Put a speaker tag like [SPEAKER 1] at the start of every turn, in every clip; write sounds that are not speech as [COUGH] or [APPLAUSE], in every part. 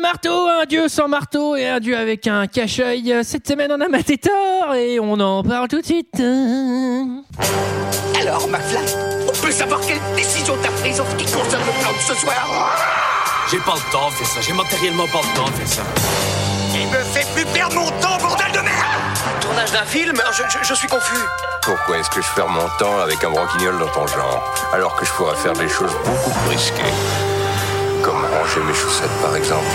[SPEAKER 1] marteau, un dieu sans marteau et un dieu avec un cache-œil. Cette semaine, on a maté Thor et on en parle tout de suite.
[SPEAKER 2] Alors, McFly, on peut savoir quelle décision t'as prise en ce qui concerne le plan de ce soir
[SPEAKER 3] J'ai pas le temps de faire ça, j'ai matériellement pas le temps de faire ça.
[SPEAKER 2] Il me fait plus perdre mon temps, bordel de merde
[SPEAKER 4] Tournage d'un film je, je- je suis confus.
[SPEAKER 5] Pourquoi est-ce que je perds mon temps avec un broquignol dans ton genre, alors que je pourrais faire des choses beaucoup plus risquées Comme ranger mes chaussettes, par exemple.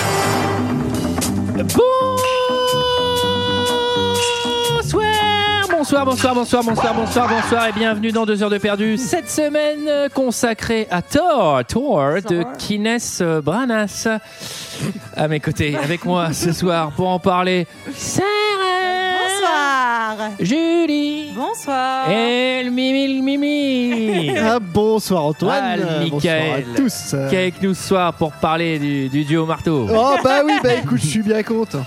[SPEAKER 1] Bonsoir, bonsoir, bonsoir, bonsoir, bonsoir, bonsoir, bonsoir et bienvenue dans 2 heures de perdu. Cette semaine euh, consacrée à Thor, Thor de Kines Branas. À mes côtés, avec moi ce soir pour en parler, Sarah,
[SPEAKER 6] Bonsoir.
[SPEAKER 1] Julie
[SPEAKER 6] Bonsoir.
[SPEAKER 1] et le Mimi, le Mimi.
[SPEAKER 7] [LAUGHS] Ah, bonsoir Antoine,
[SPEAKER 1] Ah, le
[SPEAKER 7] Euh, bonsoir
[SPEAKER 1] Michael.
[SPEAKER 7] à tous. Euh,
[SPEAKER 1] Qui est avec nous ce soir pour parler du, du duo marteau.
[SPEAKER 7] Oh bah oui, bah écoute, je suis bien content.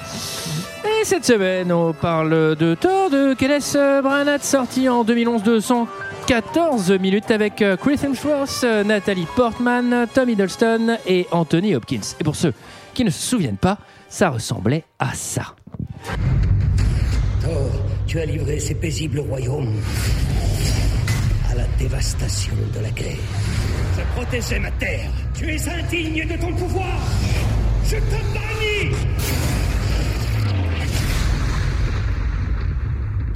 [SPEAKER 1] Et cette semaine, on parle de Thor de Kenneth Branagh, sorti en 2011 de 114 minutes avec euh, Chris Hemsworth, euh, Nathalie Portman, Tom Hiddleston et Anthony Hopkins. Et pour ceux qui ne se souviennent pas, ça ressemblait à ça.
[SPEAKER 8] Thor, tu as livré ces paisibles royaumes à la dévastation de la guerre.
[SPEAKER 2] Je protégeais ma terre Tu es indigne de ton pouvoir Je te bannis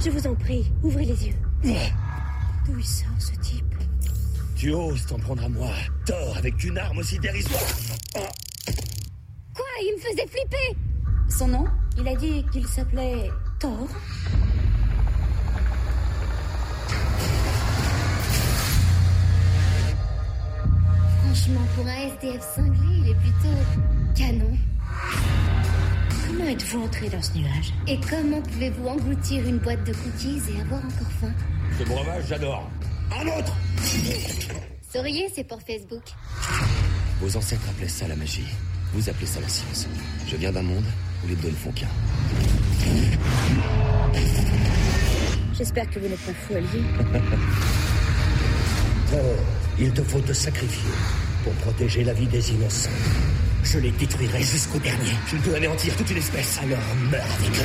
[SPEAKER 9] Je vous en prie, ouvrez les yeux. D'où il sort ce type
[SPEAKER 8] Tu oses t'en prendre à moi, Thor, avec une arme aussi dérisoire
[SPEAKER 9] Quoi Il me faisait flipper Son nom Il a dit qu'il s'appelait Thor. Franchement, pour un SDF cinglé, il est plutôt canon. Comment êtes-vous entré dans ce nuage Et comment pouvez-vous engloutir une boîte de cookies et avoir encore faim
[SPEAKER 8] Ce breuvage, j'adore. Un autre
[SPEAKER 9] Souriez, c'est pour Facebook.
[SPEAKER 8] Vos ancêtres appelaient ça la magie. Vous appelez ça la science. Je viens d'un monde où les deux ne font qu'un.
[SPEAKER 9] J'espère que vous n'êtes pas fou, Olivier.
[SPEAKER 8] Thor, il te faut te sacrifier pour protéger la vie des innocents. Je les détruirai jusqu'au dernier. Je peux anéantir toute une espèce. Alors meurs avec eux.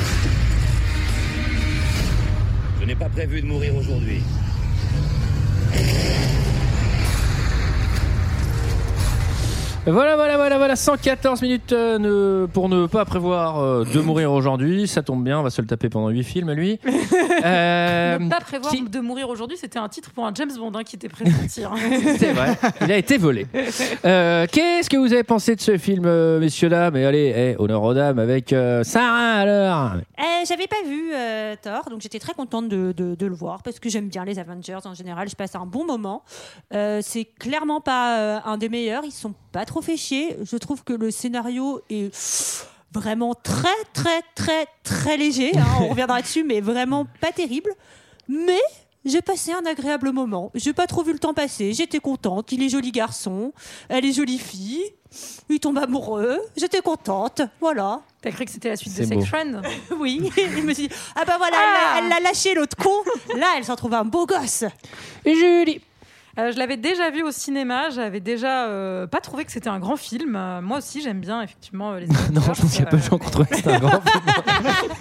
[SPEAKER 8] Je n'ai pas prévu de mourir aujourd'hui.
[SPEAKER 1] Voilà, voilà, voilà, voilà, 114 minutes euh, ne- pour ne pas prévoir euh, [LAUGHS] de mourir aujourd'hui. Ça tombe bien, on va se le taper pendant 8 films, [LAUGHS] lui. Euh,
[SPEAKER 6] Ne pas prévoir
[SPEAKER 1] qui-
[SPEAKER 6] de mourir aujourd'hui, c'était un titre pour un James Bond hein, qui était pressenti. hein.
[SPEAKER 1] C'est vrai, il a été volé. [LAUGHS] Euh, Qu'est-ce que vous avez pensé de ce film, euh, messieurs dames Et allez, eh, honneur aux dames avec euh, Sarah alors.
[SPEAKER 10] Euh, J'avais pas vu euh, Thor, donc j'étais très contente de, de- de le voir parce que j'aime bien les Avengers en général. Je passe un bon moment. Euh, c'est clairement pas euh, un des meilleurs. Ils se sont pas trop fait chier. Je trouve que le scénario est vraiment très très très très léger. hein. On reviendra dessus, mais vraiment pas terrible. Mais j'ai passé un agréable moment. J'ai pas trop vu le temps passer. J'étais contente. Il est joli garçon. Elle est jolie fille. Il tombe amoureux. J'étais contente. Voilà.
[SPEAKER 6] T'as cru que c'était la suite de
[SPEAKER 1] C'est beau.
[SPEAKER 6] Sex Friend
[SPEAKER 10] Oui, [LAUGHS] il me suis dit, ah bah voilà,
[SPEAKER 6] Ah
[SPEAKER 10] elle l'a- elle l'a lâché l'autre con, là elle s'en trouve un beau gosse.
[SPEAKER 1] Julie.
[SPEAKER 6] Euh, Je l'avais déjà vu au cinéma, j'avais déjà euh, pas trouvé que c'était un grand film. Euh, moi aussi, j'aime bien effectivement euh, les.
[SPEAKER 1] [LAUGHS] Non, je pense qu'il n'y a pas de gens qui ont trouvé que c'était un [LAUGHS] grand film.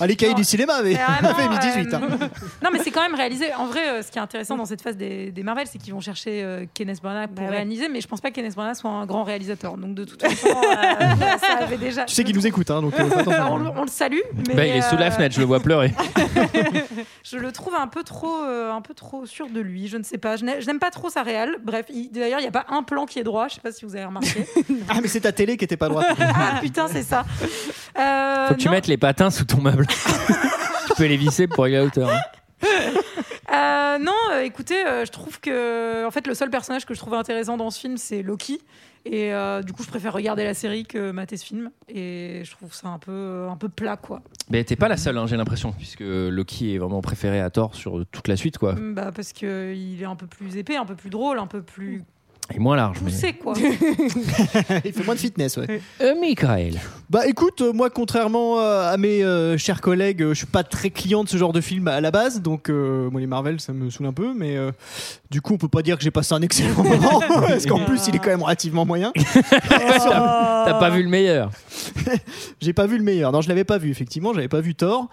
[SPEAKER 7] Ah, les cahiers
[SPEAKER 6] Non.
[SPEAKER 7] du cinéma, mais
[SPEAKER 6] C'est
[SPEAKER 7] on a [LAUGHS] fait
[SPEAKER 6] vraiment,
[SPEAKER 7] 18. hein.
[SPEAKER 6] euh, Non, mais c'est quand même réalisé. En vrai, euh, ce qui est intéressant dans cette phase des, des Marvel, c'est qu'ils vont chercher euh, Kenneth Branagh pour
[SPEAKER 10] Bah ouais.
[SPEAKER 6] réaliser, mais je pense pas que Kenneth Branagh soit un grand réalisateur. Donc
[SPEAKER 1] [LAUGHS]
[SPEAKER 6] de toute façon, euh, voilà, ça avait déjà.
[SPEAKER 7] Tu sais qu'il nous écoute, hein, donc euh, fais attention.
[SPEAKER 6] on, le- on le salue. Mais,
[SPEAKER 1] Bah, il est sous la
[SPEAKER 6] euh,
[SPEAKER 1] fenêtre, je le vois pleurer.
[SPEAKER 6] Je le trouve un peu trop, euh, un peu trop sûr de lui. Je ne sais pas. Je n'ai- je n'aime pas trop sa réal. Bref, il- d'ailleurs, il n'y a pas un plan qui est droit. Je ne sais pas si vous
[SPEAKER 1] [LAUGHS]
[SPEAKER 6] avez remarqué.
[SPEAKER 7] Ah, mais c'est ta télé qui était pas
[SPEAKER 6] [LAUGHS]
[SPEAKER 7] droite.
[SPEAKER 6] ah putain, c'est ça. Euh,
[SPEAKER 1] Faut que tu
[SPEAKER 6] non.
[SPEAKER 1] mettes les patins sous ton [LAUGHS] meuble. tu peux les visser pour aller à la hauteur. hein.
[SPEAKER 6] Euh, non, euh, écoutez, euh, je trouve que en fait le seul personnage que je trouve intéressant dans ce film, c'est Loki. Et euh, du coup, je préfère regarder la série que mater ce film. Et je trouve ça un peu, un peu plat, quoi.
[SPEAKER 1] Mais t'es pas la seule, hein, j'ai l'impression, puisque Loki est vraiment préféré à tort sur toute la suite, quoi.
[SPEAKER 6] Mm, Bah, parce que il est un peu plus épais, un peu plus drôle, un peu plus
[SPEAKER 1] Et moins
[SPEAKER 7] Ah,
[SPEAKER 1] large. Mais...
[SPEAKER 6] Poussé, quoi.
[SPEAKER 7] Il fait moins de fitness, ouais.
[SPEAKER 1] Euh, Michael.
[SPEAKER 7] Bah écoute, euh, moi contrairement euh, à mes euh, chers collègues, euh, je suis pas très client de ce genre de film à la base, donc euh, moi les Marvel ça me saoule un peu, mais euh, du coup on peut pas dire que j'ai passé un excellent [LAUGHS]
[SPEAKER 6] [LAUGHS]
[SPEAKER 7] moment, parce qu'en plus il est quand même relativement moyen.
[SPEAKER 11] Oh. Ah.
[SPEAKER 1] T'as pas vu le meilleur.
[SPEAKER 7] J'ai pas vu le meilleur, non je l'avais pas vu effectivement, j'avais pas vu Thor,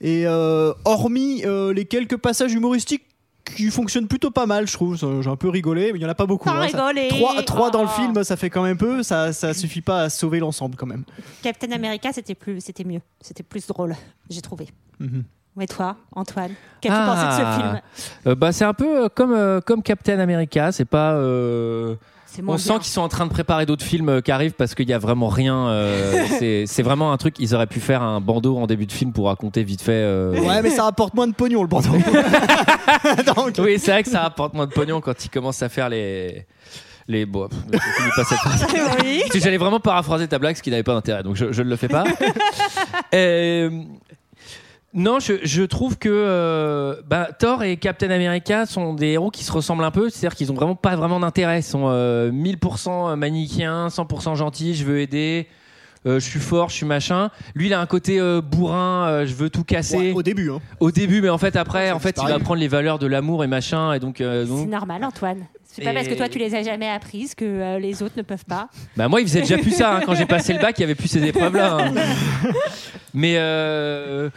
[SPEAKER 7] et euh, hormis euh, les quelques passages humoristiques qui fonctionnent plutôt pas mal je trouve, Ça, j'ai un peu rigolé, mais il y en a pas beaucoup.
[SPEAKER 11] T'as
[SPEAKER 7] hein, ça-
[SPEAKER 11] rigolé.
[SPEAKER 7] Trois, trois dans le
[SPEAKER 11] Oh.
[SPEAKER 7] film, ça fait quand même peu, ça, ça suffit pas à sauver l'ensemble quand même.
[SPEAKER 11] Captain America, c'était plus, c'était mieux, c'était plus drôle, j'ai trouvé.
[SPEAKER 7] Mhm.
[SPEAKER 11] Mais toi, Antoine, qu'as-tu pensé de
[SPEAKER 1] Ah.
[SPEAKER 11] ce film
[SPEAKER 1] Euh, bah, c'est un peu euh, comme, euh, comme Captain America. C'est pas. euh,
[SPEAKER 11] C'est
[SPEAKER 1] On
[SPEAKER 11] moins
[SPEAKER 1] sent
[SPEAKER 11] bien.
[SPEAKER 1] qu'ils sont en train de préparer d'autres films euh, qui arrivent parce qu'il y a vraiment rien.
[SPEAKER 11] [LAUGHS]
[SPEAKER 1] euh, c'est c'est vraiment un truc. Ils auraient pu faire un bandeau en début de film pour raconter vite fait. euh,
[SPEAKER 7] Ouais, mais ça rapporte moins de pognon le [LAUGHS] bandeau. Donc,
[SPEAKER 1] Oui, c'est vrai que ça rapporte moins de pognon quand ils commencent à faire les. Les. Bon, pff, je finis pas cette phrase.
[SPEAKER 11] Oui.
[SPEAKER 1] Parce que J'allais vraiment paraphraser ta blague, ce qui n'avait pas d'intérêt, donc je, je ne le fais pas. Euh, non, je, je trouve que euh, bah, Thor et Captain America sont des héros qui se ressemblent un peu, c'est-à-dire qu'ils n'ont vraiment pas vraiment d'intérêt. Ils sont euh, 1000% manichéens, 100% gentils, je veux aider. euh, je suis fort, je suis machin. Lui, il a un côté euh, bourrin, euh, je veux tout casser
[SPEAKER 7] ouais, au début, hein.
[SPEAKER 1] au début, mais en fait après,
[SPEAKER 7] Ça
[SPEAKER 1] en fait, il
[SPEAKER 7] disparaît.
[SPEAKER 1] va prendre les valeurs de l'amour et machin, et donc, euh,
[SPEAKER 11] C'est
[SPEAKER 1] donc-
[SPEAKER 11] normal, Antoine. C'est pas
[SPEAKER 1] Et-
[SPEAKER 11] parce que toi tu les as jamais apprises que euh, les autres ne peuvent pas.
[SPEAKER 1] bah moi, il faisait déjà plus ça hein, quand j'ai passé le bac, il y avait plus ces épreuves-là. hein. Mais euh,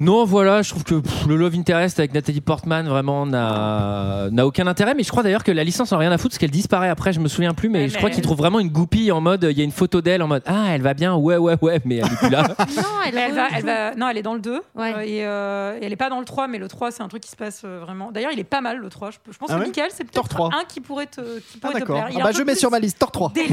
[SPEAKER 1] non, voilà, je trouve que pff, le Love Interest avec Nathalie Portman vraiment n'a n'a aucun intérêt. Mais je crois d'ailleurs que la licence n'a rien à foutre parce qu'elle disparaît après. Je me souviens plus, mais
[SPEAKER 6] Ouais,
[SPEAKER 1] je crois
[SPEAKER 6] mais-
[SPEAKER 1] qu'il trouve vraiment une goupille en mode, il y a une photo d'elle en mode, ah, elle va bien, ouais, ouais, ouais, mais elle est plus là.
[SPEAKER 11] [LAUGHS] Non,
[SPEAKER 6] Mais elle va, elle va- non, elle est dans le 2.
[SPEAKER 11] Ouais.
[SPEAKER 6] euh, et, euh, et elle est pas dans le 3, mais le 3, c'est un truc qui se passe euh, vraiment. D'ailleurs, il est pas mal, le 3. Je, je pense
[SPEAKER 7] Ah
[SPEAKER 6] que
[SPEAKER 7] ouais
[SPEAKER 6] Michael, c'est
[SPEAKER 7] Thor
[SPEAKER 6] peut-être
[SPEAKER 7] 3.
[SPEAKER 6] un qui pourrait te, qui
[SPEAKER 7] Ah,
[SPEAKER 6] pourrait te
[SPEAKER 7] d'accord.
[SPEAKER 6] plaire.
[SPEAKER 7] Ah,
[SPEAKER 6] Il est un
[SPEAKER 7] bah,
[SPEAKER 6] peu
[SPEAKER 7] je mets
[SPEAKER 6] plus
[SPEAKER 7] sur ma liste Thor 3.
[SPEAKER 6] délire.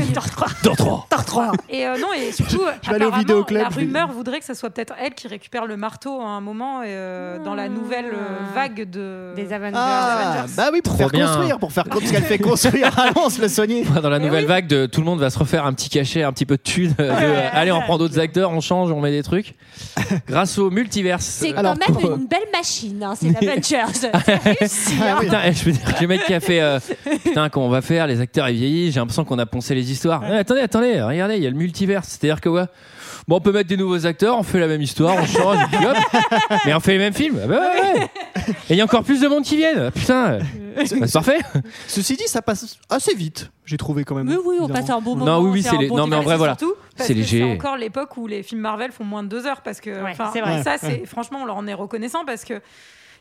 [SPEAKER 1] Dans trois.
[SPEAKER 6] Et euh, non,
[SPEAKER 1] [LAUGHS]
[SPEAKER 6] et surtout,
[SPEAKER 7] vais aller au
[SPEAKER 6] apparemment,
[SPEAKER 7] vidéoclub,
[SPEAKER 6] la
[SPEAKER 7] je vais-
[SPEAKER 6] rumeur voudrait que ça soit peut-être elle qui récupère le marteau à un moment et, euh, dans la nouvelle euh, vague de.
[SPEAKER 11] Ah. Des Avengers.
[SPEAKER 7] Ah, bah oui, pour
[SPEAKER 1] Trop
[SPEAKER 7] faire
[SPEAKER 1] bien.
[SPEAKER 7] construire, pour faire comme ce qu'elle fait [LAUGHS] construire à Lens, le soigner.
[SPEAKER 1] Dans la
[SPEAKER 6] Eh
[SPEAKER 1] nouvelle
[SPEAKER 6] oui.
[SPEAKER 1] vague, de, tout le monde va se refaire un petit cachet, un petit peu de thunes. de, euh, allez, on prend d'autres acteurs, on change, on met des trucs. Grâce au multiverse. Euh,
[SPEAKER 11] C'est quand
[SPEAKER 7] Alors,
[SPEAKER 11] même
[SPEAKER 7] pour-
[SPEAKER 11] une belle machine, hein, c'est [LAUGHS] l'Avengers. C'est réussi, hein.
[SPEAKER 7] Ah oui.
[SPEAKER 1] Putain, eh, je veux dire, que le mec qui a fait euh, Putain, qu'on va faire, les acteurs ils vieillissent, j'ai l'impression qu'on a poncé les histoires. Eh, attendez, attendez, regardez, il y a le multivers. C'est-à-dire que, ouais, bon, on peut mettre des nouveaux acteurs, on fait la même histoire, on change, et puis hop, mais on fait les mêmes films. Ah bah ouais, ouais. Et il y a encore plus de monde qui viennent. Putain, bah, c'est parfait.
[SPEAKER 7] Ceci dit, ça passe assez vite, j'ai trouvé quand même.
[SPEAKER 11] Mais oui, on
[SPEAKER 7] Évidemment.
[SPEAKER 11] passe un bon
[SPEAKER 1] Non,
[SPEAKER 11] moment.
[SPEAKER 1] oui, oui,
[SPEAKER 11] c'est
[SPEAKER 1] c'est
[SPEAKER 11] un
[SPEAKER 1] les-
[SPEAKER 11] bon
[SPEAKER 1] non, mais en
[SPEAKER 11] divertissement.
[SPEAKER 1] vrai, voilà.
[SPEAKER 6] Surtout parce
[SPEAKER 1] C'est
[SPEAKER 6] que
[SPEAKER 1] léger.
[SPEAKER 6] C'est encore l'époque où les films Marvel font moins de deux heures parce que
[SPEAKER 11] Ouais,
[SPEAKER 6] enfin,
[SPEAKER 11] c'est vrai.
[SPEAKER 6] ça, c'est franchement, on leur en est reconnaissant parce que.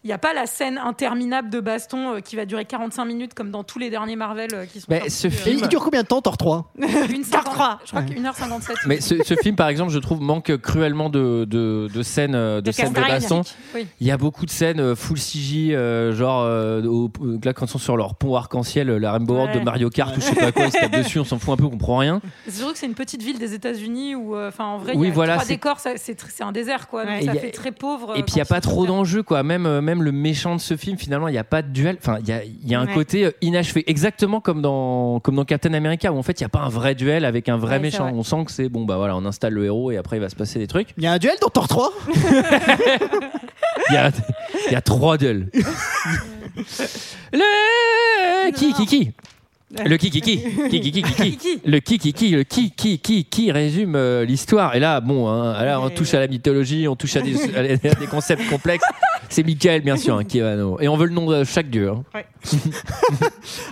[SPEAKER 6] Il n'y a pas la scène interminable de baston euh, qui va durer 45 minutes comme dans tous les derniers Marvel euh, qui sont
[SPEAKER 1] Mais
[SPEAKER 6] sortis,
[SPEAKER 1] ce
[SPEAKER 6] euh,
[SPEAKER 7] Et
[SPEAKER 1] film-
[SPEAKER 7] il dure combien de temps, Thor 3
[SPEAKER 6] une 53, je crois que 1h57.
[SPEAKER 1] Mais ce, ce film, par exemple, je trouve manque cruellement de, de, de scènes euh, de,
[SPEAKER 11] De
[SPEAKER 1] scènes de
[SPEAKER 11] castagne.
[SPEAKER 1] baston.
[SPEAKER 6] Oui.
[SPEAKER 1] Il y a beaucoup de scènes euh, full CG, euh, genre euh, au- euh, là, quand ils sont sur leur pont arc-en-ciel, euh, la Rainbow World
[SPEAKER 11] Ouais.
[SPEAKER 1] de Mario Kart ou je sais pas quoi, ils se tapent dessus, on s'en fout un peu, on comprend rien.
[SPEAKER 6] C'est surtout que c'est une petite ville des États-Unis où, euh, enfin, en vrai,
[SPEAKER 1] Oui,
[SPEAKER 6] il y a
[SPEAKER 1] voilà,
[SPEAKER 6] trois
[SPEAKER 1] c'est-
[SPEAKER 6] décors, ça- c'est tr- c'est un désert, quoi.
[SPEAKER 11] Ouais.
[SPEAKER 6] Donc
[SPEAKER 1] Et
[SPEAKER 6] ça
[SPEAKER 1] y a-
[SPEAKER 6] fait très pauvre.
[SPEAKER 1] Et puis il n'y a pas trop d'enjeux, quoi. Même, euh, même le méchant de ce film, finalement, il n'y a pas de duel. Enfin, il y a, il y a un
[SPEAKER 11] Ouais.
[SPEAKER 1] côté euh, inachevé. Exactement comme dans, comme dans Captain America, où en fait, il n'y a pas un vrai duel avec un
[SPEAKER 11] Ouais,
[SPEAKER 1] vrai
[SPEAKER 11] c'est
[SPEAKER 1] méchant.
[SPEAKER 11] vrai.
[SPEAKER 1] On sent que c'est bon, bah voilà, on installe le héros et après, il va se passer des trucs.
[SPEAKER 7] Il y a un duel dans Thor 3
[SPEAKER 1] Il y a, il y a trois duels. le qui qui qui le qui qui qui qui qui qui qui qui le qui qui qui le qui qui qui qui résume euh, l'histoire et là bon hein, là on touche à la mythologie on touche à des, à des concepts complexes c'est Michael bien sûr hein, qui va nous et on veut le nom de chaque dieu hein.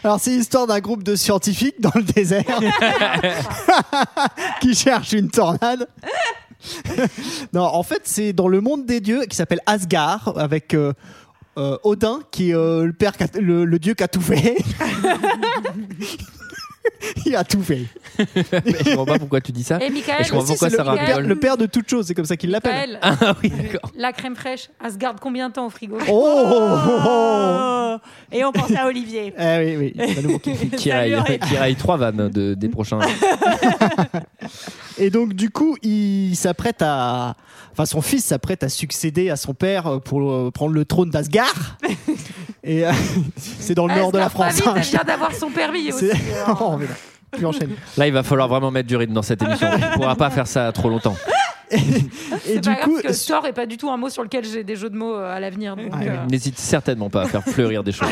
[SPEAKER 7] Alors, c'est l'histoire d'un groupe de scientifiques dans le désert [LAUGHS] qui cherchent une tornade. [LAUGHS] non, en fait, c'est dans le monde des dieux qui s'appelle Asgard avec euh, euh, Odin qui est euh, le, père qu'a- le, le dieu qui a tout fait. [LAUGHS] Il a tout fait.
[SPEAKER 1] je comprends pas pourquoi tu dis ça
[SPEAKER 6] Et
[SPEAKER 1] Et
[SPEAKER 6] Eh, Michael,
[SPEAKER 1] je comprends
[SPEAKER 7] Si,
[SPEAKER 1] pourquoi
[SPEAKER 7] c'est le,
[SPEAKER 1] ça
[SPEAKER 7] le père,
[SPEAKER 1] rigole
[SPEAKER 7] le père de toute chose, c'est comme ça qu'il l'appelle.
[SPEAKER 6] Michael,
[SPEAKER 1] [LAUGHS] ah oui
[SPEAKER 6] [LAUGHS]
[SPEAKER 1] d'accord
[SPEAKER 6] la crème fraîche, elle se garde combien de temps au frigo
[SPEAKER 7] Oh, oh, oh, oh.
[SPEAKER 11] Oh. Et on pense à Olivier.
[SPEAKER 7] Eh oui, oui. il va nous manquer.
[SPEAKER 1] qui raille
[SPEAKER 11] Salut,
[SPEAKER 1] qui raille trois vannes hein, de, des prochains
[SPEAKER 7] Et donc, du coup, il s'apprête à. Enfin, son fils s'apprête à succéder à son père pour euh, prendre le trône d'Asgard. Et euh, [LAUGHS] c'est dans le
[SPEAKER 6] Elle
[SPEAKER 7] nord
[SPEAKER 6] se
[SPEAKER 7] de la
[SPEAKER 6] garde pas
[SPEAKER 7] France.
[SPEAKER 6] vite,
[SPEAKER 7] hein.
[SPEAKER 6] Elle vient d'avoir son permis aussi. hein.
[SPEAKER 7] C'est-
[SPEAKER 6] alors.
[SPEAKER 7] [LAUGHS] Oh, mais non. Tu enchaînes.
[SPEAKER 1] là il va falloir vraiment mettre du rythme dans cette émission on pourra pas faire ça trop longtemps
[SPEAKER 7] et
[SPEAKER 6] C'est
[SPEAKER 7] du
[SPEAKER 6] pas grave
[SPEAKER 7] coup,
[SPEAKER 6] parce que Thor est pas du tout un mot sur lequel j'ai des jeux de mots euh, à l'avenir. donc,
[SPEAKER 7] Ouais.
[SPEAKER 6] euh,
[SPEAKER 1] N'hésite certainement pas à faire fleurir des choses.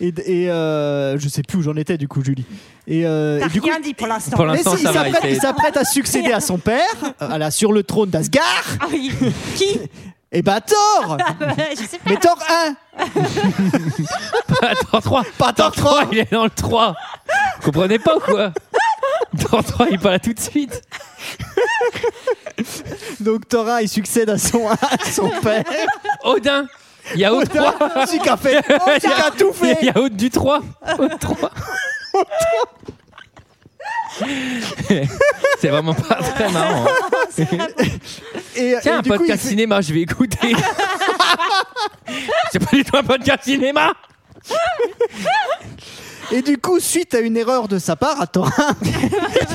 [SPEAKER 7] et, et, euh, je sais plus où j'en étais du coup, Julie. Et, euh,
[SPEAKER 10] T'as
[SPEAKER 7] et du coup,
[SPEAKER 10] rien dit pour l'instant.
[SPEAKER 1] Pour
[SPEAKER 7] mais si,
[SPEAKER 1] l'instant,
[SPEAKER 7] il
[SPEAKER 1] ça va.
[SPEAKER 7] s'apprête-
[SPEAKER 1] il
[SPEAKER 7] il
[SPEAKER 1] fait-
[SPEAKER 7] s'apprête à succéder à son père, euh, à la, sur le trône d'Asgard.
[SPEAKER 10] Ah oui. Qui Euh,
[SPEAKER 7] Et bah Thor
[SPEAKER 10] Je sais pas.
[SPEAKER 7] Mais Thor 1
[SPEAKER 1] Attends, 3
[SPEAKER 7] Pas Thor 3
[SPEAKER 1] Il est dans le 3 Vous comprenez pas ou quoi Dans 3, il parle tout de suite.
[SPEAKER 7] Donc Thor 1, il succède à son, à son père.
[SPEAKER 1] Odin Il y a Aude 3
[SPEAKER 7] Celui qui a fait- celui qui a tout fait
[SPEAKER 1] Il y a Aude du 3 Aude 3 C'est vraiment pas très marrant. hein.
[SPEAKER 7] Et,
[SPEAKER 1] Tiens,
[SPEAKER 7] et
[SPEAKER 1] un
[SPEAKER 7] du coup, il
[SPEAKER 1] podcast
[SPEAKER 7] fait-
[SPEAKER 1] cinéma, je vais écouter. C'est pas du tout un podcast cinéma
[SPEAKER 7] Et du coup, suite à une erreur de sa part, attends, hein,
[SPEAKER 6] je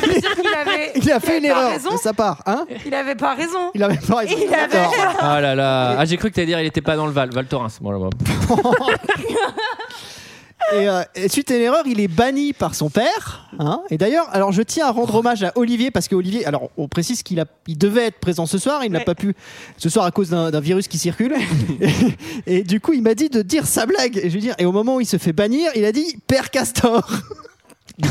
[SPEAKER 6] veux dire qu'il avait,
[SPEAKER 7] [LAUGHS] il a fait une
[SPEAKER 6] avait pas
[SPEAKER 7] erreur
[SPEAKER 6] raison.
[SPEAKER 7] de sa part, hein
[SPEAKER 6] Il avait pas raison.
[SPEAKER 7] Il avait pas raison.
[SPEAKER 6] Il avait
[SPEAKER 7] Attends.
[SPEAKER 1] Ah là là Ah, j'ai cru que t'allais dire il était pas dans le Val, Val Thorens. Bon, là, bon.
[SPEAKER 7] Et, euh, et suite à une erreur, il est banni par son père. hein. et d'ailleurs, alors je tiens à rendre hommage à Olivier parce que Olivier, alors on précise qu'il a, il devait être présent ce soir, il n'a
[SPEAKER 10] Ouais.
[SPEAKER 7] pas pu ce soir à cause d'un d'un virus qui circule. et, et du coup, il m'a dit de dire sa blague. Et je veux dire, et au moment où il se fait bannir, il a dit Père Castor.
[SPEAKER 1] Ah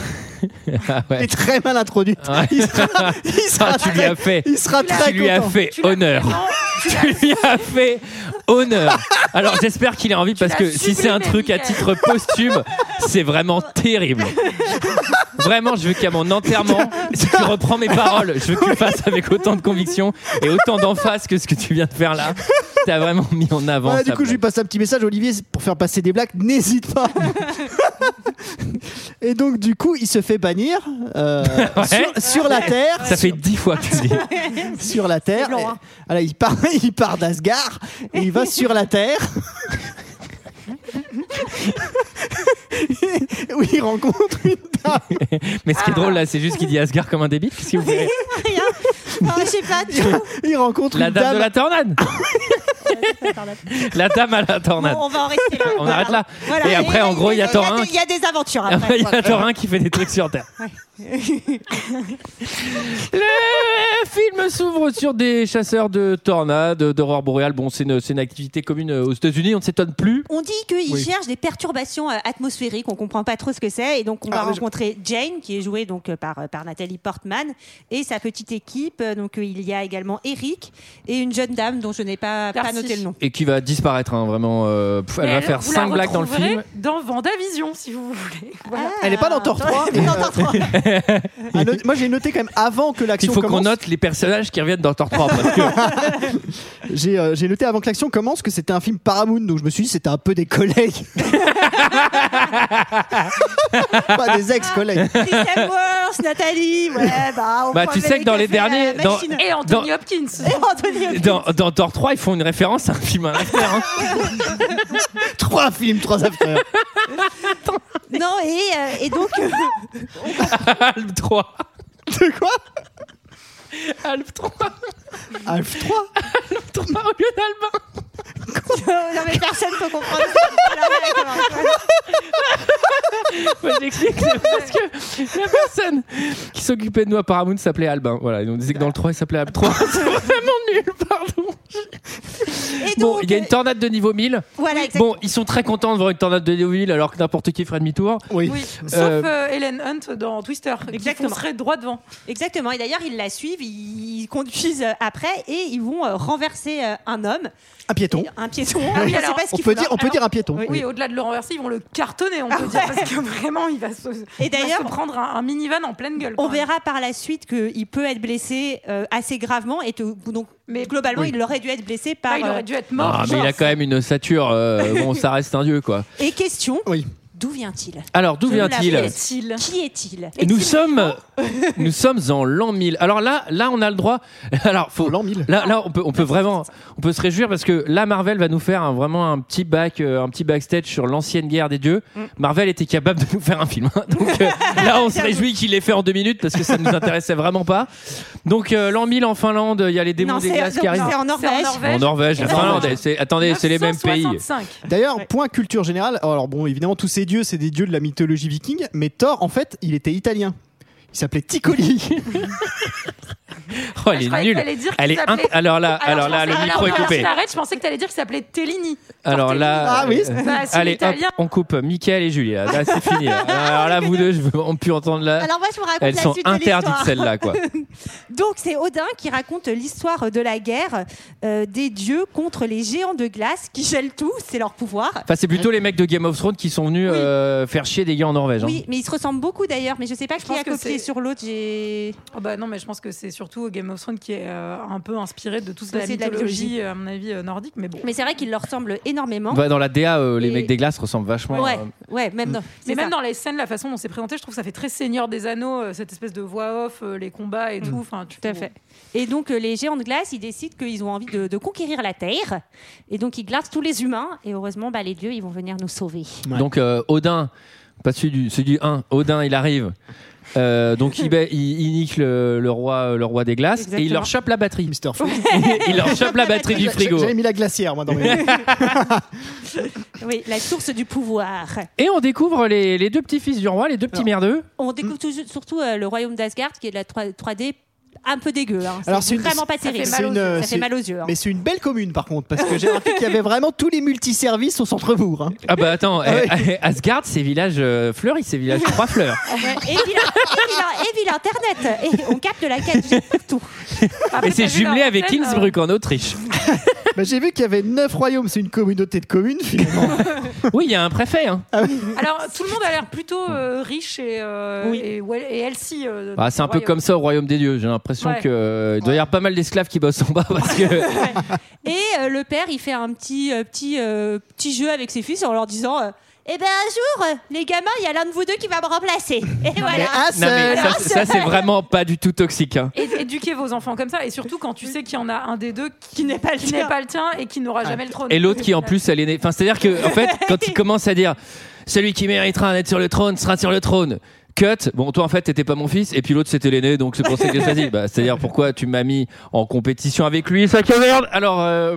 [SPEAKER 7] Elle
[SPEAKER 1] ouais.
[SPEAKER 7] est très mal introduite.
[SPEAKER 1] Ouais.
[SPEAKER 7] Il sera,
[SPEAKER 1] [LAUGHS]
[SPEAKER 7] il sera
[SPEAKER 1] Ah, tu lui
[SPEAKER 7] très-
[SPEAKER 1] as fait
[SPEAKER 7] il sera très
[SPEAKER 1] tu lui as
[SPEAKER 7] content.
[SPEAKER 1] fait
[SPEAKER 6] Tu l'as
[SPEAKER 1] honneur.
[SPEAKER 6] vraiment- tu l'as-
[SPEAKER 1] Tu [LAUGHS] lui as fait honneur. Alors j'espère qu'il est en vie parce
[SPEAKER 6] l'as
[SPEAKER 1] que si c'est un
[SPEAKER 6] sublimé,
[SPEAKER 1] truc à
[SPEAKER 6] Mickaël.
[SPEAKER 1] titre posthume, c'est vraiment terrible. Vraiment, je veux qu'à mon enterrement, si tu reprends mes paroles, je veux que tu le fasses avec autant de conviction et autant d'emphase que ce que tu viens de faire là. T'as vraiment mis en avant.
[SPEAKER 7] Voilà, du
[SPEAKER 1] ça,
[SPEAKER 7] coup, je lui passe un petit message, Olivier, c'est pour faire passer des blagues,
[SPEAKER 1] [LAUGHS]
[SPEAKER 7] n'hésite pas. Et donc, du coup, il se fait bannir euh,
[SPEAKER 1] [LAUGHS] Ouais.
[SPEAKER 7] sur, sur la Terre.
[SPEAKER 1] ça fait dix fois que tu le dis.
[SPEAKER 7] [LAUGHS] Sur la Terre.
[SPEAKER 10] blanc,
[SPEAKER 7] Et-
[SPEAKER 10] hein.
[SPEAKER 7] voilà, il part, [LAUGHS] il part d'Asgard et il va sur la Terre. [LAUGHS] où il rencontre une dame.
[SPEAKER 1] Mais ce qui est drôle là, c'est juste qu'il dit Asgard comme un débile. Qu'est-ce que vous voulez
[SPEAKER 10] Rien. Ah, je sais pas. tu-
[SPEAKER 7] Il rencontre
[SPEAKER 1] La
[SPEAKER 7] une
[SPEAKER 1] dame,
[SPEAKER 7] dame.
[SPEAKER 1] de la tornade. La dame à la tornade.
[SPEAKER 10] Bon, on va en rester là.
[SPEAKER 1] On arrête là.
[SPEAKER 10] Voilà.
[SPEAKER 1] Et après, en gros, il y a Thorin
[SPEAKER 10] des- Il y a des aventures après.
[SPEAKER 1] Ah, Il y a Thorin qui fait des trucs sur Terre. [LAUGHS] Le film s'ouvre sur des chasseurs de tornades, d'aurore boréale. Bon, c'est une, c'est une activité commune euh, aux États-Unis, on ne s'étonne plus.
[SPEAKER 10] [LAUGHS] On dit qu'ils
[SPEAKER 7] Oui.
[SPEAKER 10] cherchent des perturbations euh, atmosphériques, on comprend pas trop ce que c'est, et donc on va
[SPEAKER 7] Ah, mais je-
[SPEAKER 10] rencontrer Jane, qui est jouée donc euh, par, euh, par Nathalie Portman, et sa petite équipe. Euh, Donc euh, il y a également Eric et une jeune dame dont je n'ai pas, pas
[SPEAKER 6] Darcy.
[SPEAKER 10] noté le nom.
[SPEAKER 1] Et qui va disparaître, hein, vraiment. euh, pff, elle
[SPEAKER 6] Mais
[SPEAKER 1] va
[SPEAKER 6] alors,
[SPEAKER 1] faire
[SPEAKER 6] vous
[SPEAKER 1] 5
[SPEAKER 6] la
[SPEAKER 1] blagues dans le film.
[SPEAKER 6] retrouverez Dans Vendavision, si vous voulez. Voilà.
[SPEAKER 7] Elle est pas dans Thor 3. mais, euh,
[SPEAKER 10] Dans Thor 3.
[SPEAKER 7] [LAUGHS] à noter- moi, j'ai noté quand même avant que l'action
[SPEAKER 1] Il faut qu'on
[SPEAKER 7] commence.
[SPEAKER 1] note les personnages qui reviennent dans Thor 3. Parce que
[SPEAKER 7] J'ai euh, j'ai noté avant que l'action commence que c'était un film Paramount, donc je me suis dit c'était un peu des collègues.
[SPEAKER 10] [LAUGHS]
[SPEAKER 7] Pas des ex-collègues.
[SPEAKER 10] Chris Hemsworth, Nathalie, ouais, bah, on
[SPEAKER 1] Bah,
[SPEAKER 10] prend
[SPEAKER 1] tu
[SPEAKER 10] le
[SPEAKER 1] sais que
[SPEAKER 10] mec
[SPEAKER 1] dans
[SPEAKER 10] qui a
[SPEAKER 1] les
[SPEAKER 10] fait la
[SPEAKER 1] derniers- dans-
[SPEAKER 10] machine.
[SPEAKER 6] Et Anthony
[SPEAKER 1] Dans-
[SPEAKER 6] Hopkins.
[SPEAKER 1] [LAUGHS]
[SPEAKER 7] Eh.
[SPEAKER 10] Anthony Hopkins.
[SPEAKER 1] dans, dans Thor 3, ils font une référence à un film à l'after, hein.
[SPEAKER 7] trois films, trois after.
[SPEAKER 10] Non, et, euh, et donc,
[SPEAKER 1] [LAUGHS]
[SPEAKER 10] euh,
[SPEAKER 1] Alp 3.
[SPEAKER 7] De quoi
[SPEAKER 1] Alp 3.
[SPEAKER 7] Alf 3
[SPEAKER 1] Alp 3 au lieu d'Albin.
[SPEAKER 10] non, mais personne peut comprendre. ce que-
[SPEAKER 1] [LAUGHS]
[SPEAKER 10] Voilà, voilà.
[SPEAKER 1] Moi, [LAUGHS] j'explique, c'est parce que la personne qui s'occupait de nous à Paramount s'appelait Albin. Voilà, et on disait que dans le 3, il s'appelait Alb 3. [LAUGHS] C'est vraiment nul, pardon.
[SPEAKER 10] Et
[SPEAKER 1] Bon,
[SPEAKER 10] donc,
[SPEAKER 1] il y a une
[SPEAKER 10] euh,
[SPEAKER 1] tornade de niveau 1000.
[SPEAKER 10] Voilà, exactement.
[SPEAKER 1] Bon, ils sont très contents de voir une tornade de niveau 1000 alors que n'importe qui ferait demi-tour.
[SPEAKER 7] Oui.
[SPEAKER 6] Oui, sauf
[SPEAKER 1] Euh,
[SPEAKER 6] euh, Helen Hunt dans Twister,
[SPEAKER 10] Exactement.
[SPEAKER 6] qui serait droit devant.
[SPEAKER 10] Exactement. Et d'ailleurs, ils la suivent, ils conduisent euh, après et ils vont euh, renverser euh, un homme,
[SPEAKER 7] Un piéton.
[SPEAKER 10] un piéton.
[SPEAKER 6] Ah oui,
[SPEAKER 10] Je sais
[SPEAKER 6] alors,
[SPEAKER 10] pas ce
[SPEAKER 7] On
[SPEAKER 10] qu'il
[SPEAKER 7] peut
[SPEAKER 10] faut.
[SPEAKER 7] dire, on peut
[SPEAKER 6] Alors-
[SPEAKER 7] dire un piéton.
[SPEAKER 6] Oui, au-delà de le renverser, ils vont le cartonner, on peut
[SPEAKER 10] Ah
[SPEAKER 6] dire,
[SPEAKER 10] ouais.
[SPEAKER 6] parce que vraiment, il va se, il va
[SPEAKER 10] d'ailleurs,
[SPEAKER 6] se prendre un, un minivan en pleine gueule.
[SPEAKER 10] On
[SPEAKER 6] quand même.
[SPEAKER 10] verra par la suite qu'il peut être blessé euh, assez gravement et que, donc
[SPEAKER 6] Mais-
[SPEAKER 10] globalement,
[SPEAKER 1] Oui.
[SPEAKER 10] il aurait dû être blessé par.
[SPEAKER 6] Là, il
[SPEAKER 10] euh,
[SPEAKER 6] aurait dû être mort.
[SPEAKER 1] Ah, mais il a quand même une stature. euh, bon, ça reste un dieu, quoi.
[SPEAKER 10] Et question
[SPEAKER 7] Oui.
[SPEAKER 10] d'où vient-il
[SPEAKER 1] Alors, d'où
[SPEAKER 10] Je vous
[SPEAKER 1] vient-il
[SPEAKER 10] l'avais.
[SPEAKER 6] Est-il
[SPEAKER 10] Qui est-il
[SPEAKER 1] Et Nous sommes, nous sommes en l'an 1000. Alors là, là, on a le droit. Alors, faut,
[SPEAKER 7] L'an 1000.
[SPEAKER 1] Là, là, on peut, on peut vraiment, on peut se réjouir parce que là, Marvel va nous faire un- vraiment un petit back, euh, un petit backstage sur l'ancienne guerre des dieux.
[SPEAKER 6] Mm.
[SPEAKER 1] Marvel était capable de nous faire un
[SPEAKER 6] [LAUGHS]
[SPEAKER 1] film. Donc euh, là, on se réjouit qu'il l'ait fait en deux minutes parce que ça nous intéressait vraiment pas. Donc euh, l'an 1000 en Finlande, il y a les démons
[SPEAKER 10] Non,
[SPEAKER 1] des
[SPEAKER 10] c'est-
[SPEAKER 1] glaces qui
[SPEAKER 10] non,
[SPEAKER 1] arrivent.
[SPEAKER 10] c'est en Norvège.
[SPEAKER 1] En Norvège, la
[SPEAKER 6] Et en
[SPEAKER 1] Finlande,
[SPEAKER 6] Norvège.
[SPEAKER 1] c'est- attendez, c'est les mêmes pays.
[SPEAKER 6] 965.
[SPEAKER 7] D'ailleurs,
[SPEAKER 10] Ouais.
[SPEAKER 7] point culture générale. oh, Alors bon, évidemment, tous ces dieux, c'est des dieux de la
[SPEAKER 10] [LAUGHS]
[SPEAKER 7] mythologie viking, mais Thor, en fait, il était italien. Il s'appelait Ticoli.
[SPEAKER 1] Oh,
[SPEAKER 6] Je
[SPEAKER 1] elle est
[SPEAKER 6] croyais que
[SPEAKER 1] nulle.
[SPEAKER 6] t'allais dire
[SPEAKER 1] Elle
[SPEAKER 6] qu'il
[SPEAKER 1] est
[SPEAKER 6] s'appelait-
[SPEAKER 1] int- Alors là, alors
[SPEAKER 6] je
[SPEAKER 1] là, le
[SPEAKER 6] pensais-
[SPEAKER 1] micro est
[SPEAKER 6] alors,
[SPEAKER 1] coupé.
[SPEAKER 6] si t'arrêtes, je pensais que t'allais dire qu'il s'appelait Tellini.
[SPEAKER 1] Alors là,
[SPEAKER 7] Ah oui,
[SPEAKER 1] euh,
[SPEAKER 6] Bah, c'est
[SPEAKER 1] allez, hop,
[SPEAKER 6] l'italien.
[SPEAKER 1] on coupe Mickaël et Julie. Là, Là, c'est fini. là. Alors là, vous deux, je veux on peut entendre là.
[SPEAKER 10] Alors moi, je vous raconte
[SPEAKER 1] Elles
[SPEAKER 10] la
[SPEAKER 1] sont
[SPEAKER 10] suite de
[SPEAKER 1] interdites
[SPEAKER 10] l'histoire.
[SPEAKER 1] celles-là, quoi.
[SPEAKER 10] Donc c'est Odin qui raconte l'histoire de la guerre euh, des dieux contre les géants de glace qui gèlent tout, c'est leur pouvoir.
[SPEAKER 1] Enfin, c'est plutôt les mecs de Game of Thrones qui sont venus
[SPEAKER 10] Oui.
[SPEAKER 1] euh, faire chier des gars en Norvège. hein.
[SPEAKER 10] Oui, mais ils se ressemblent beaucoup d'ailleurs, mais je sais pas qui
[SPEAKER 6] pense
[SPEAKER 10] a
[SPEAKER 6] que
[SPEAKER 10] copié
[SPEAKER 6] c'est-
[SPEAKER 10] sur l'autre. J'ai
[SPEAKER 6] Oh bah non, mais je pense que c'est surtout Game of Thrones qui est euh, un peu inspiré Bah, de toute la
[SPEAKER 10] C'est de la
[SPEAKER 6] mythologie, à mon avis, euh, nordique. Mais bon.
[SPEAKER 10] Mais c'est vrai qu'ils leur ressemblent énormément.
[SPEAKER 1] Bah, dans la DA, euh, les
[SPEAKER 10] Et-
[SPEAKER 1] mecs des glaces ressemblent vachement.
[SPEAKER 10] ouais,
[SPEAKER 1] euh,
[SPEAKER 10] ouais, même dans,
[SPEAKER 6] Mais
[SPEAKER 10] c'est
[SPEAKER 6] même
[SPEAKER 10] ça.
[SPEAKER 6] dans les scènes, la façon dont c'est présenté, je trouve que ça fait très Seigneur des Anneaux, euh, cette espèce de voix off, euh, les combats et tout. Enfin, tu
[SPEAKER 10] Tout à fait. Et donc euh, les géants de glace, ils décident qu'ils ont envie de, de conquérir la Terre, et donc ils glacent tous les humains. Et heureusement, bah, les dieux, ils vont venir nous sauver.
[SPEAKER 7] Ouais.
[SPEAKER 1] Donc euh, Odin, pas celui du, celui du 1, Odin il arrive. Euh, donc il, ba- il- il nique le, le roi, euh, le roi des glaces et il
[SPEAKER 10] Exactement.
[SPEAKER 1] leur chope la
[SPEAKER 10] [LAUGHS]
[SPEAKER 1] batterie.
[SPEAKER 7] Mister Freeze.
[SPEAKER 1] il leur chope la batterie du
[SPEAKER 7] J'a-
[SPEAKER 1] frigo.
[SPEAKER 7] J'avais mis la glacière, moi, dans mes.
[SPEAKER 10] [LAUGHS] Oui, la source du pouvoir.
[SPEAKER 1] Et on découvre les, les deux petits-fils du roi, les deux petits merdeux.
[SPEAKER 10] On découvre toujours- surtout euh, le royaume d'Asgard, qui est de la 3, d un peu dégueu. hein.
[SPEAKER 7] Alors, c'est
[SPEAKER 10] c'est
[SPEAKER 7] une-
[SPEAKER 10] vraiment pas
[SPEAKER 7] c'est
[SPEAKER 10] terrible.
[SPEAKER 7] mal aux une, yeux. euh,
[SPEAKER 10] Ça
[SPEAKER 7] c'est-
[SPEAKER 10] fait mal aux yeux. hein.
[SPEAKER 7] Mais c'est une belle commune, par contre, parce que j'ai remarqué qu'il y avait vraiment tous les multiservices au centre-bourg. hein.
[SPEAKER 1] Ah bah attends,
[SPEAKER 7] Ah
[SPEAKER 1] eh, Asgard c'est village euh, fleuri, c'est village trois fleurs.
[SPEAKER 10] [LAUGHS] Ouais, Et ville et ville- et ville Internet. Et on capte de la 4G partout.
[SPEAKER 1] et c'est jumelé avec
[SPEAKER 6] euh,
[SPEAKER 10] hein.
[SPEAKER 1] Innsbruck en Autriche.
[SPEAKER 7] Bah, j'ai vu qu'il y avait neuf royaumes, c'est une communauté de communes, finalement.
[SPEAKER 1] Oui, il y a un préfet. hein.
[SPEAKER 6] Alors, tout le monde a l'air plutôt euh, riche et, euh, et, well- et healthy. euh,
[SPEAKER 1] Ah, c'est un peu
[SPEAKER 6] royaume.
[SPEAKER 1] comme ça au royaume des dieux. J'ai l'impression
[SPEAKER 6] Ouais.
[SPEAKER 1] que euh, il doit y avoir pas mal d'esclaves qui bossent en bas parce que
[SPEAKER 10] Et euh, le père, il fait un petit, euh, petit, euh, petit jeu avec ses fils en leur disant euh, Eh ben un jour, euh, les gamins, il y a l'un de vous deux qui va me remplacer. Et
[SPEAKER 7] Mais ah,
[SPEAKER 10] voilà.
[SPEAKER 7] un
[SPEAKER 1] Non, mais
[SPEAKER 7] seul.
[SPEAKER 1] ça, ça, c'est vraiment pas du tout toxique. hein.
[SPEAKER 6] Et- éduquez vos enfants comme ça, et surtout quand tu sais qu'il y en a un des deux qui,
[SPEAKER 10] n'est pas le
[SPEAKER 6] qui
[SPEAKER 10] tien. Ah.
[SPEAKER 6] n'est pas le tien et qui n'aura jamais le trône.
[SPEAKER 1] Et l'autre qui en plus elle est née. Enfin, c'est-à-dire que en fait, quand il commence à dire celui qui méritera d'être sur le trône sera sur le trône. Cut. Bon, toi en fait t'étais pas mon fils et puis l'autre c'était l'aîné, donc c'est pour ça que ça dit. Bah, c'est-à-dire pourquoi tu m'as mis en compétition avec lui, ça que merde. Alors, euh,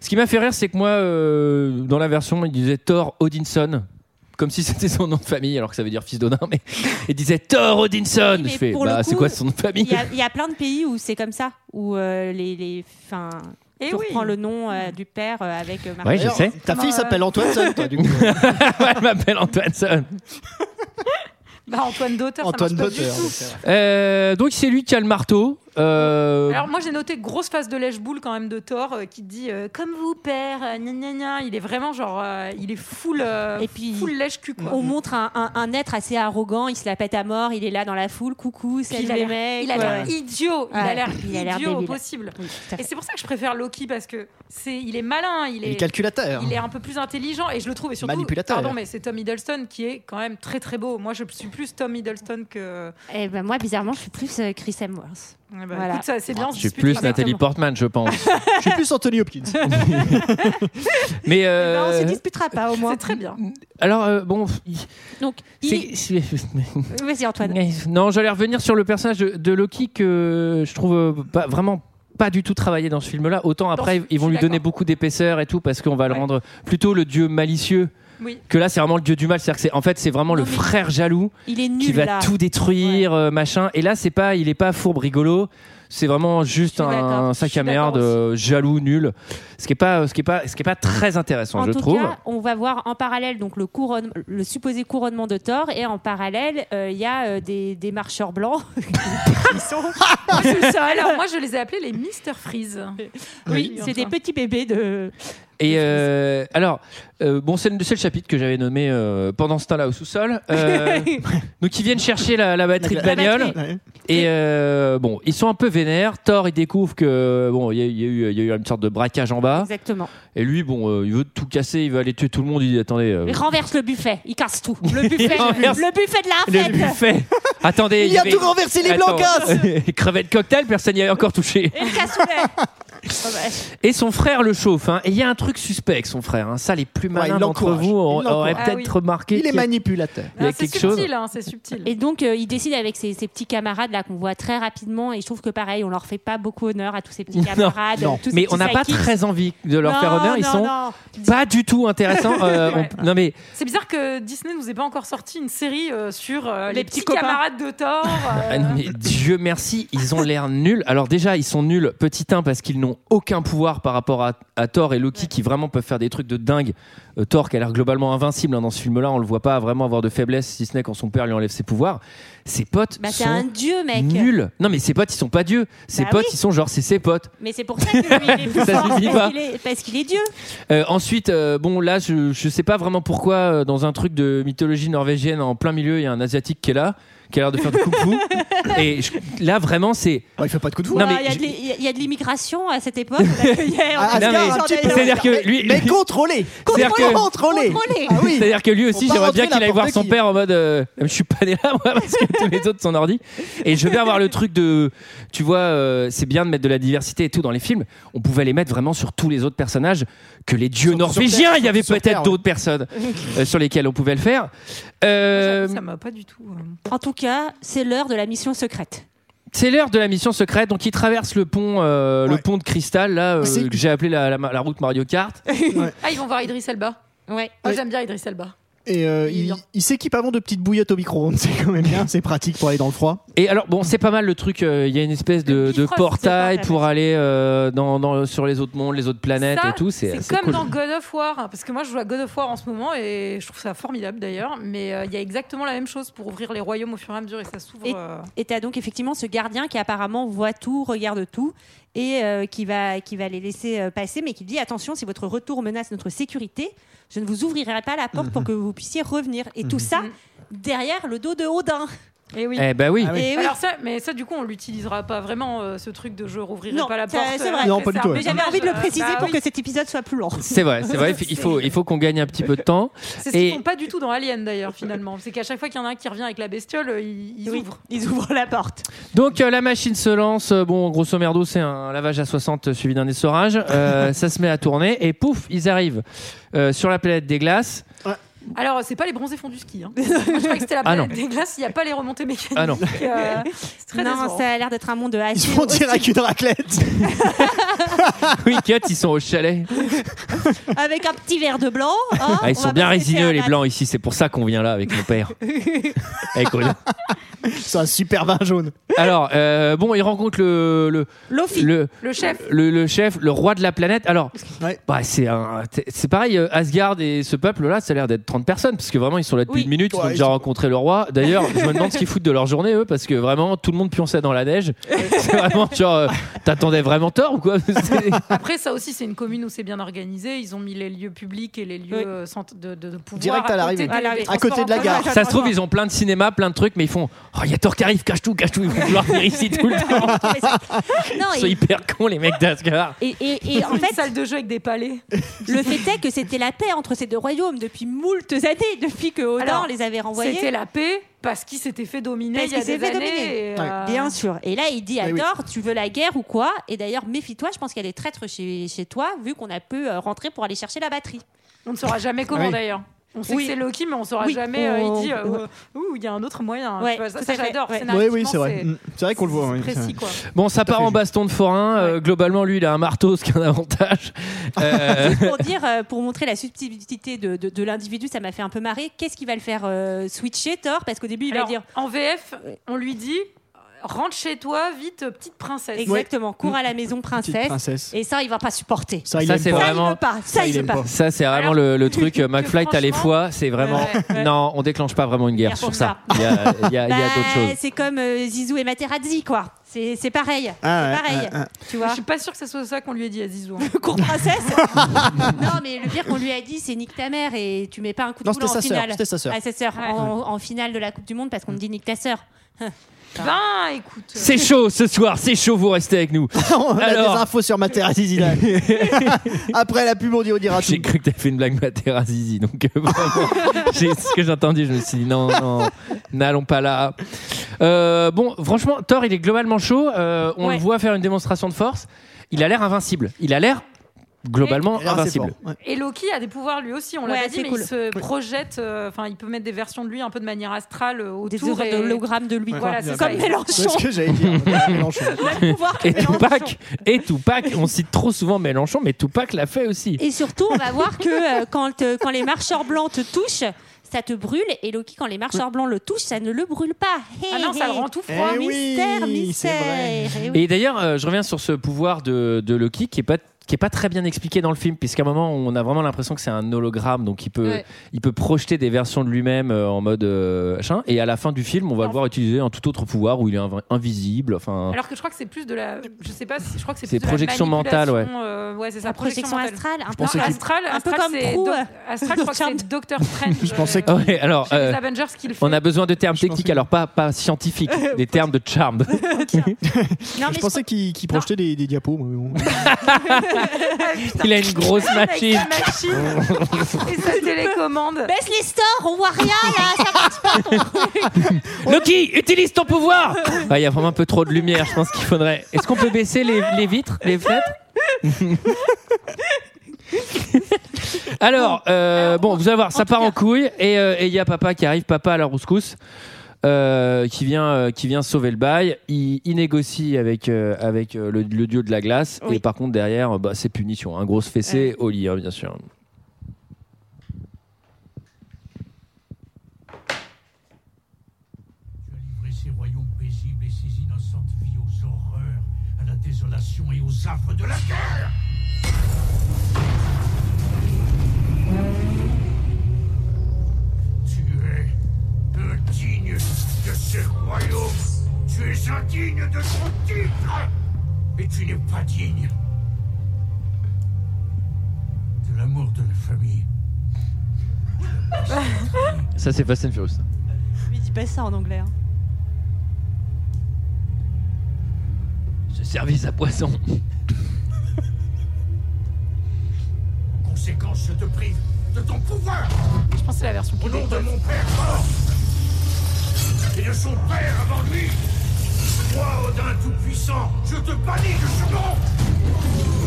[SPEAKER 1] ce qui m'a fait rire, c'est que moi, euh, dans la version, il disait Thor Odinson. Comme si c'était son nom de famille, alors que ça veut dire fils d'Odin, mais il disait Thor Odinson.
[SPEAKER 10] Oui, mais
[SPEAKER 1] Je fais,
[SPEAKER 10] pour le
[SPEAKER 1] bah,
[SPEAKER 10] coup,
[SPEAKER 1] c'est quoi son nom de famille
[SPEAKER 10] Il y, a, il y a plein de pays où c'est comme ça, où euh, les, les, enfin,
[SPEAKER 6] Et
[SPEAKER 10] tu
[SPEAKER 6] oui.
[SPEAKER 10] reprends le nom euh, du père euh, avec euh, Marie.
[SPEAKER 1] Ouais, je
[SPEAKER 7] D'ailleurs,
[SPEAKER 1] sais.
[SPEAKER 7] Ta fille s'appelle Antoine Seul, toi, du coup.
[SPEAKER 1] [LAUGHS] Elle m'appelle Antoine.
[SPEAKER 6] Bah, Antoine Dauteur,
[SPEAKER 7] Antoine
[SPEAKER 6] ça marche pas
[SPEAKER 7] Botter.
[SPEAKER 6] du tout.
[SPEAKER 1] Euh, donc c'est lui qui a le marteau. Euh,
[SPEAKER 6] Alors moi j'ai noté grosse face de lèche-boule quand même de Thor euh, qui dit euh, comme vous père, euh, gna gna gna. il est vraiment genre euh, il est full euh,
[SPEAKER 10] Et puis-
[SPEAKER 6] full lèche-cul quoi.
[SPEAKER 10] On montre un, un- un être assez arrogant, il se la pète à mort, il est là dans la foule, coucou,
[SPEAKER 6] Puis
[SPEAKER 10] salut
[SPEAKER 6] il a
[SPEAKER 10] les
[SPEAKER 6] l'air-
[SPEAKER 10] mecs.
[SPEAKER 6] il a l'air
[SPEAKER 10] ouais.
[SPEAKER 6] idiot, il a
[SPEAKER 10] Ouais,
[SPEAKER 6] l'air
[SPEAKER 10] il a l'air
[SPEAKER 6] idiot au
[SPEAKER 10] débile.
[SPEAKER 6] possible.
[SPEAKER 10] Oui, tout à
[SPEAKER 6] Et
[SPEAKER 10] fait.
[SPEAKER 6] c'est pour ça que je préfère Loki parce que c'est il est malin, il
[SPEAKER 7] Il est
[SPEAKER 6] est
[SPEAKER 7] calculateur.
[SPEAKER 6] il est un peu plus intelligent et je le trouve et surtout
[SPEAKER 7] Manipulateur.
[SPEAKER 6] pardon mais c'est Tom Hiddleston qui est quand même très très beau. Moi je suis plus Tom Hiddleston que
[SPEAKER 10] Eh ben, moi, bizarrement, je suis plus euh, Chris Hemsworth.
[SPEAKER 6] Eh ben,
[SPEAKER 10] Voilà.
[SPEAKER 6] écoute, ça, c'est bien. on se
[SPEAKER 1] je suis
[SPEAKER 6] dispute
[SPEAKER 1] plus
[SPEAKER 6] pas.
[SPEAKER 1] Nathalie Portman, je
[SPEAKER 10] [LAUGHS]
[SPEAKER 1] pense.
[SPEAKER 7] Je suis plus Anthony Hopkins.
[SPEAKER 1] Mais
[SPEAKER 10] Eh ben, on
[SPEAKER 1] euh,
[SPEAKER 10] se disputera pas au moins.
[SPEAKER 6] C'est très bien.
[SPEAKER 1] alors euh, bon, il-
[SPEAKER 10] Donc, il...
[SPEAKER 1] c'est- c'est- [LAUGHS]
[SPEAKER 10] vas-y Antoine.
[SPEAKER 1] non, j'allais revenir sur le personnage de, de Loki que je trouve euh, pas, vraiment pas du tout travaillé dans ce film-là. Autant après,
[SPEAKER 6] je
[SPEAKER 1] ils vont
[SPEAKER 6] suis
[SPEAKER 1] lui donner
[SPEAKER 6] d'accord.
[SPEAKER 1] beaucoup d'épaisseur et tout parce qu'on va le
[SPEAKER 6] Ouais.
[SPEAKER 1] rendre plutôt le dieu malicieux.
[SPEAKER 6] [LAUGHS] Oui.
[SPEAKER 1] Que là, c'est vraiment le dieu du mal. C'est-à-dire que c'est en fait, c'est vraiment le
[SPEAKER 10] Non, mais-
[SPEAKER 1] frère jaloux.
[SPEAKER 10] Il est
[SPEAKER 1] qui
[SPEAKER 10] nul
[SPEAKER 1] va
[SPEAKER 10] là.
[SPEAKER 1] tout détruire, euh, machin. Et là, c'est pas, il est pas fourbe rigolo. C'est vraiment juste
[SPEAKER 10] Je suis
[SPEAKER 1] un
[SPEAKER 10] d'accord. Je
[SPEAKER 1] sac
[SPEAKER 10] suis
[SPEAKER 1] à merde,
[SPEAKER 10] d'accord aussi.
[SPEAKER 1] euh, jaloux, nul. Ce qui est pas, ce qui est pas, ce qui est pas très intéressant,
[SPEAKER 10] En
[SPEAKER 1] je
[SPEAKER 10] tout
[SPEAKER 1] trouve.
[SPEAKER 10] cas, on va voir en parallèle donc le, couronne, le supposé couronnement de Thor et en parallèle euh, il y a euh, des, des
[SPEAKER 1] [LAUGHS]
[SPEAKER 10] marcheurs blancs qui sont
[SPEAKER 6] Ah,
[SPEAKER 10] au sous-sol.
[SPEAKER 6] Alors moi je les ai appelés les Mister Freeze.
[SPEAKER 10] Oui, c'est des petits bébés de.
[SPEAKER 1] Et euh, alors, euh, bon, c'est le c'est le chapitre que j'avais nommé euh, pendant ce temps-là au sous-sol.
[SPEAKER 7] [LAUGHS]
[SPEAKER 1] Euh, donc, ils viennent chercher la, la batterie
[SPEAKER 7] La-
[SPEAKER 1] de bagnole.
[SPEAKER 10] batterie.
[SPEAKER 7] Ouais.
[SPEAKER 1] Et euh, bon, ils sont un peu vénères. Thor, il découvre que bon, il y, a- il y a eu- il y a eu une sorte de braquage en bas.
[SPEAKER 10] [LAUGHS] Exactement.
[SPEAKER 1] Et lui, bon, euh, il veut tout casser, il veut aller tuer tout le monde. Il dit attendez, euh,
[SPEAKER 10] Il renverse le buffet, il casse tout. Le buffet,
[SPEAKER 1] renverse
[SPEAKER 10] le buffet de la
[SPEAKER 1] le
[SPEAKER 10] fête.
[SPEAKER 7] [LAUGHS]
[SPEAKER 1] buffet. Attendez,
[SPEAKER 7] Il y a
[SPEAKER 1] avait-
[SPEAKER 7] tout renversé, les
[SPEAKER 1] Attends.
[SPEAKER 7] blancasses
[SPEAKER 1] [LAUGHS] Crevette cocktail, personne n'y avait encore touché.
[SPEAKER 10] Et le cassoulet. Oh, bah,
[SPEAKER 1] [LAUGHS] Et son frère le chauffe. hein. Et il y a un truc suspect avec son frère. hein. Ça, les plus malins
[SPEAKER 7] il
[SPEAKER 1] d'entre
[SPEAKER 7] l'encourage.
[SPEAKER 1] vous aur-
[SPEAKER 7] Il l'encourage.
[SPEAKER 1] auraient
[SPEAKER 6] Ah
[SPEAKER 1] peut-être
[SPEAKER 6] oui.
[SPEAKER 1] remarqué.
[SPEAKER 7] Il est
[SPEAKER 1] qu'il y a-
[SPEAKER 7] manipulateur.
[SPEAKER 1] Il y a
[SPEAKER 6] Ah, C'est
[SPEAKER 1] quelque chose.
[SPEAKER 6] subtil, hein, c'est subtil.
[SPEAKER 10] Et donc, euh, il décide avec ses, ses petits camarades là qu'on voit très rapidement. Et je trouve que pareil, on leur fait pas beaucoup honneur à tous ces
[SPEAKER 1] [LAUGHS]
[SPEAKER 10] petits
[SPEAKER 1] Non,
[SPEAKER 10] camarades.
[SPEAKER 7] non.
[SPEAKER 10] tous ces
[SPEAKER 1] Mais
[SPEAKER 10] petits
[SPEAKER 1] on n'a pas
[SPEAKER 10] sidekicks.
[SPEAKER 1] très envie de leur
[SPEAKER 10] Non,
[SPEAKER 1] faire honneur. Ils
[SPEAKER 10] non,
[SPEAKER 1] sont
[SPEAKER 10] non.
[SPEAKER 1] pas du tout intéressants. Euh, on-
[SPEAKER 6] Ouais.
[SPEAKER 1] Non mais
[SPEAKER 6] C'est bizarre que Disney nous ait pas encore sorti une série euh, sur euh, les,
[SPEAKER 10] Les
[SPEAKER 6] petits,
[SPEAKER 10] petits copains.
[SPEAKER 6] [LAUGHS] camarades de Thor. euh,
[SPEAKER 1] Ah non, mais Dieu merci, ils ont l'air nuls. Alors déjà, ils sont nuls, petit 1, parce qu'ils n'ont aucun pouvoir par rapport à, à Thor et Loki, qui vraiment peuvent faire des trucs de dingue. Euh, Thor, qui a l'air globalement invincible hein, dans ce film-là, on le voit pas vraiment avoir de faiblesse, si ce n'est quand son père lui enlève ses pouvoirs. Ses potes
[SPEAKER 10] Bah,
[SPEAKER 1] sont
[SPEAKER 10] t'es un dieu, mec.
[SPEAKER 1] nuls. Non, mais ses potes, ils sont pas dieux. Ses
[SPEAKER 10] Bah
[SPEAKER 1] potes,
[SPEAKER 10] oui.
[SPEAKER 1] ils sont genre, c'est ses potes.
[SPEAKER 10] Mais c'est pour ça que lui,
[SPEAKER 1] [LAUGHS]
[SPEAKER 10] il est plus
[SPEAKER 1] Ça
[SPEAKER 10] fort,
[SPEAKER 1] suffit
[SPEAKER 10] parce
[SPEAKER 1] pas.
[SPEAKER 10] qu'il est- parce qu'il est dieu.
[SPEAKER 1] Euh, ensuite, euh, bon, là, je, je sais pas vraiment pourquoi, euh, dans un truc de mythologie norvégienne, en plein milieu, il y a un asiatique qui est là, qui a l'air de faire du kung
[SPEAKER 10] [LAUGHS]
[SPEAKER 1] fu. Et je- là, vraiment, c'est.
[SPEAKER 7] il fait pas de coup de
[SPEAKER 1] Non, mais
[SPEAKER 10] Il y a
[SPEAKER 1] je-
[SPEAKER 10] de l'é- il y, a- il y a de l'immigration à cette époque. là, que hier,
[SPEAKER 7] Ah,
[SPEAKER 10] on
[SPEAKER 1] Non,
[SPEAKER 10] a-
[SPEAKER 1] mais-
[SPEAKER 7] Asgard, un petit peu.
[SPEAKER 1] c'est-à-dire que lui-
[SPEAKER 7] Mais contrôlé
[SPEAKER 1] C'est-à-dire que-
[SPEAKER 7] Contrôlé
[SPEAKER 10] Contrôlé.
[SPEAKER 7] Ah oui
[SPEAKER 1] C'est-à-dire que lui aussi,
[SPEAKER 7] Faut pas
[SPEAKER 1] j'aimerais bien
[SPEAKER 7] rentrer
[SPEAKER 1] qu'il aille voir
[SPEAKER 7] n'importe
[SPEAKER 1] son
[SPEAKER 7] qui.
[SPEAKER 1] père en mode euh, je suis pas né là, moi, parce que tous les autres sont ordi. Et je vais avoir le truc de. Tu vois, euh, c'est bien de mettre de la diversité et tout dans les films. On pouvait les mettre vraiment sur tous les autres personnages que les dieux
[SPEAKER 7] Sur- sur
[SPEAKER 1] norvégiens.
[SPEAKER 7] Terre,
[SPEAKER 1] Il y avait
[SPEAKER 7] sur Terre,
[SPEAKER 1] peut-être
[SPEAKER 7] ouais.
[SPEAKER 1] d'autres personnes euh, sur lesquelles on pouvait le faire. Euh,
[SPEAKER 6] Ça m'a pas du tout. euh,
[SPEAKER 10] En tout cas, c'est l'heure de la mission secrète.
[SPEAKER 1] C'est l'heure de la mission secrète. Donc, ils traversent le pont, euh, le
[SPEAKER 7] Ouais.
[SPEAKER 1] pont de cristal, là, euh,
[SPEAKER 7] C'est-
[SPEAKER 1] que j'ai appelé la, la- la route Mario Kart.
[SPEAKER 6] Ah, ils vont voir Idris Elba.
[SPEAKER 10] Ouais.
[SPEAKER 6] Moi,
[SPEAKER 7] Ouais.
[SPEAKER 6] j'aime bien Idris Elba.
[SPEAKER 7] Et euh,
[SPEAKER 6] Il est
[SPEAKER 7] il,
[SPEAKER 6] bien.
[SPEAKER 7] il s'équipe avant de petites bouillottes au micro-ondes, [LAUGHS] c'est quand même bien, c'est pratique pour aller dans le froid.
[SPEAKER 1] Et alors, bon, c'est pas mal le truc. euh, Il y a une espèce de,
[SPEAKER 10] Le petit
[SPEAKER 1] de
[SPEAKER 10] frost,
[SPEAKER 1] portail
[SPEAKER 10] c'est pas
[SPEAKER 1] pour aller euh, dans, dans- sur les autres mondes, les autres planètes
[SPEAKER 6] Ça,
[SPEAKER 1] et tout. C'est
[SPEAKER 6] C'est
[SPEAKER 1] assez
[SPEAKER 6] comme
[SPEAKER 1] cool.
[SPEAKER 6] dans God of War, hein, parce que moi je joue à God of War en ce moment et je trouve ça formidable d'ailleurs, mais euh, il y a exactement la même chose pour ouvrir les royaumes au fur et à mesure et ça s'ouvre.
[SPEAKER 10] Et-
[SPEAKER 6] euh,
[SPEAKER 10] Et t'as donc effectivement ce gardien qui apparemment voit tout, regarde tout, et euh, qui, va, qui va les laisser euh, passer, mais qui dit attention, si votre retour menace notre sécurité, je ne vous ouvrirai pas la porte pour que vous puissiez revenir. Et tout ça
[SPEAKER 6] Mhm.
[SPEAKER 10] derrière le dos de Odin.
[SPEAKER 6] Et oui.
[SPEAKER 1] Eh ben oui.
[SPEAKER 7] Ah oui.
[SPEAKER 10] Et oui.
[SPEAKER 6] Alors ça, mais ça du coup on l'utilisera pas vraiment euh, ce truc de je rouvrirai
[SPEAKER 10] Non,
[SPEAKER 6] pas la
[SPEAKER 10] ça,
[SPEAKER 6] porte.
[SPEAKER 10] c'est
[SPEAKER 6] euh,
[SPEAKER 10] vrai.
[SPEAKER 6] après
[SPEAKER 7] Non, pas du
[SPEAKER 6] ça.
[SPEAKER 7] tout, ouais.
[SPEAKER 6] Mais
[SPEAKER 10] J'avais envie de le
[SPEAKER 6] euh,
[SPEAKER 10] préciser
[SPEAKER 6] bah
[SPEAKER 10] pour
[SPEAKER 6] oui.
[SPEAKER 10] que cet épisode soit plus long.
[SPEAKER 1] C'est vrai, c'est vrai. Il faut, il faut qu'on gagne un petit peu de temps.
[SPEAKER 6] C'est ce qu'ils
[SPEAKER 1] Et-
[SPEAKER 6] font pas du tout dans Alien
[SPEAKER 10] [LAUGHS]
[SPEAKER 6] d'ailleurs finalement. C'est qu'à chaque fois qu'il y en a un qui revient avec la bestiole, euh, ils, ils
[SPEAKER 10] Oui,
[SPEAKER 6] ouvrent.
[SPEAKER 10] ils ouvrent la porte.
[SPEAKER 1] Donc euh, la machine se lance, Euh, bon grosso merdo c'est un lavage à 60 suivi d'un essorage,
[SPEAKER 7] [LAUGHS]
[SPEAKER 1] Euh, ça se met à tourner et pouf ils arrivent euh, sur la planète des
[SPEAKER 7] [LAUGHS]
[SPEAKER 1] glaces.
[SPEAKER 6] Alors c'est pas les bronzés fondus
[SPEAKER 10] [LAUGHS]
[SPEAKER 6] ski. Hein. Moi, je croyais que c'était la
[SPEAKER 1] Ah, non.
[SPEAKER 6] planète [LAUGHS] des glaces. Il n'y a pas les remontées mécaniques.
[SPEAKER 1] Ah non.
[SPEAKER 6] euh,
[SPEAKER 10] [LAUGHS]
[SPEAKER 6] c'est très
[SPEAKER 10] non,
[SPEAKER 6] décevant.
[SPEAKER 10] ça a l'air d'être un monde
[SPEAKER 7] Ils
[SPEAKER 10] assez.
[SPEAKER 7] se font dire avec une raclette
[SPEAKER 1] Oui cut ils sont au chalet.
[SPEAKER 10] avec un petit verre de blanc. hein,
[SPEAKER 1] Ah, ils
[SPEAKER 10] on
[SPEAKER 1] sont
[SPEAKER 10] va
[SPEAKER 1] bien
[SPEAKER 10] pas se laisser
[SPEAKER 1] résineux les
[SPEAKER 10] abattre.
[SPEAKER 1] blancs ici, c'est pour ça qu'on vient là avec mon père.
[SPEAKER 7] [LAUGHS]
[SPEAKER 1] Avec Odin.
[SPEAKER 7] C'est un super vin jaune.
[SPEAKER 1] Alors euh, bon ils rencontrent le- le,
[SPEAKER 10] Lofi. [LAUGHS]
[SPEAKER 1] le,
[SPEAKER 6] Le chef.
[SPEAKER 1] le, le chef, le roi de la planète. Alors,
[SPEAKER 7] Ouais.
[SPEAKER 1] bah, c'est un- c'est pareil, euh, Asgard et ce peuple-là, ça a l'air d'être 30 personnes, parce que vraiment, ils sont là depuis
[SPEAKER 10] Oui.
[SPEAKER 1] une minute, ils
[SPEAKER 7] Ouais,
[SPEAKER 1] ont
[SPEAKER 7] ils
[SPEAKER 1] déjà
[SPEAKER 7] sont-
[SPEAKER 1] rencontré le roi. D'ailleurs, je me demande ce qu'ils foutent de leur journée, eux, parce que vraiment, tout le monde pionçait dans la neige. C'est vraiment genre, euh, t'attendais vraiment tort ou quoi [LAUGHS] C'est-
[SPEAKER 6] Après ça aussi c'est une commune où c'est bien organisé. Ils ont mis les lieux publics et les lieux
[SPEAKER 10] Oui.
[SPEAKER 6] euh, cent- de, de, de pouvoir.
[SPEAKER 7] Direct à l'arrivée.
[SPEAKER 6] côté des-
[SPEAKER 10] À
[SPEAKER 6] des
[SPEAKER 7] côté
[SPEAKER 6] transports
[SPEAKER 7] de la
[SPEAKER 6] en
[SPEAKER 7] gare.
[SPEAKER 6] commun.
[SPEAKER 1] Ça se trouve, ils ont plein de cinéma, plein de trucs, mais ils font Oh, il y a Thor qui arrive, cache tout, cache tout, ils vont vouloir venir ici tout le
[SPEAKER 10] [LAUGHS]
[SPEAKER 1] temps.
[SPEAKER 10] Non,
[SPEAKER 1] Ils sont
[SPEAKER 10] et,
[SPEAKER 1] hyper cons, les mecs d'Asgard.
[SPEAKER 10] et- et- et en
[SPEAKER 6] Une
[SPEAKER 10] fait,
[SPEAKER 6] salle de jeu avec des palais.
[SPEAKER 10] le fait est que c'était la paix entre ces deux royaumes depuis moult années, depuis que Odin
[SPEAKER 6] Alors,
[SPEAKER 10] les avait renvoyés.
[SPEAKER 6] C'était la paix parce qu'il s'était fait dominer
[SPEAKER 10] Parce
[SPEAKER 6] il y a
[SPEAKER 10] qu'il s'est
[SPEAKER 6] des
[SPEAKER 10] fait
[SPEAKER 6] années.
[SPEAKER 10] dominer.
[SPEAKER 6] et, euh,
[SPEAKER 10] Bien sûr. Et là, il dit à
[SPEAKER 7] Eh oui.
[SPEAKER 10] Thor, tu veux la guerre ou quoi Et d'ailleurs, méfie-toi, je pense qu'elle est traître chez, chez toi, vu qu'on a pu euh, rentrer pour aller chercher la batterie.
[SPEAKER 6] On ne saura jamais comment
[SPEAKER 7] Oui.
[SPEAKER 6] d'ailleurs. On sait
[SPEAKER 10] Oui.
[SPEAKER 6] que c'est Loki, mais on saura
[SPEAKER 10] Oui.
[SPEAKER 6] jamais. euh,
[SPEAKER 10] On-
[SPEAKER 6] il dit, euh, ouh, il y a un autre moyen.
[SPEAKER 10] Ouais,
[SPEAKER 6] Tu vois, ça,
[SPEAKER 10] tout
[SPEAKER 6] ça,
[SPEAKER 10] à fait.
[SPEAKER 6] j'adore.
[SPEAKER 10] Ouais.
[SPEAKER 7] Oui,
[SPEAKER 6] Scénaristiquement,
[SPEAKER 7] oui, c'est vrai. Mm. C'est vrai qu'on le voit.
[SPEAKER 6] c'est
[SPEAKER 7] oui, c'est vrai.
[SPEAKER 6] précis, quoi.
[SPEAKER 1] Bon, ça part
[SPEAKER 7] fait
[SPEAKER 1] en
[SPEAKER 7] juste.
[SPEAKER 1] baston de forain. euh, globalement, lui, il a un marteau, ce qui est un avantage. [LAUGHS] Euh,
[SPEAKER 10] pour dire, euh, pour montrer la subtilité de, de- de l'individu, ça m'a fait un peu marrer. Qu'est-ce qui va le faire euh, switcher, Thor Parce qu'au début, il
[SPEAKER 6] Alors,
[SPEAKER 10] va dire
[SPEAKER 6] En VF, on lui dit rentre chez toi, vite, euh, petite princesse.
[SPEAKER 10] exactement, cours à la maison
[SPEAKER 7] Petite
[SPEAKER 10] princesse.
[SPEAKER 7] princesse.
[SPEAKER 10] Et ça, il va pas supporter.
[SPEAKER 7] Ça, il
[SPEAKER 1] Ça,
[SPEAKER 7] aime
[SPEAKER 1] c'est
[SPEAKER 7] pas.
[SPEAKER 1] vrai.
[SPEAKER 10] Ça,
[SPEAKER 1] Vraiment.
[SPEAKER 10] il veut pas. Ça, il veut
[SPEAKER 7] aime
[SPEAKER 10] pas.
[SPEAKER 7] pas.
[SPEAKER 1] Ça, c'est vraiment
[SPEAKER 6] Alors,
[SPEAKER 1] le, le truc. euh, McFly, t'as les
[SPEAKER 6] franchement-
[SPEAKER 1] fois, c'est vraiment.
[SPEAKER 10] Ouais, ouais.
[SPEAKER 1] Non, on déclenche pas vraiment une guerre
[SPEAKER 10] Guerre
[SPEAKER 1] sur
[SPEAKER 10] pour
[SPEAKER 1] ça. Il y a, il y a- il y a
[SPEAKER 10] Bah,
[SPEAKER 1] d'autres choses.
[SPEAKER 10] C'est comme euh, Zizou et Materazzi, quoi. C'est c'est pareil.
[SPEAKER 7] Ah, ouais,
[SPEAKER 10] c'est pareil.
[SPEAKER 7] ah,
[SPEAKER 10] Tu
[SPEAKER 6] Je
[SPEAKER 10] vois
[SPEAKER 6] suis pas sûre que ce soit ça qu'on lui ait dit à Zizou. hein.
[SPEAKER 10] [LAUGHS] Cour princesse Non, mais le pire qu'on lui a dit, c'est nique ta mère et tu mets pas un coup de
[SPEAKER 7] Non,
[SPEAKER 10] boule
[SPEAKER 7] c'était
[SPEAKER 10] en
[SPEAKER 7] sa sœur.
[SPEAKER 10] finale.
[SPEAKER 7] C'était sa sœur.
[SPEAKER 10] Ah, sa sœur, en, en finale de la Coupe du Monde parce qu'on me dit nique ta sœur.
[SPEAKER 6] ben, écoute. euh,
[SPEAKER 1] C'est chaud ce soir, c'est chaud, vous restez avec nous.
[SPEAKER 7] [LAUGHS] On a
[SPEAKER 1] Alors-
[SPEAKER 7] des infos sur
[SPEAKER 1] [LAUGHS]
[SPEAKER 7] Materazzi Zidane. Après la pub, on dit on dira tout.
[SPEAKER 1] J'ai cru que t'as fait une blague Matera Zizi, donc euh, vraiment, j'ai- ce que j'ai entendu, je me suis dit non, non, n'allons pas là. Euh, bon, franchement, Thor, il est globalement chaud. euh, on
[SPEAKER 10] Ouais.
[SPEAKER 1] le voit faire une démonstration de force. Il a l'air invincible. Il a l'air globalement
[SPEAKER 7] Elle a l'air assez
[SPEAKER 1] invincible.
[SPEAKER 7] Ah, fort, ouais.
[SPEAKER 6] Et Loki a des pouvoirs lui aussi, on l'a
[SPEAKER 10] Ouais,
[SPEAKER 6] pas dit,
[SPEAKER 10] c'est
[SPEAKER 6] mais
[SPEAKER 10] cool.
[SPEAKER 6] il se projette, euh, enfin il peut mettre des versions de lui un peu de manière astrale euh,
[SPEAKER 10] Des
[SPEAKER 6] autour.
[SPEAKER 10] de
[SPEAKER 6] et-
[SPEAKER 10] l'hologramme de lui.
[SPEAKER 7] Ouais.
[SPEAKER 10] quoi.
[SPEAKER 6] Voilà, c'est ça.
[SPEAKER 10] Comme
[SPEAKER 7] C'est
[SPEAKER 10] Mélenchon.
[SPEAKER 7] ce que
[SPEAKER 10] [LAUGHS]
[SPEAKER 7] j'allais dire. Mélenchon.
[SPEAKER 1] [LAUGHS]
[SPEAKER 10] Le pouvoir que
[SPEAKER 1] Et
[SPEAKER 10] Mélenchon.
[SPEAKER 1] Tupac, et Tupac, on cite trop souvent Mélenchon, mais Tupac l'a fait aussi.
[SPEAKER 10] Et surtout, on va voir que euh, quand, euh, quand les marcheurs blancs te touchent, ça te brûle. Et Loki, quand les marcheurs blancs le touchent, ça ne le brûle pas. Hé,
[SPEAKER 6] Ah non, ça
[SPEAKER 10] hé.
[SPEAKER 6] le rend tout froid.
[SPEAKER 7] Eh oui,
[SPEAKER 10] mystère,
[SPEAKER 7] c'est
[SPEAKER 10] mystère.
[SPEAKER 7] vrai.
[SPEAKER 10] Eh oui.
[SPEAKER 1] Et d'ailleurs, euh, je reviens sur ce pouvoir de, de Loki qui est pas qui est pas très bien expliqué dans le film, puisqu'à un moment on a vraiment l'impression que c'est un hologramme, donc il peut
[SPEAKER 6] Ouais.
[SPEAKER 1] il peut projeter des versions de lui-même euh, en mode euh, machin. Et à la fin du film, on va le voir utiliser un tout autre pouvoir où il est inv- invisible. Enfin,
[SPEAKER 6] Alors que je crois que c'est plus de la. Je sais pas, si- je crois que c'est
[SPEAKER 1] C'est
[SPEAKER 6] plus de la
[SPEAKER 1] projection mentale, ouais.
[SPEAKER 6] manipulation, euh, ouais, c'est ça,
[SPEAKER 10] La projection
[SPEAKER 6] mentale.
[SPEAKER 10] astrale, un peu
[SPEAKER 1] pensais
[SPEAKER 6] Non,
[SPEAKER 1] que-
[SPEAKER 6] Astral,
[SPEAKER 10] Un peu
[SPEAKER 6] Astral,
[SPEAKER 10] comme
[SPEAKER 6] c'est
[SPEAKER 10] Trou,
[SPEAKER 6] Do-
[SPEAKER 10] euh,
[SPEAKER 6] Astral, je crois que c'est Doctor Strange.
[SPEAKER 7] Je pensais que-
[SPEAKER 6] euh,
[SPEAKER 1] [LAUGHS] Ouais, alors,
[SPEAKER 6] chez les
[SPEAKER 1] euh,
[SPEAKER 6] Avengers qui le fait.
[SPEAKER 1] on a besoin de termes
[SPEAKER 7] Je pensais-
[SPEAKER 1] techniques, alors pas pas scientifiques, des termes de charme.
[SPEAKER 10] Non, mais
[SPEAKER 7] Je pensais qu'il qu'il projetait des, des diapos. mais bon.
[SPEAKER 1] [LAUGHS] il a une grosse machine.
[SPEAKER 6] [LAUGHS]
[SPEAKER 10] [LAUGHS]
[SPEAKER 6] Et sa télécommande.
[SPEAKER 10] Baisse les stores, on voit rien là,
[SPEAKER 6] [LAUGHS]
[SPEAKER 10] ça marche pas ton truc.
[SPEAKER 1] Loki, utilise ton [LAUGHS] pouvoir. Ah, Il y a vraiment un peu trop de lumière. Je pense qu'il faudrait. Est-ce qu'on peut baisser les, les vitres, les [LAUGHS] fenêtres Alors, euh, bon, vous allez voir, ça
[SPEAKER 10] tout
[SPEAKER 1] part
[SPEAKER 10] cas-
[SPEAKER 1] en couille et euh, et il y a papa qui arrive, papa à la rouscousse. euh, qui vient euh, qui vient sauver le bail il, il négocie avec euh, avec euh, le, le dieu de la glace
[SPEAKER 10] Oui.
[SPEAKER 1] et par contre derrière euh, bah, c'est punition hein, grosse fessée au lit hein, bien sûr
[SPEAKER 3] Tu as livré ces royaumes paisibles et ces innocentes vies aux horreurs, à la désolation et aux affres de la guerre Tu es indigne de ce royaume Tu es indigne de son titre Et tu n'es pas digne de l'amour de la famille.
[SPEAKER 1] ça c'est Fast and Furious
[SPEAKER 11] Il dit
[SPEAKER 6] Bah,
[SPEAKER 11] pas ça en anglais. hein.
[SPEAKER 1] ce service à poisson
[SPEAKER 3] En conséquence, je te prive de ton pouvoir
[SPEAKER 6] Je pense que c'est la version
[SPEAKER 3] Au nom de
[SPEAKER 6] québécoise.
[SPEAKER 3] mon père mort et de son père avant lui, moi, Odin Tout-Puissant, je te bannis de ce monde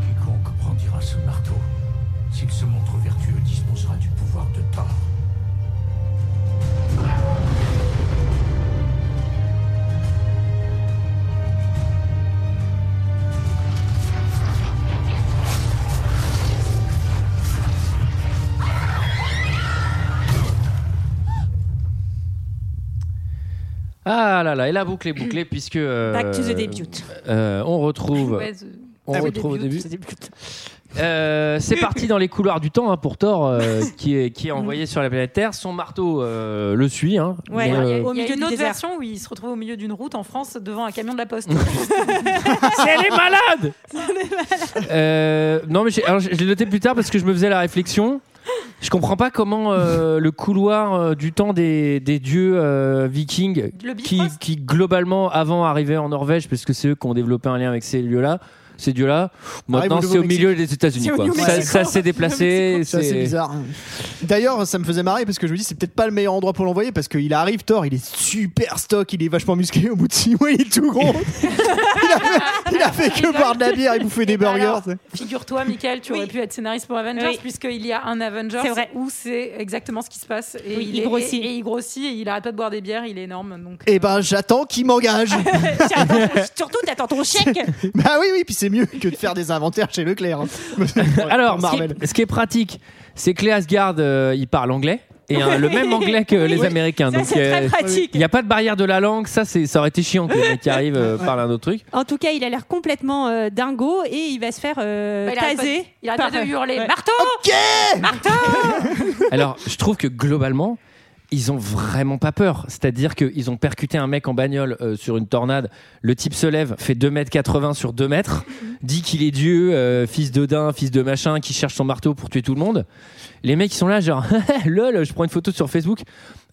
[SPEAKER 3] Quiconque brandira ce marteau, s'il se montre vertueux, disposera du pouvoir de
[SPEAKER 1] [LAUGHS]
[SPEAKER 3] Thor.
[SPEAKER 1] Ah là là, et la boucle est bouclée puisque. euh,
[SPEAKER 10] Back to the débute.
[SPEAKER 1] euh, on retrouve.
[SPEAKER 6] Ouais, the-
[SPEAKER 1] On
[SPEAKER 6] Ah oui,
[SPEAKER 1] retrouve au
[SPEAKER 6] début,
[SPEAKER 1] début. Euh, c'est parti dans les couloirs du temps hein, pour Thor euh,
[SPEAKER 10] [LAUGHS]
[SPEAKER 1] qui, est, qui est envoyé sur la planète Terre. Son marteau euh, le suit. hein.
[SPEAKER 10] Ouais,
[SPEAKER 1] Mais,
[SPEAKER 10] il y a-
[SPEAKER 1] euh,
[SPEAKER 10] Au
[SPEAKER 6] Il y a
[SPEAKER 10] milieu
[SPEAKER 6] une
[SPEAKER 10] du
[SPEAKER 6] autre
[SPEAKER 10] désert.
[SPEAKER 6] version où il se retrouve au milieu d'une route en France devant un camion de la poste.
[SPEAKER 1] [LAUGHS] C'est les
[SPEAKER 10] [LAUGHS]
[SPEAKER 1] malades Euh, Non, mais j'ai- alors, je je l'ai noté plus tard parce que je me faisais la réflexion. Je comprends pas comment euh, le couloir euh, du temps des, des dieux euh, vikings,
[SPEAKER 6] Le
[SPEAKER 1] qui,
[SPEAKER 6] Bifrost.
[SPEAKER 1] qui, globalement avant arrivaient en Norvège, parce que c'est eux qui ont développé un lien avec ces lieux-là, ces dieux-là,
[SPEAKER 7] Ah,
[SPEAKER 1] maintenant
[SPEAKER 7] Arrive au
[SPEAKER 1] c'est au
[SPEAKER 7] Nouveau-Mexique.
[SPEAKER 1] milieu des États-Unis.
[SPEAKER 11] C'est au
[SPEAKER 1] quoi.
[SPEAKER 11] New
[SPEAKER 1] Ça,
[SPEAKER 11] Mexico.
[SPEAKER 1] ça s'est déplacé.
[SPEAKER 7] C'est assez
[SPEAKER 1] c'est-
[SPEAKER 7] bizarre. D'ailleurs, ça me faisait marrer parce que je me dis c'est peut-être pas le meilleur endroit pour l'envoyer parce qu'il arrive Thor, il est super stock, il est vachement musclé au bout de 6 mois, il est tout gros. il, a fait, il a fait que boire de la bière et bouffer des
[SPEAKER 6] Eh ben alors,
[SPEAKER 7] burgers. tu sais.
[SPEAKER 6] Figure-toi, Michael, tu aurais pu être scénariste pour Avengers,
[SPEAKER 10] Oui.
[SPEAKER 6] puisqu'il y a un Avengers
[SPEAKER 10] C'est vrai.
[SPEAKER 6] où c'est exactement ce qui se passe. Et
[SPEAKER 10] Oui, il
[SPEAKER 6] est-
[SPEAKER 10] grossit.
[SPEAKER 6] Et, et il grossit et il arrête pas de boire des bières, il est énorme. Donc, euh,
[SPEAKER 7] Eh ben, j'attends qu'il m'engage.
[SPEAKER 10] Tiens, attends, surtout, t'attends ton chèque.
[SPEAKER 7] bah oui, oui, puis c'est mieux que de faire des inventaires chez Leclerc. hein.
[SPEAKER 1] [LAUGHS] Alors, ce qui,
[SPEAKER 7] Marvel.
[SPEAKER 1] est, ce qui est pratique, c'est que les Asgard, euh, ils parlent anglais. Et hein, le [LAUGHS] même anglais que les Américains.
[SPEAKER 10] Ça,
[SPEAKER 1] donc,
[SPEAKER 10] c'est très
[SPEAKER 1] euh,
[SPEAKER 10] pratique.
[SPEAKER 1] il n'y a pas de barrière de la langue. Ça, c'est, ça aurait été chiant que les mecs qui arrivent euh, parlent un autre truc.
[SPEAKER 10] En tout cas, il a l'air complètement euh, dingo et il va se faire euh,
[SPEAKER 6] Bah, il arrête
[SPEAKER 10] taser. Ah.
[SPEAKER 6] pas- il arrête pas
[SPEAKER 10] par-
[SPEAKER 6] de hurler
[SPEAKER 10] Ouais.
[SPEAKER 6] Marteau
[SPEAKER 1] Alors, je trouve que globalement, ils ont vraiment pas peur. C'est-à-dire qu'ils ont percuté un mec en bagnole euh, sur une tornade. Le type se lève, fait 2m80 sur 2 mètres, dit qu'il est Dieu, euh, fils de d'un, fils de machin, qui cherche son marteau pour tuer tout le monde. Les mecs, ils sont là, genre, [LAUGHS] lol, je prends une photo sur Facebook.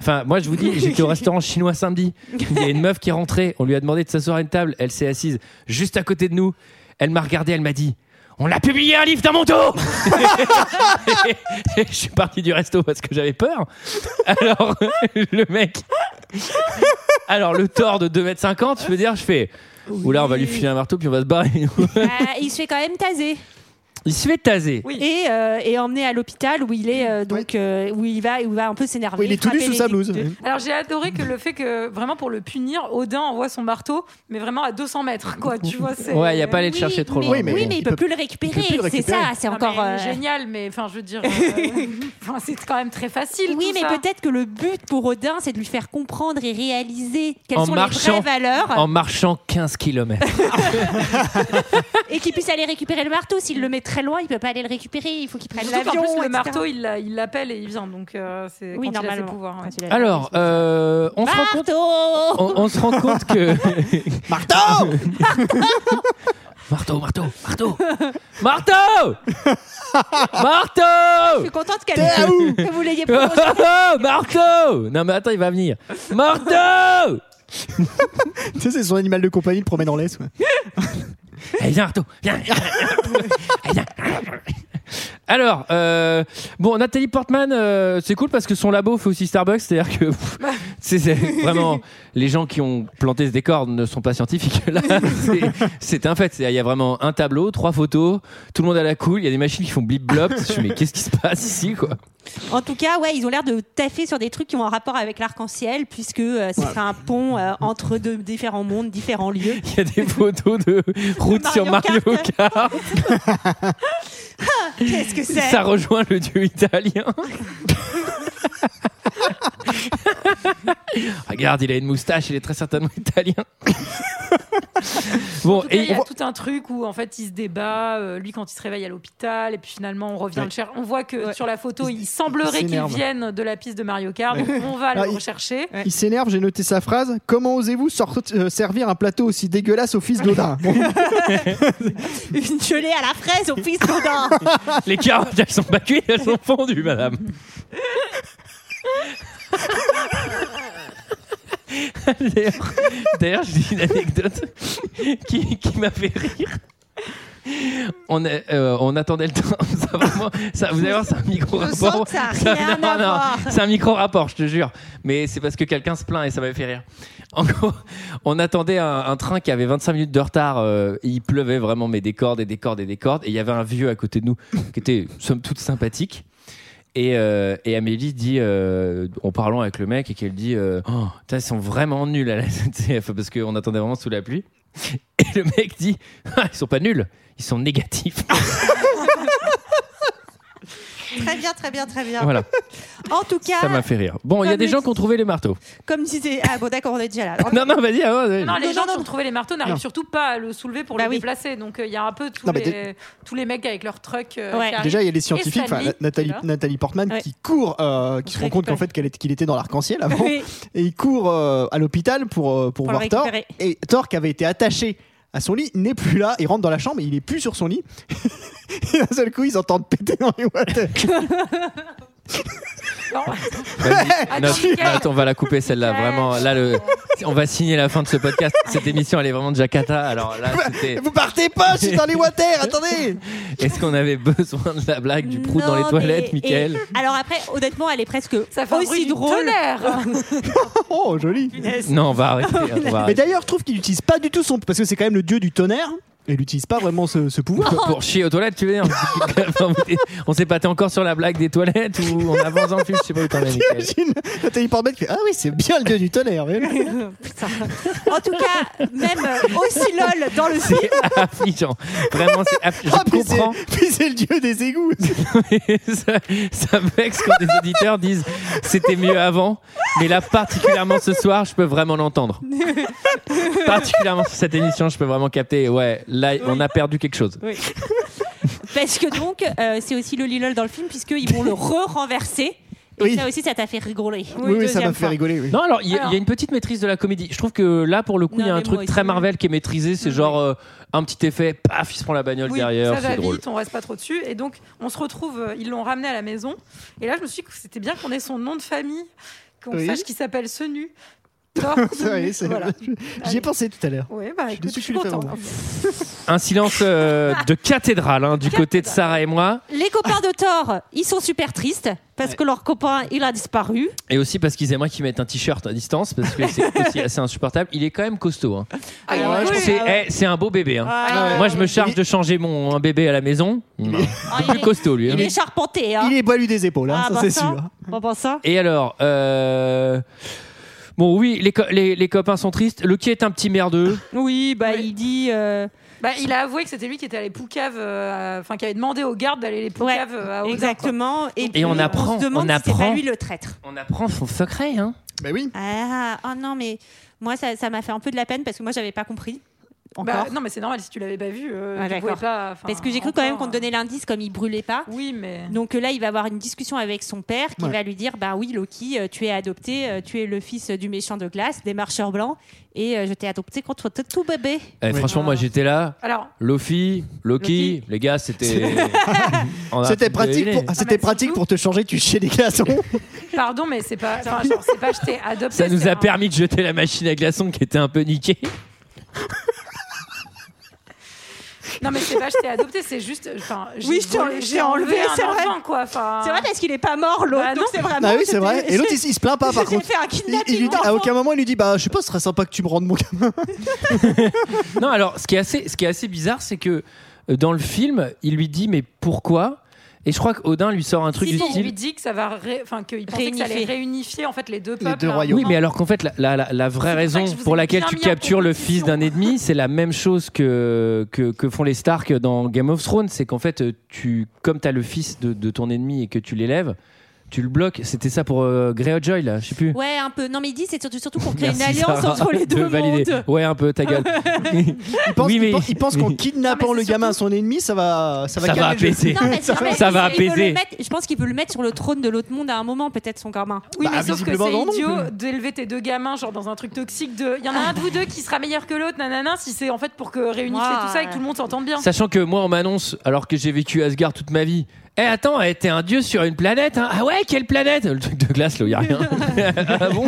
[SPEAKER 1] Enfin, moi, je vous dis, j'étais au restaurant chinois samedi. Il y a une meuf qui est rentrée, on lui a demandé de s'asseoir à une table, elle s'est assise juste à côté de nous. Elle m'a regardé, elle m'a dit. On a publié un livre dans mon dos Et [LAUGHS] Je suis parti du resto parce que j'avais peur. Alors, [LAUGHS] le mec. Alors, le tort de 2m50,
[SPEAKER 10] Bah,
[SPEAKER 1] je veux dire, je fais. Oula, on va lui filer un marteau, puis on va se barrer.
[SPEAKER 10] Euh, il se fait quand même taser.
[SPEAKER 1] Il se fait taser.
[SPEAKER 10] Et, euh, et emmené à l'hôpital où il est euh, donc euh, où il va où il va un peu s'énerver.
[SPEAKER 7] Oui, il est tout nu
[SPEAKER 10] frapper
[SPEAKER 7] sous
[SPEAKER 10] les-
[SPEAKER 7] sa blouse.
[SPEAKER 10] de-
[SPEAKER 7] Oui.
[SPEAKER 6] Alors j'ai adoré que le fait que vraiment pour le punir, Odin envoie son marteau, mais vraiment à 200 mètres, quoi. Tu vois, c'est.
[SPEAKER 1] Ouais, il n'y a pas à aller le chercher trop loin.
[SPEAKER 10] Oui, mais, il, peut, plus le récupérer.
[SPEAKER 1] plus le
[SPEAKER 10] C'est
[SPEAKER 1] récupérer.
[SPEAKER 10] ça, c'est
[SPEAKER 6] Non,
[SPEAKER 10] encore.
[SPEAKER 6] Ah, mais,
[SPEAKER 10] euh,
[SPEAKER 6] génial, mais enfin, je
[SPEAKER 10] [LAUGHS]
[SPEAKER 6] veux dire, euh, enfin, c'est quand même très facile.
[SPEAKER 10] Oui,
[SPEAKER 6] tout
[SPEAKER 10] mais
[SPEAKER 6] ça.
[SPEAKER 10] peut-être que le but pour Odin, c'est de lui faire comprendre et réaliser quelles
[SPEAKER 1] en
[SPEAKER 10] sont
[SPEAKER 1] marchant,
[SPEAKER 10] les vraies valeurs
[SPEAKER 1] En marchant 15 km.
[SPEAKER 10] et qu'il puisse aller récupérer le marteau. S'il le met très loin, il peut pas aller le récupérer. Il faut qu'il prenne
[SPEAKER 6] Surtout qu'en
[SPEAKER 10] l'avion.
[SPEAKER 6] plus,
[SPEAKER 10] etc.
[SPEAKER 6] le marteau, il l'a- il l'appelle et il vient. Donc, euh, c'est
[SPEAKER 10] Oui,
[SPEAKER 6] quand il a ses
[SPEAKER 10] normalement.
[SPEAKER 6] pouvoirs, ouais.
[SPEAKER 1] Alors, euh, on, se rend compte, on, on se rend compte que.
[SPEAKER 7] Marteau
[SPEAKER 1] Marteau, marteau, marteau Marteau
[SPEAKER 10] Je suis
[SPEAKER 1] Marteau
[SPEAKER 10] contente [LAUGHS]
[SPEAKER 7] T'es à où
[SPEAKER 10] qu'elle que vous
[SPEAKER 7] [LAUGHS]
[SPEAKER 10] l'ayez
[SPEAKER 1] Oh,
[SPEAKER 10] proposé.
[SPEAKER 1] oh, oh, [LAUGHS] Marteau Non mais attends, il va venir. Marteau
[SPEAKER 7] [LAUGHS] Tu sais, c'est son animal de compagnie, il le promène dans l'Est. ouais.
[SPEAKER 1] Allez, viens, Arto, [LAUGHS] viens. Allez, viens. Alors, euh, bon, Nathalie Portman, euh, c'est cool parce que son labo fait aussi Starbucks, c'est-à-dire que pff, [LAUGHS] c'est c'est vraiment les gens qui ont planté ce décor ne sont pas scientifiques. [LAUGHS] Là, c'est- c'est un fait. C'est-à-dire, Il y a vraiment un tableau, trois photos, tout le monde à la cool. Il y a des machines qui font blip blop. Je me dis, mais qu'est-ce qui se passe ici, quoi
[SPEAKER 10] En tout cas, ouais, ils ont l'air de taffer sur des trucs qui ont un rapport avec l'arc-en-ciel, puisque euh, ce sera un pont euh, entre deux différents mondes, différents lieux.
[SPEAKER 1] Il y a des photos de route sur Mario
[SPEAKER 10] Mario
[SPEAKER 1] Kart.
[SPEAKER 10] [LAUGHS] Qu'est-ce que c'est
[SPEAKER 1] Ça rejoint le dieu italien. [LAUGHS] Regarde, il a une moustache, il est très certainement [LAUGHS] italien. bon,
[SPEAKER 6] En tout cas,
[SPEAKER 1] et
[SPEAKER 6] il y a tout un truc où en fait il se débat. euh, lui, quand il se réveille à l'hôpital, et puis finalement on revient
[SPEAKER 7] Ouais.
[SPEAKER 6] le chercher. On voit que
[SPEAKER 10] Ouais.
[SPEAKER 6] sur la photo, il semblerait qu'il
[SPEAKER 7] s'énerve.
[SPEAKER 6] vienne de la piste de Mario Kart. donc on va
[SPEAKER 7] Ah,
[SPEAKER 6] le
[SPEAKER 7] il-
[SPEAKER 6] rechercher.
[SPEAKER 7] Il s'énerve, j'ai noté sa phrase. Comment osez-vous sortir- euh, servir un plateau aussi dégueulasse au fils d'Odin Bon,
[SPEAKER 10] Une gelée à la fraise au fils
[SPEAKER 1] [LAUGHS]
[SPEAKER 10] d'Odin
[SPEAKER 1] les carottes, elles sont pas cuites, elles sont fondues, madame. D'ailleurs- [LAUGHS] D'ailleurs, je dis une anecdote qui, qui m'a fait rire. On, a- euh, on attendait le temps. [LAUGHS] Ça, vraiment- ça- vous allez voir, c'est un micro
[SPEAKER 10] Je sens que ça
[SPEAKER 1] [LAUGHS]
[SPEAKER 10] a rien à voir.
[SPEAKER 1] C'est un micro-rapport, je te jure. Mais c'est parce que quelqu'un se plaint et ça m'a fait rire. En gros, [LAUGHS] on attendait un, un train qui avait 25 minutes de retard. euh, et il pleuvait vraiment, mais des cordes et des cordes et des cordes. Et il y avait un vieux à côté de nous [LAUGHS] qui était, somme toute, sympathique. Et, euh, et Amélie dit, euh, en parlant avec le mec, et qu'elle dit euh, Oh, putain, ils sont vraiment nuls à la [LAUGHS] SNCF parce qu'on attendait vraiment sous la pluie. [LAUGHS] Et le mec dit Ah, Ils sont pas nuls, ils sont négatifs.
[SPEAKER 10] Très bien, très bien, très bien.
[SPEAKER 1] [LAUGHS] voilà,
[SPEAKER 10] En tout cas,
[SPEAKER 1] ça m'a fait rire. Bon, il y a
[SPEAKER 10] comme
[SPEAKER 1] des
[SPEAKER 10] le-
[SPEAKER 1] gens qui ont trouvé les marteaux.
[SPEAKER 10] comme disait. Ah bon, d'accord, on est déjà là.
[SPEAKER 1] Non, non, vas-y, ah ouais, vas-y.
[SPEAKER 6] Non, les
[SPEAKER 10] Non,
[SPEAKER 6] gens
[SPEAKER 10] non,
[SPEAKER 6] qui
[SPEAKER 10] non.
[SPEAKER 6] ont trouvé les marteaux n'arrivent surtout pas à le soulever pour
[SPEAKER 10] Bah
[SPEAKER 6] le
[SPEAKER 10] oui.
[SPEAKER 6] déplacer. Donc euh, il y a un peu tous,
[SPEAKER 7] Non, mais
[SPEAKER 6] les, tous les mecs avec leurs trucks. euh,
[SPEAKER 10] Ouais.
[SPEAKER 6] qui arrivent.
[SPEAKER 7] déjà, il y a les
[SPEAKER 6] Et
[SPEAKER 7] scientifiques, enfin,
[SPEAKER 6] Stanley,
[SPEAKER 7] Na- Nathalie,
[SPEAKER 6] qui est là.
[SPEAKER 7] Nathalie Portman,
[SPEAKER 10] Ouais.
[SPEAKER 7] qui court, euh, qui se rend compte qu'en
[SPEAKER 10] Récupérer.
[SPEAKER 7] fait qu'elle est- qu'il était dans l'arc-en-ciel avant,
[SPEAKER 10] Oui.
[SPEAKER 7] et il court euh, à l'hôpital pour, euh, pour,
[SPEAKER 10] Pour le
[SPEAKER 7] voir Thor.
[SPEAKER 10] récupérer.
[SPEAKER 7] Et Thor, qui avait été attaché à son lit, n'est plus là. Il rentre dans la chambre, et il est plus sur son lit. [LAUGHS] et d'un seul coup, ils entendent péter dans les
[SPEAKER 10] [LAUGHS]
[SPEAKER 7] waters.
[SPEAKER 6] Non.
[SPEAKER 1] Vas-y.
[SPEAKER 10] [LAUGHS] Ah,
[SPEAKER 6] Attends,
[SPEAKER 1] Non,
[SPEAKER 6] Mickaël.
[SPEAKER 1] non, attends, on va la couper celle-là,
[SPEAKER 6] Mickaël.
[SPEAKER 1] vraiment. Là, le... on va signer la fin de ce podcast. Cette émission, elle est vraiment de Jakarta. Alors là, c'était.
[SPEAKER 7] Vous partez pas, je suis dans les waters,
[SPEAKER 10] [LAUGHS]
[SPEAKER 7] attendez
[SPEAKER 1] Est-ce qu'on avait besoin de la blague [LAUGHS] du prout dans les
[SPEAKER 10] Non,
[SPEAKER 1] toilettes,
[SPEAKER 10] mais-
[SPEAKER 1] Michael
[SPEAKER 10] et- Alors après, honnêtement, elle est presque
[SPEAKER 6] Ça fait un bruit
[SPEAKER 10] aussi
[SPEAKER 6] du
[SPEAKER 10] Oh, drôle.
[SPEAKER 6] tonnerre. [LAUGHS]
[SPEAKER 7] Oh, joli
[SPEAKER 1] Non, on va arrêter. on va
[SPEAKER 7] Mais
[SPEAKER 1] arrêter.
[SPEAKER 7] d'ailleurs, je trouve qu'il n'utilise pas du tout son. Parce que c'est quand même le dieu du tonnerre. Et il n'utilise pas vraiment ce, ce pouvoir.
[SPEAKER 1] Pour,
[SPEAKER 10] [LAUGHS]
[SPEAKER 1] pour chier aux toilettes, tu veux dire On s'est pas, t'es encore sur la blague des toilettes ou on avance en film, je sais pas où t'en es,
[SPEAKER 10] [LAUGHS]
[SPEAKER 1] Michael.
[SPEAKER 7] T'imagines Nathalie Portman qui fait Ah oui, c'est bien le dieu du tonnerre. oui.
[SPEAKER 10] [LAUGHS] Putain. En tout cas, même euh, aussi lol
[SPEAKER 1] [LAUGHS]
[SPEAKER 10] dans le film.
[SPEAKER 1] C'est [LAUGHS] affligeant. Vraiment,
[SPEAKER 10] Oh,
[SPEAKER 1] c'est affligeant.
[SPEAKER 7] Ah,
[SPEAKER 1] Je
[SPEAKER 7] puis c'est-
[SPEAKER 1] comprends.
[SPEAKER 7] Puis c'est le dieu des égouts.
[SPEAKER 1] [LAUGHS] ça, ça me vexe quand des auditeurs disent c'était mieux avant, mais là, particulièrement ce soir, je peux vraiment l'entendre. particulièrement sur cette émission, je peux vraiment capter. Ouais, là, on a perdu quelque chose.
[SPEAKER 10] Parce que donc, euh, c'est aussi le lilol dans le film, puisqu'ils
[SPEAKER 7] [LAUGHS]
[SPEAKER 10] vont le re-renverser. Et
[SPEAKER 7] Oui.
[SPEAKER 10] ça aussi, ça t'a fait rigoler.
[SPEAKER 7] Oui, oui, ça
[SPEAKER 10] Deuxième
[SPEAKER 7] m'a fait
[SPEAKER 10] fois.
[SPEAKER 7] rigoler. oui.
[SPEAKER 1] Non, alors, il y, a-
[SPEAKER 6] Alors.
[SPEAKER 1] il y a une petite maîtrise de la comédie. Je trouve que là, pour le coup, il y a
[SPEAKER 10] Non,
[SPEAKER 1] un
[SPEAKER 10] mais
[SPEAKER 1] truc
[SPEAKER 10] moi
[SPEAKER 1] très
[SPEAKER 10] aussi.
[SPEAKER 1] Marvel qui est maîtrisé. C'est genre euh, un petit effet, paf, il se prend la bagnole
[SPEAKER 6] Oui,
[SPEAKER 1] derrière.
[SPEAKER 6] ça va
[SPEAKER 1] C'est drôle.
[SPEAKER 6] vite, on reste pas trop dessus. Et donc, on se retrouve, euh, ils l'ont ramené à la maison. Et là, je me suis dit que c'était bien qu'on ait son nom de famille, qu'on
[SPEAKER 7] Oui. [LAUGHS]
[SPEAKER 6] sache qu'il s'appelle Senu. Thor.
[SPEAKER 7] Ouais, c'est-
[SPEAKER 6] Voilà.
[SPEAKER 7] J'y ai pensé tout à l'heure.
[SPEAKER 6] Oui, bah, écoute,
[SPEAKER 7] déçu
[SPEAKER 6] je
[SPEAKER 7] que tu
[SPEAKER 6] suis
[SPEAKER 7] l'aies pas
[SPEAKER 6] content.
[SPEAKER 7] vendu.
[SPEAKER 1] Un silence euh, de cathédrale hein, du côté de Sarah et moi.
[SPEAKER 10] Les copains de Thor, ils sont super tristes parce que leur copain, il a disparu.
[SPEAKER 1] Et aussi parce qu'ils aimeraient qu'ils mettent un t-shirt à distance parce que c'est aussi assez insupportable. Il est quand même costaud. hein.
[SPEAKER 6] Alors,
[SPEAKER 7] ouais, je
[SPEAKER 6] oui,
[SPEAKER 1] C'est
[SPEAKER 6] ah
[SPEAKER 1] eh, c'est un beau bébé. hein.
[SPEAKER 10] Ah,
[SPEAKER 1] Moi, je me charge de changer mon un bébé à la maison. Il est plus costaud, lui. hein.
[SPEAKER 10] Il est charpenté. Hein.
[SPEAKER 7] Il est boilu des épaules, hein,
[SPEAKER 10] Ah,
[SPEAKER 7] ça
[SPEAKER 10] bah
[SPEAKER 7] c'est
[SPEAKER 10] ça.
[SPEAKER 7] sûr.
[SPEAKER 10] Bon, bon, ça.
[SPEAKER 1] Et alors, euh, bon, oui, les, co- les, les copains sont tristes. Le qui est un petit merdeux.
[SPEAKER 10] Oui, bah
[SPEAKER 6] Oui.
[SPEAKER 10] il dit. euh,
[SPEAKER 6] Bah, il a avoué que c'était lui qui était allé Poucave, euh, enfin qui avait demandé aux gardes d'aller les
[SPEAKER 10] Ouais,
[SPEAKER 6] Poucave euh, à Ozark,
[SPEAKER 10] exactement. Et, puis,
[SPEAKER 1] on apprend,
[SPEAKER 10] se demande
[SPEAKER 1] on
[SPEAKER 10] si c'est
[SPEAKER 1] apprend.
[SPEAKER 10] pas lui le traître.
[SPEAKER 1] On apprend son secret, hein.
[SPEAKER 7] Bah oui.
[SPEAKER 10] Ah, oh non, mais moi, ça ça m'a fait un peu de la peine parce que moi, j'avais pas compris.
[SPEAKER 6] quoi.
[SPEAKER 10] Encore.
[SPEAKER 6] Bah, non, mais c'est normal si tu l'avais pas vu. euh,
[SPEAKER 10] Ah,
[SPEAKER 6] tu
[SPEAKER 10] d'accord.
[SPEAKER 6] pouvais pas, enfin,
[SPEAKER 10] parce que j'ai cru quand même
[SPEAKER 6] encore,
[SPEAKER 10] qu'on te donnait l'indice comme il brûlait pas.
[SPEAKER 6] euh, Oui, mais.
[SPEAKER 10] Donc euh, là, il va avoir une discussion avec son père qui
[SPEAKER 7] Ouais.
[SPEAKER 10] va lui dire Bah oui, Loki, euh, tu es adopté, euh, tu es le fils euh, du méchant de glace, des marcheurs blancs, et euh, je t'ai adopté contre ton tout bébé.
[SPEAKER 1] Eh,
[SPEAKER 7] Oui.
[SPEAKER 1] Franchement, moi, j'étais là.
[SPEAKER 6] Alors,
[SPEAKER 1] Lofi, Loki, les gars, [LAUGHS] c'était. On a-
[SPEAKER 7] C'était pratique,
[SPEAKER 1] deviné.
[SPEAKER 7] pour, c'était pratique pour te changer, tu chier des glaçons.
[SPEAKER 6] pardon, mais c'est pas. Enfin,
[SPEAKER 10] [LAUGHS]
[SPEAKER 6] genre, c'est pas j'étais adopté.
[SPEAKER 1] Ça nous
[SPEAKER 6] c'est
[SPEAKER 1] a
[SPEAKER 6] un-
[SPEAKER 1] permis de jeter la machine à glaçons qui était un peu niquée.
[SPEAKER 6] Non, mais c'est pas j'étais adopté, c'est juste. Enfin, j'ai
[SPEAKER 10] Oui, je t'ai
[SPEAKER 6] volé-
[SPEAKER 10] enlevé,
[SPEAKER 6] j'ai
[SPEAKER 10] c'est
[SPEAKER 6] enlevé
[SPEAKER 10] vrai.
[SPEAKER 6] un enfant, quoi. Enfin.
[SPEAKER 10] Ah. C'est vrai parce qu'il est pas mort, l'autre.
[SPEAKER 6] Bah,
[SPEAKER 10] donc
[SPEAKER 6] non.
[SPEAKER 10] c'est vraiment.
[SPEAKER 7] Ah oui, c'est
[SPEAKER 10] c'était-
[SPEAKER 7] vrai. Et l'autre, il, il se plaint pas par
[SPEAKER 10] [LAUGHS] J'ai
[SPEAKER 7] contre.
[SPEAKER 10] fait un
[SPEAKER 7] Il, il
[SPEAKER 10] kidnapping.
[SPEAKER 7] lui dit, ah, à
[SPEAKER 10] d'enfant.
[SPEAKER 7] aucun moment, il lui dit Bah, je sais pas, ce serait sympa que tu me rendes mon gamin.
[SPEAKER 1] [LAUGHS] Non, alors, ce qui est assez, ce qui est assez bizarre, c'est que euh, dans le film, il lui dit mais pourquoi Et je crois qu'Odin lui sort un truc
[SPEAKER 6] Si,
[SPEAKER 1] du
[SPEAKER 6] si, il lui
[SPEAKER 1] style.
[SPEAKER 6] dit que ça va, ré- enfin qu'il pensait que ça allait
[SPEAKER 10] Réunifier.
[SPEAKER 6] réunifier en fait les deux peuples. hein.
[SPEAKER 7] deux
[SPEAKER 6] là.
[SPEAKER 7] royaumes.
[SPEAKER 1] Oui, mais alors qu'en fait, la, la- la- la vraie
[SPEAKER 6] C'est pour ça
[SPEAKER 1] raison
[SPEAKER 6] que je vous ai
[SPEAKER 1] pour laquelle
[SPEAKER 6] bien
[SPEAKER 1] tu
[SPEAKER 6] mis en
[SPEAKER 1] captures le
[SPEAKER 6] compétition.
[SPEAKER 1] fils d'un ennemi, c'est la même chose que, que, que font les Stark dans Game of Thrones. C'est qu'en fait, euh, tu, comme tu as le fils de, de ton ennemi et que tu l'élèves, tu le bloques. C'était ça pour euh, Greyjoy, là, je sais plus.
[SPEAKER 10] Ouais, un peu. Non, mais il dit c'est surtout, surtout pour créer une
[SPEAKER 1] Merci,
[SPEAKER 10] alliance
[SPEAKER 1] Sarah,
[SPEAKER 10] entre les
[SPEAKER 1] [LAUGHS] de
[SPEAKER 10] deux
[SPEAKER 1] valider.
[SPEAKER 10] mondes.
[SPEAKER 1] Ouais, un peu, ta
[SPEAKER 6] [LAUGHS]
[SPEAKER 1] gueule.
[SPEAKER 7] Il pense,
[SPEAKER 1] Oui,
[SPEAKER 7] il
[SPEAKER 1] mais-
[SPEAKER 7] pense- il pense qu'en kidnappant
[SPEAKER 6] Non, mais
[SPEAKER 7] le
[SPEAKER 6] c'est
[SPEAKER 7] gamin à son ennemi, ça va, ça va
[SPEAKER 1] Ça va
[SPEAKER 7] calmer le jeu.
[SPEAKER 1] apaiser.
[SPEAKER 10] Non,
[SPEAKER 7] [LAUGHS]
[SPEAKER 10] parce que- non, mais
[SPEAKER 1] Ça va
[SPEAKER 10] il veut le
[SPEAKER 1] apaiser.
[SPEAKER 10] mettre- je pense qu'il veut le mettre sur le trône de l'autre monde à un moment, peut-être son gamin.
[SPEAKER 6] Oui,
[SPEAKER 7] Bah,
[SPEAKER 6] mais sauf que
[SPEAKER 7] visiblement,
[SPEAKER 6] c'est
[SPEAKER 7] non, non.
[SPEAKER 6] idiot d'élever tes deux gamins genre dans un truc toxique de il y en a un de vous deux qui sera meilleur que l'autre nanana si c'est en fait pour que réunifier
[SPEAKER 10] Ouah.
[SPEAKER 6] tout ça et que tout le monde s'entende bien.
[SPEAKER 1] Sachant que moi, on m'annonce, alors que j'ai vécu Asgard toute ma vie, Eh attends, eh, t'es un dieu sur une planète hein. Ah ouais, quelle planète Le truc de glace, là, il a
[SPEAKER 6] [LAUGHS]
[SPEAKER 1] rien. [LAUGHS] ah bon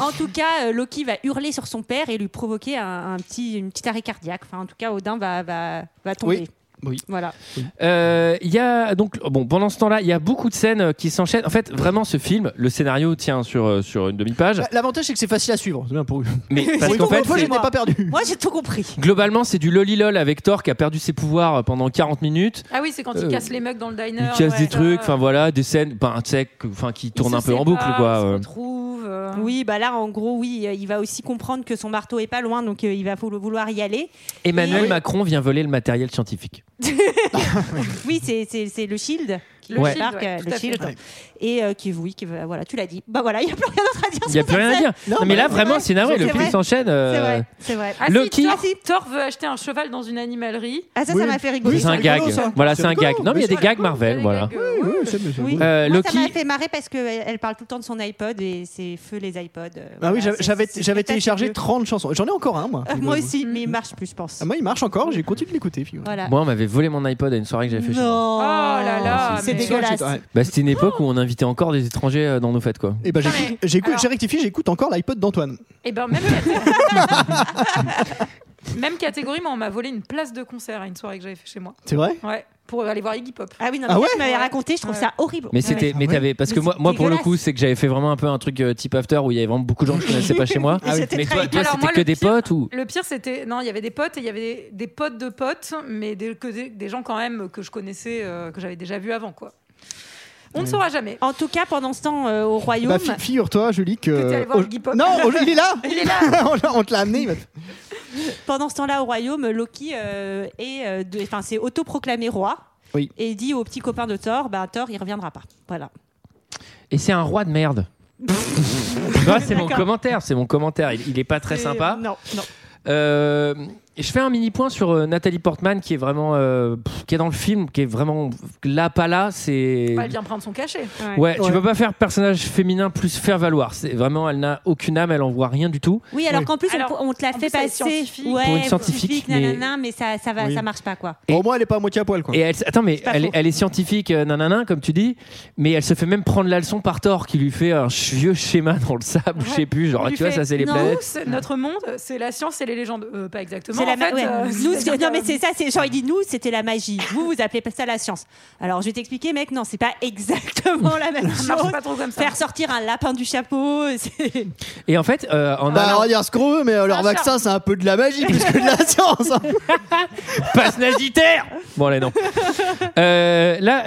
[SPEAKER 10] En tout cas, euh, Loki va hurler sur son père et lui provoquer un, un petit, une petite arrêt cardiaque. Enfin, en tout cas, Odin va, va, va tomber.
[SPEAKER 7] Oui. Oui.
[SPEAKER 10] Voilà.
[SPEAKER 1] Euh, Il y a donc bon pendant ce temps-là, il y a beaucoup de scènes euh, qui s'enchaînent. En fait, vraiment, ce film, le scénario tient sur euh, sur une demi-page,
[SPEAKER 7] Bah, L'avantage, c'est que c'est facile à suivre. C'est bien pour eux.
[SPEAKER 1] mais parce
[SPEAKER 7] Pour une
[SPEAKER 1] qu'en fait,
[SPEAKER 7] fois, je
[SPEAKER 1] c'est-
[SPEAKER 7] n'ai pas perdu.
[SPEAKER 10] Moi, j'ai tout compris.
[SPEAKER 1] globalement, c'est du loli lol avec Thor qui a perdu ses pouvoirs euh, pendant 40 minutes.
[SPEAKER 6] Ah oui, c'est quand
[SPEAKER 1] Euh,
[SPEAKER 6] il casse les mugs dans le diner.
[SPEAKER 1] Il casse
[SPEAKER 6] ouais,
[SPEAKER 1] des trucs,
[SPEAKER 6] ça.
[SPEAKER 1] enfin voilà, des scènes, ben, tu sais, que- enfin qui
[SPEAKER 6] Ils
[SPEAKER 1] tournent
[SPEAKER 6] se
[SPEAKER 1] un peu en
[SPEAKER 6] séparent,
[SPEAKER 1] boucle, quoi.
[SPEAKER 6] Ils se
[SPEAKER 1] euh.
[SPEAKER 6] retrouvent. euh.
[SPEAKER 10] Oui, bah là, en gros, oui, euh, il va aussi comprendre que son marteau est pas loin, donc euh, il va voulo- vouloir y aller.
[SPEAKER 1] Emmanuel
[SPEAKER 10] Oui.
[SPEAKER 1] Macron vient voler le matériel scientifique.
[SPEAKER 10] Oui, c'est- c'est c'est le shield. qui
[SPEAKER 1] Le
[SPEAKER 6] Shield,
[SPEAKER 10] marque,
[SPEAKER 6] ouais,
[SPEAKER 10] euh,
[SPEAKER 6] tout
[SPEAKER 10] le
[SPEAKER 6] à fait.
[SPEAKER 10] shield. Et euh, qui, oui, qui, va- voilà, tu l'as dit. Bah voilà, il n'y a plus rien d'autre à dire.
[SPEAKER 1] Il n'y a
[SPEAKER 10] sur
[SPEAKER 1] plus
[SPEAKER 10] cette
[SPEAKER 1] rien à
[SPEAKER 10] scène.
[SPEAKER 1] dire. Non, mais là,
[SPEAKER 10] bah, c'est
[SPEAKER 1] vraiment,
[SPEAKER 10] vrai,
[SPEAKER 1] c'est navré.
[SPEAKER 10] c'est
[SPEAKER 1] Le film
[SPEAKER 10] vrai.
[SPEAKER 1] s'enchaîne. euh,
[SPEAKER 10] C'est vrai, c'est vrai.
[SPEAKER 6] Ah si,
[SPEAKER 1] Loki-
[SPEAKER 6] Thor, Thor veut acheter un cheval dans une animalerie.
[SPEAKER 10] Ah, ça,
[SPEAKER 7] Oui.
[SPEAKER 10] ça m'a fait rigoler.
[SPEAKER 7] Oui,
[SPEAKER 1] C'est un gag.
[SPEAKER 7] rigolo, ça.
[SPEAKER 1] Voilà, c'est
[SPEAKER 7] C'est
[SPEAKER 1] un gag.
[SPEAKER 7] rigolo,
[SPEAKER 1] Non, mais il y a
[SPEAKER 7] mais
[SPEAKER 1] des gags Marvel,
[SPEAKER 6] Les
[SPEAKER 1] voilà.
[SPEAKER 6] gags, euh, ouais.
[SPEAKER 10] Oui.
[SPEAKER 1] Euh,
[SPEAKER 10] Moi, ça m'a
[SPEAKER 1] Loki-
[SPEAKER 10] fait marrer parce qu'elle parle tout le temps de son iPod et c'est feu les iPods. euh,
[SPEAKER 7] Ah oui,
[SPEAKER 10] voilà,
[SPEAKER 7] j'avais-
[SPEAKER 10] c'est-
[SPEAKER 7] j'avais
[SPEAKER 10] c'est-
[SPEAKER 7] j'avais
[SPEAKER 10] c'est
[SPEAKER 7] téléchargé
[SPEAKER 10] assez
[SPEAKER 7] 30 chansons. J'en ai encore un, moi.
[SPEAKER 10] vieux. Euh, Moi aussi, mais il marche plus, je pense.
[SPEAKER 7] Ah, moi, il marche encore, j'ai continué de l'écouter. figure.
[SPEAKER 10] Voilà.
[SPEAKER 1] Mm. Moi, on m'avait volé mon iPod à une soirée que j'avais fait. chez moi.
[SPEAKER 10] Non.
[SPEAKER 6] Oh là là,
[SPEAKER 10] c'est
[SPEAKER 6] mais-
[SPEAKER 10] dégueulasse.
[SPEAKER 7] Ouais.
[SPEAKER 1] Bah, c'était une époque où on invitait encore des étrangers euh, dans nos fêtes, quoi.
[SPEAKER 7] Eh ben,
[SPEAKER 6] Non,
[SPEAKER 7] j'écoute-
[SPEAKER 6] mais-
[SPEAKER 7] j'écoute-
[SPEAKER 6] alors-
[SPEAKER 7] j'ai rectifié, j'écoute encore l'iPod d'Antoine.
[SPEAKER 6] Et ben
[SPEAKER 1] [LAUGHS]
[SPEAKER 6] même catég- même catégorie, mais on m'a volé une place de concert à une soirée que j'avais fait chez moi.
[SPEAKER 7] C'est vrai
[SPEAKER 6] Ouais, pour aller voir Iggy Pop.
[SPEAKER 10] Ah oui, non,
[SPEAKER 7] Ah
[SPEAKER 10] mais
[SPEAKER 7] ouais
[SPEAKER 10] tu m'avais raconté, je trouve
[SPEAKER 6] Ouais.
[SPEAKER 10] ça horrible.
[SPEAKER 1] Mais c'était, mais
[SPEAKER 7] Ah ouais.
[SPEAKER 1] t'avais, parce que
[SPEAKER 10] Mais
[SPEAKER 1] moi,
[SPEAKER 10] c'est
[SPEAKER 1] moi pour le coup,
[SPEAKER 10] dégueulasse.
[SPEAKER 1] c'est que j'avais fait vraiment un peu un truc euh, type after où il y avait vraiment beaucoup de gens que je connaissais pas chez [LAUGHS] moi.
[SPEAKER 7] Ah oui.
[SPEAKER 10] c'était
[SPEAKER 1] Mais
[SPEAKER 10] très
[SPEAKER 1] toi, toi,
[SPEAKER 6] Alors,
[SPEAKER 1] c'était
[SPEAKER 6] moi,
[SPEAKER 1] que
[SPEAKER 6] le
[SPEAKER 1] des
[SPEAKER 6] pire-
[SPEAKER 1] potes ou
[SPEAKER 6] Le pire, c'était. Non, il y avait des potes et il y avait des, des potes de potes, mais des, que des, des gens quand même que je connaissais, euh, que j'avais déjà vu avant, quoi. On ne saura jamais.
[SPEAKER 10] En tout cas, pendant ce temps, euh, au royaume.
[SPEAKER 7] Bah, fi- figure-toi, Julie, que.
[SPEAKER 6] Que t'es allé voir
[SPEAKER 7] au-
[SPEAKER 6] Iggy Pop.
[SPEAKER 7] Non, au- il est là
[SPEAKER 6] [LAUGHS] Il est là
[SPEAKER 7] [LAUGHS] On l'a- On te l'a amené. il va te-
[SPEAKER 10] Pendant ce temps-là, au royaume, Loki euh, est, euh, de- enfin, s'est autoproclamé roi.
[SPEAKER 7] Oui.
[SPEAKER 10] Et il dit au petit copain de Thor, bah Thor, il reviendra pas. Voilà.
[SPEAKER 1] Et c'est un roi de [LAUGHS] merde.
[SPEAKER 6] euh,
[SPEAKER 1] Tu vois, c'est mon commentaire, c'est mon commentaire. Il, il est pas très
[SPEAKER 10] C'est-
[SPEAKER 1] sympa.
[SPEAKER 10] Non, non.
[SPEAKER 1] Euh, Et je fais un mini point sur euh, Nathalie Portman qui est vraiment euh, pff, qui est dans le film, qui est vraiment là pas là. C'est
[SPEAKER 6] Bah, elle vient prendre son cachet.
[SPEAKER 1] Ouais, tu peux pas faire personnage féminin plus faire valoir. C'est vraiment, elle n'a aucune âme, elle en voit rien du tout.
[SPEAKER 10] Oui, alors qu'en plus, on-
[SPEAKER 6] Alors,
[SPEAKER 10] on, te l'a
[SPEAKER 6] en
[SPEAKER 10] fait
[SPEAKER 6] plus, elle est
[SPEAKER 10] passer.
[SPEAKER 6] scientifique.
[SPEAKER 10] Ouais,
[SPEAKER 1] Pour une scientifique, mais-
[SPEAKER 10] nanana, mais ça, ça, va,
[SPEAKER 7] Oui.
[SPEAKER 10] ça marche pas, quoi.
[SPEAKER 7] Au moins, elle est pas à moitié à poil, quoi.
[SPEAKER 1] Et elle, attends, mais
[SPEAKER 10] pas
[SPEAKER 1] elle,
[SPEAKER 10] faux.
[SPEAKER 1] est- elle est scientifique, euh, nanana, comme tu dis, mais elle se fait même prendre la leçon par Thor qui lui fait un ch- vieux schéma dans le sable, je sais plus, genre
[SPEAKER 6] On lui
[SPEAKER 1] tu vois,
[SPEAKER 6] fait,
[SPEAKER 1] ça c'est les
[SPEAKER 10] non.
[SPEAKER 1] planètes.
[SPEAKER 6] Tous, notre monde, c'est la science et les légendes. Euh, pas exactement.
[SPEAKER 10] C'est la
[SPEAKER 6] en
[SPEAKER 10] ma-
[SPEAKER 6] fait,
[SPEAKER 10] ouais.
[SPEAKER 6] euh,
[SPEAKER 10] Nous,
[SPEAKER 6] [LAUGHS] c'est-à-dire
[SPEAKER 10] c'est- non,
[SPEAKER 6] que-
[SPEAKER 10] mais c'est ça, c'est genre, il dit nous, c'était la magie. Vous, vous appelez pas ça la science. Alors, je vais t'expliquer, mec, non, c'est pas [LAUGHS] exactement la même
[SPEAKER 6] Ça
[SPEAKER 10] chose.
[SPEAKER 6] marche pas trop comme ça.
[SPEAKER 10] Faire sortir un lapin du chapeau, [LAUGHS] c'est.
[SPEAKER 1] Et en fait, euh, en
[SPEAKER 7] Bah, on
[SPEAKER 1] allant
[SPEAKER 7] va dire ce qu'on veut, mais euh, leur
[SPEAKER 6] un
[SPEAKER 7] vaccin, c'est un peu de la magie plus que de
[SPEAKER 6] [LAUGHS]
[SPEAKER 7] la science. hein.
[SPEAKER 1] [LAUGHS] passe nazitaire Bon, allez,
[SPEAKER 10] [LAUGHS]
[SPEAKER 1] non. Euh, là,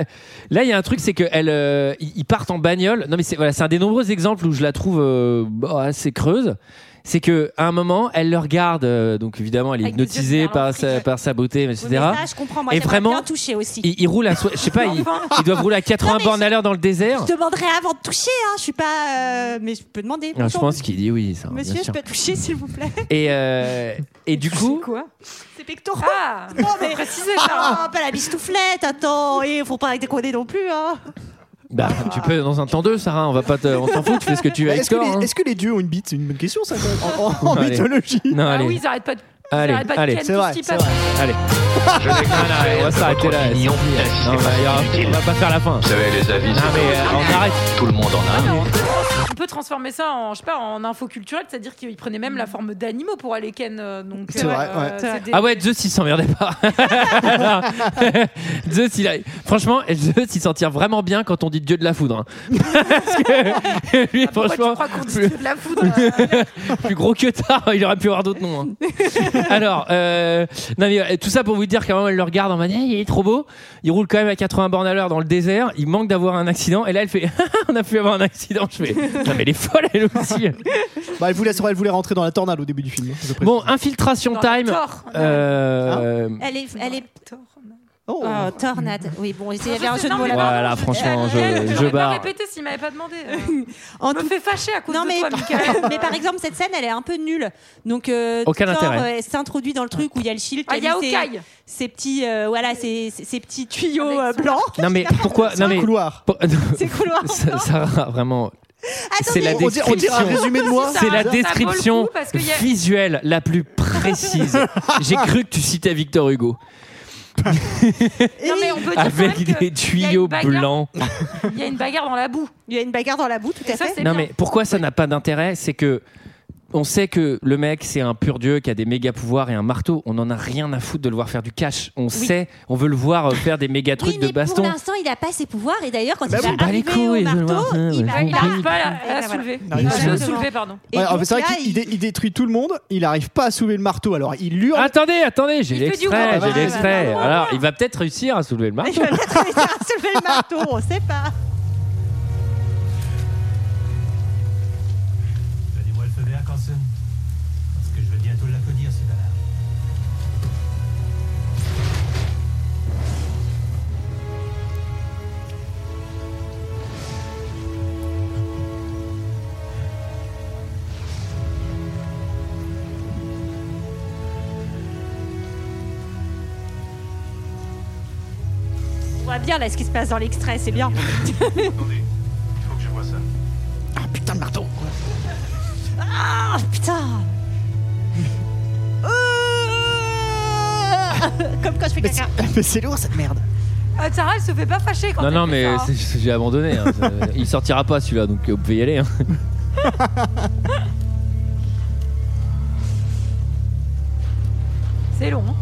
[SPEAKER 1] là, il y a un truc, c'est que elle, euh, ils ils partent en bagnole. Non, mais c'est voilà, c'est un des nombreux exemples où je la trouve euh, bah, assez creuse. C'est que à un moment, elle le regarde. euh, donc évidemment, elle est
[SPEAKER 6] Avec des yeux
[SPEAKER 1] hypnotisée
[SPEAKER 6] super
[SPEAKER 1] par
[SPEAKER 6] larges.
[SPEAKER 1] sa, par sa beauté, etc.
[SPEAKER 10] Oui, mais ça, je comprends, moi,
[SPEAKER 1] Et
[SPEAKER 10] ça m'a
[SPEAKER 1] vraiment-
[SPEAKER 10] bien touché aussi.
[SPEAKER 1] Ils, ils roulent à, so- je sais pas, ils, ils doivent rouler à 80
[SPEAKER 10] Non, mais
[SPEAKER 1] bornes à l'heure dans le désert.
[SPEAKER 10] Je demanderai avant de toucher, hein, je suis pas. euh, mais je peux demander.
[SPEAKER 1] Non, Ah, je
[SPEAKER 10] Bonjour,
[SPEAKER 1] pense qu'il dit oui, ça. bien
[SPEAKER 10] Monsieur, je
[SPEAKER 1] sûr.
[SPEAKER 10] peux toucher, s'il vous
[SPEAKER 6] [LAUGHS]
[SPEAKER 10] plaît
[SPEAKER 1] Et, euh, et du coup,
[SPEAKER 6] Quoi
[SPEAKER 10] C'est pectoraux.
[SPEAKER 1] [LAUGHS]
[SPEAKER 6] Ah
[SPEAKER 10] Non, mais-
[SPEAKER 6] préciser ça. hein.
[SPEAKER 10] Ah, pas la bistouflette, attends, et faut pas déconner non plus, hein.
[SPEAKER 1] bah, tu peux dans un temps 2, Sarah, on va pas te, on s'en fout, tu fais ce que tu veux avec
[SPEAKER 7] Bah, Est-ce que,
[SPEAKER 1] toi. hein.
[SPEAKER 7] les- est-ce que les dieux ont une bite C'est une bonne question, ça, quand même, en, en- en
[SPEAKER 1] Allez.
[SPEAKER 7] mythologie.
[SPEAKER 1] Non,
[SPEAKER 6] Ah
[SPEAKER 1] allez,
[SPEAKER 6] oui, ils arrêtent pas de. ils
[SPEAKER 1] Allez,
[SPEAKER 6] arrêtent pas de
[SPEAKER 1] allez,
[SPEAKER 6] ken
[SPEAKER 7] c'est
[SPEAKER 6] tout
[SPEAKER 7] vrai,
[SPEAKER 6] ce qui
[SPEAKER 7] c'est
[SPEAKER 6] passe.
[SPEAKER 1] allez.
[SPEAKER 5] Je n'ai qu'à
[SPEAKER 1] Ah, allez, on va
[SPEAKER 5] faire
[SPEAKER 1] s'arrêter
[SPEAKER 5] votre
[SPEAKER 1] là.
[SPEAKER 5] opinion,
[SPEAKER 1] c'est fini.
[SPEAKER 5] si
[SPEAKER 1] Non, bah,
[SPEAKER 5] c'est pas
[SPEAKER 1] mais alors,
[SPEAKER 5] inutile.
[SPEAKER 1] on va pas faire la fin.
[SPEAKER 5] Vous savez, les avis,
[SPEAKER 1] Non, mais euh,
[SPEAKER 6] Ah,
[SPEAKER 1] on arrête.
[SPEAKER 5] tout le monde en a un.
[SPEAKER 6] On peut transformer ça en, je sais pas, en info culturelle, c'est-à-dire qu'ils prenaient même
[SPEAKER 10] Mm.
[SPEAKER 6] la forme d'animaux pour aller ken. euh, Donc,
[SPEAKER 7] C'est vrai, ouais.
[SPEAKER 6] c'est des-
[SPEAKER 1] Ah ouais, Zeus il s'emmerdait
[SPEAKER 6] [LAUGHS]
[SPEAKER 1] pas. [LAUGHS] Alors, Zeus il a... Franchement, Zeus il s'en tire vraiment bien quand on dit Dieu de la foudre. hein. [LAUGHS] Parce que [LAUGHS] lui,
[SPEAKER 6] Ah, Pourquoi
[SPEAKER 1] franchement,
[SPEAKER 6] tu crois qu'on dit
[SPEAKER 1] plus-
[SPEAKER 6] que de
[SPEAKER 1] [LAUGHS]
[SPEAKER 6] la foudre euh,
[SPEAKER 1] plus gros que tard, [LAUGHS] il aurait pu avoir d'autres noms.
[SPEAKER 6] [LAUGHS]
[SPEAKER 1] hein. Alors, euh, non, mais, euh, tout ça pour vous dire qu'à un moment, elle le regarde en mode, Eh, il est trop beau. Il roule quand même à 80 bornes à l'heure dans le désert. Il manque d'avoir un accident. Et là, elle fait, [LAUGHS] Ah, on a pu avoir un accident. Je
[SPEAKER 6] [LAUGHS]
[SPEAKER 1] fais, non, mais elle est folle, elle aussi.
[SPEAKER 7] Bah, elle, voulait, elle voulait rentrer dans la tornade au début du film. hein, je précise.
[SPEAKER 1] Bon, infiltration
[SPEAKER 6] dans le
[SPEAKER 1] time.
[SPEAKER 6] tort
[SPEAKER 1] Euh,
[SPEAKER 10] Elle est. Elle est...
[SPEAKER 7] Oh.
[SPEAKER 6] Ah.
[SPEAKER 10] Oh, tornade. Oui, bon, il y avait
[SPEAKER 6] Non,
[SPEAKER 10] un
[SPEAKER 6] je
[SPEAKER 10] jeu
[SPEAKER 6] sais,
[SPEAKER 10] de
[SPEAKER 6] non,
[SPEAKER 10] mots
[SPEAKER 6] mais
[SPEAKER 10] là-bas.
[SPEAKER 1] Voilà, franchement, je- je
[SPEAKER 6] J'aurais pas
[SPEAKER 1] barre.
[SPEAKER 6] répété s'il m'avait pas demandé. euh.
[SPEAKER 10] [LAUGHS] En
[SPEAKER 6] On me
[SPEAKER 10] tout-
[SPEAKER 6] fait fâcher à cause
[SPEAKER 10] Non
[SPEAKER 6] de
[SPEAKER 10] mais, [LAUGHS]
[SPEAKER 6] toi, Michael. Ah,
[SPEAKER 10] mais
[SPEAKER 6] [LAUGHS]
[SPEAKER 10] par exemple cette scène elle est un peu nulle donc euh,
[SPEAKER 1] Aucun
[SPEAKER 10] Thor,
[SPEAKER 1] intérêt.
[SPEAKER 10] euh, s'introduit dans le truc où il y a le shield
[SPEAKER 6] Ah,
[SPEAKER 10] qui
[SPEAKER 6] il y a
[SPEAKER 10] mis ses-
[SPEAKER 6] Hawkeye.
[SPEAKER 10] ses petits euh, voilà ces, ces- ces petits tuyaux
[SPEAKER 6] Avec
[SPEAKER 10] euh,
[SPEAKER 6] son
[SPEAKER 10] blancs
[SPEAKER 1] non, mais
[SPEAKER 10] [LAUGHS]
[SPEAKER 1] pourquoi, non, mais,
[SPEAKER 7] couloir.
[SPEAKER 1] pour-
[SPEAKER 10] c'est couloirs
[SPEAKER 1] [LAUGHS] Ça- Sarah, vraiment, c'est la
[SPEAKER 10] Attendez,
[SPEAKER 7] On dirait on dirait un
[SPEAKER 1] description.
[SPEAKER 7] résumé de moi.
[SPEAKER 6] ça-
[SPEAKER 1] C'est la
[SPEAKER 6] vaut le
[SPEAKER 1] description
[SPEAKER 6] coup parce qu'il y a-
[SPEAKER 1] visuelle la plus
[SPEAKER 6] [LAUGHS]
[SPEAKER 1] précise. J'ai cru que tu citais Victor Hugo.
[SPEAKER 6] Non, mais on peut dire quand
[SPEAKER 1] Avec
[SPEAKER 6] même Bah, que
[SPEAKER 1] des tuyaux
[SPEAKER 6] il y a une bagarre.
[SPEAKER 1] blancs.
[SPEAKER 6] Il y a une bagarre dans la boue.
[SPEAKER 10] il y a une bagarre dans la boue tout
[SPEAKER 6] Et
[SPEAKER 10] à
[SPEAKER 6] ça,
[SPEAKER 10] fait
[SPEAKER 6] c'est
[SPEAKER 1] Non,
[SPEAKER 6] bien.
[SPEAKER 1] mais pourquoi ça n'a pas d'intérêt C'est que. On sait que le mec, c'est un pur dieu qui a des méga pouvoirs et un marteau. On en a rien à foutre de le voir faire du cash. On sait, on veut le voir euh, faire des méga trucs
[SPEAKER 10] oui
[SPEAKER 1] de
[SPEAKER 10] mais pour
[SPEAKER 1] baston.
[SPEAKER 10] l'instant il a pas ses pouvoirs et d'ailleurs quand
[SPEAKER 7] Bah
[SPEAKER 10] il
[SPEAKER 7] oui.
[SPEAKER 10] va
[SPEAKER 1] Bah, les
[SPEAKER 10] arriver
[SPEAKER 1] couilles,
[SPEAKER 10] au
[SPEAKER 1] je le
[SPEAKER 10] marteau
[SPEAKER 1] vois, ouais,
[SPEAKER 10] il
[SPEAKER 1] ouais.
[SPEAKER 10] va
[SPEAKER 6] Ah, Il
[SPEAKER 1] Il
[SPEAKER 6] n'arrive
[SPEAKER 1] arrive
[SPEAKER 6] pas à
[SPEAKER 10] Et
[SPEAKER 6] la- à la
[SPEAKER 10] voilà.
[SPEAKER 6] soulever. Ah,
[SPEAKER 7] arrive
[SPEAKER 6] À
[SPEAKER 7] pas.
[SPEAKER 6] le soulever, pardon.
[SPEAKER 10] Et
[SPEAKER 7] Ouais,
[SPEAKER 10] donc
[SPEAKER 7] c'est vrai
[SPEAKER 10] là,
[SPEAKER 7] qu'il
[SPEAKER 10] il-
[SPEAKER 7] dé- il détruit tout le monde, il arrive pas à soulever le marteau, alors il hurle.
[SPEAKER 1] Attendez, attendez, j'ai
[SPEAKER 6] Il fait du Ah, bah,
[SPEAKER 1] l'extrait,
[SPEAKER 6] rock.
[SPEAKER 1] j'ai
[SPEAKER 6] Ouais,
[SPEAKER 1] l'extrait.
[SPEAKER 6] ouais, ouais.
[SPEAKER 1] Alors, il va peut-être réussir à soulever le
[SPEAKER 10] il
[SPEAKER 1] marteau.
[SPEAKER 10] va [LAUGHS] peut-être réussir à soulever le marteau on sait pas
[SPEAKER 12] Donnez-moi le feu vert, Carlson. Parce que je vais bientôt l'applaudir, ce ballard.
[SPEAKER 10] on voit bien là ce qui se passe dans l'extrait c'est bien
[SPEAKER 12] Attendez, il faut que je vois ça.
[SPEAKER 10] [LAUGHS] ah putain Euh, [LAUGHS] comme quand je fais
[SPEAKER 7] Mais c'est-
[SPEAKER 10] caca
[SPEAKER 1] Ah.
[SPEAKER 7] [LAUGHS] mais c'est lourd cette merde.
[SPEAKER 6] Ah, Sarah, elle se fait pas fâcher quand
[SPEAKER 1] Non,
[SPEAKER 6] elle
[SPEAKER 1] non,
[SPEAKER 6] fait
[SPEAKER 1] mais
[SPEAKER 6] ça, hein.
[SPEAKER 1] c'est- c'est- j'ai abandonné. [LAUGHS] hein. Ça- Il sortira pas celui-là, donc euh, vous pouvez y aller. hein.
[SPEAKER 6] c'est long. hein.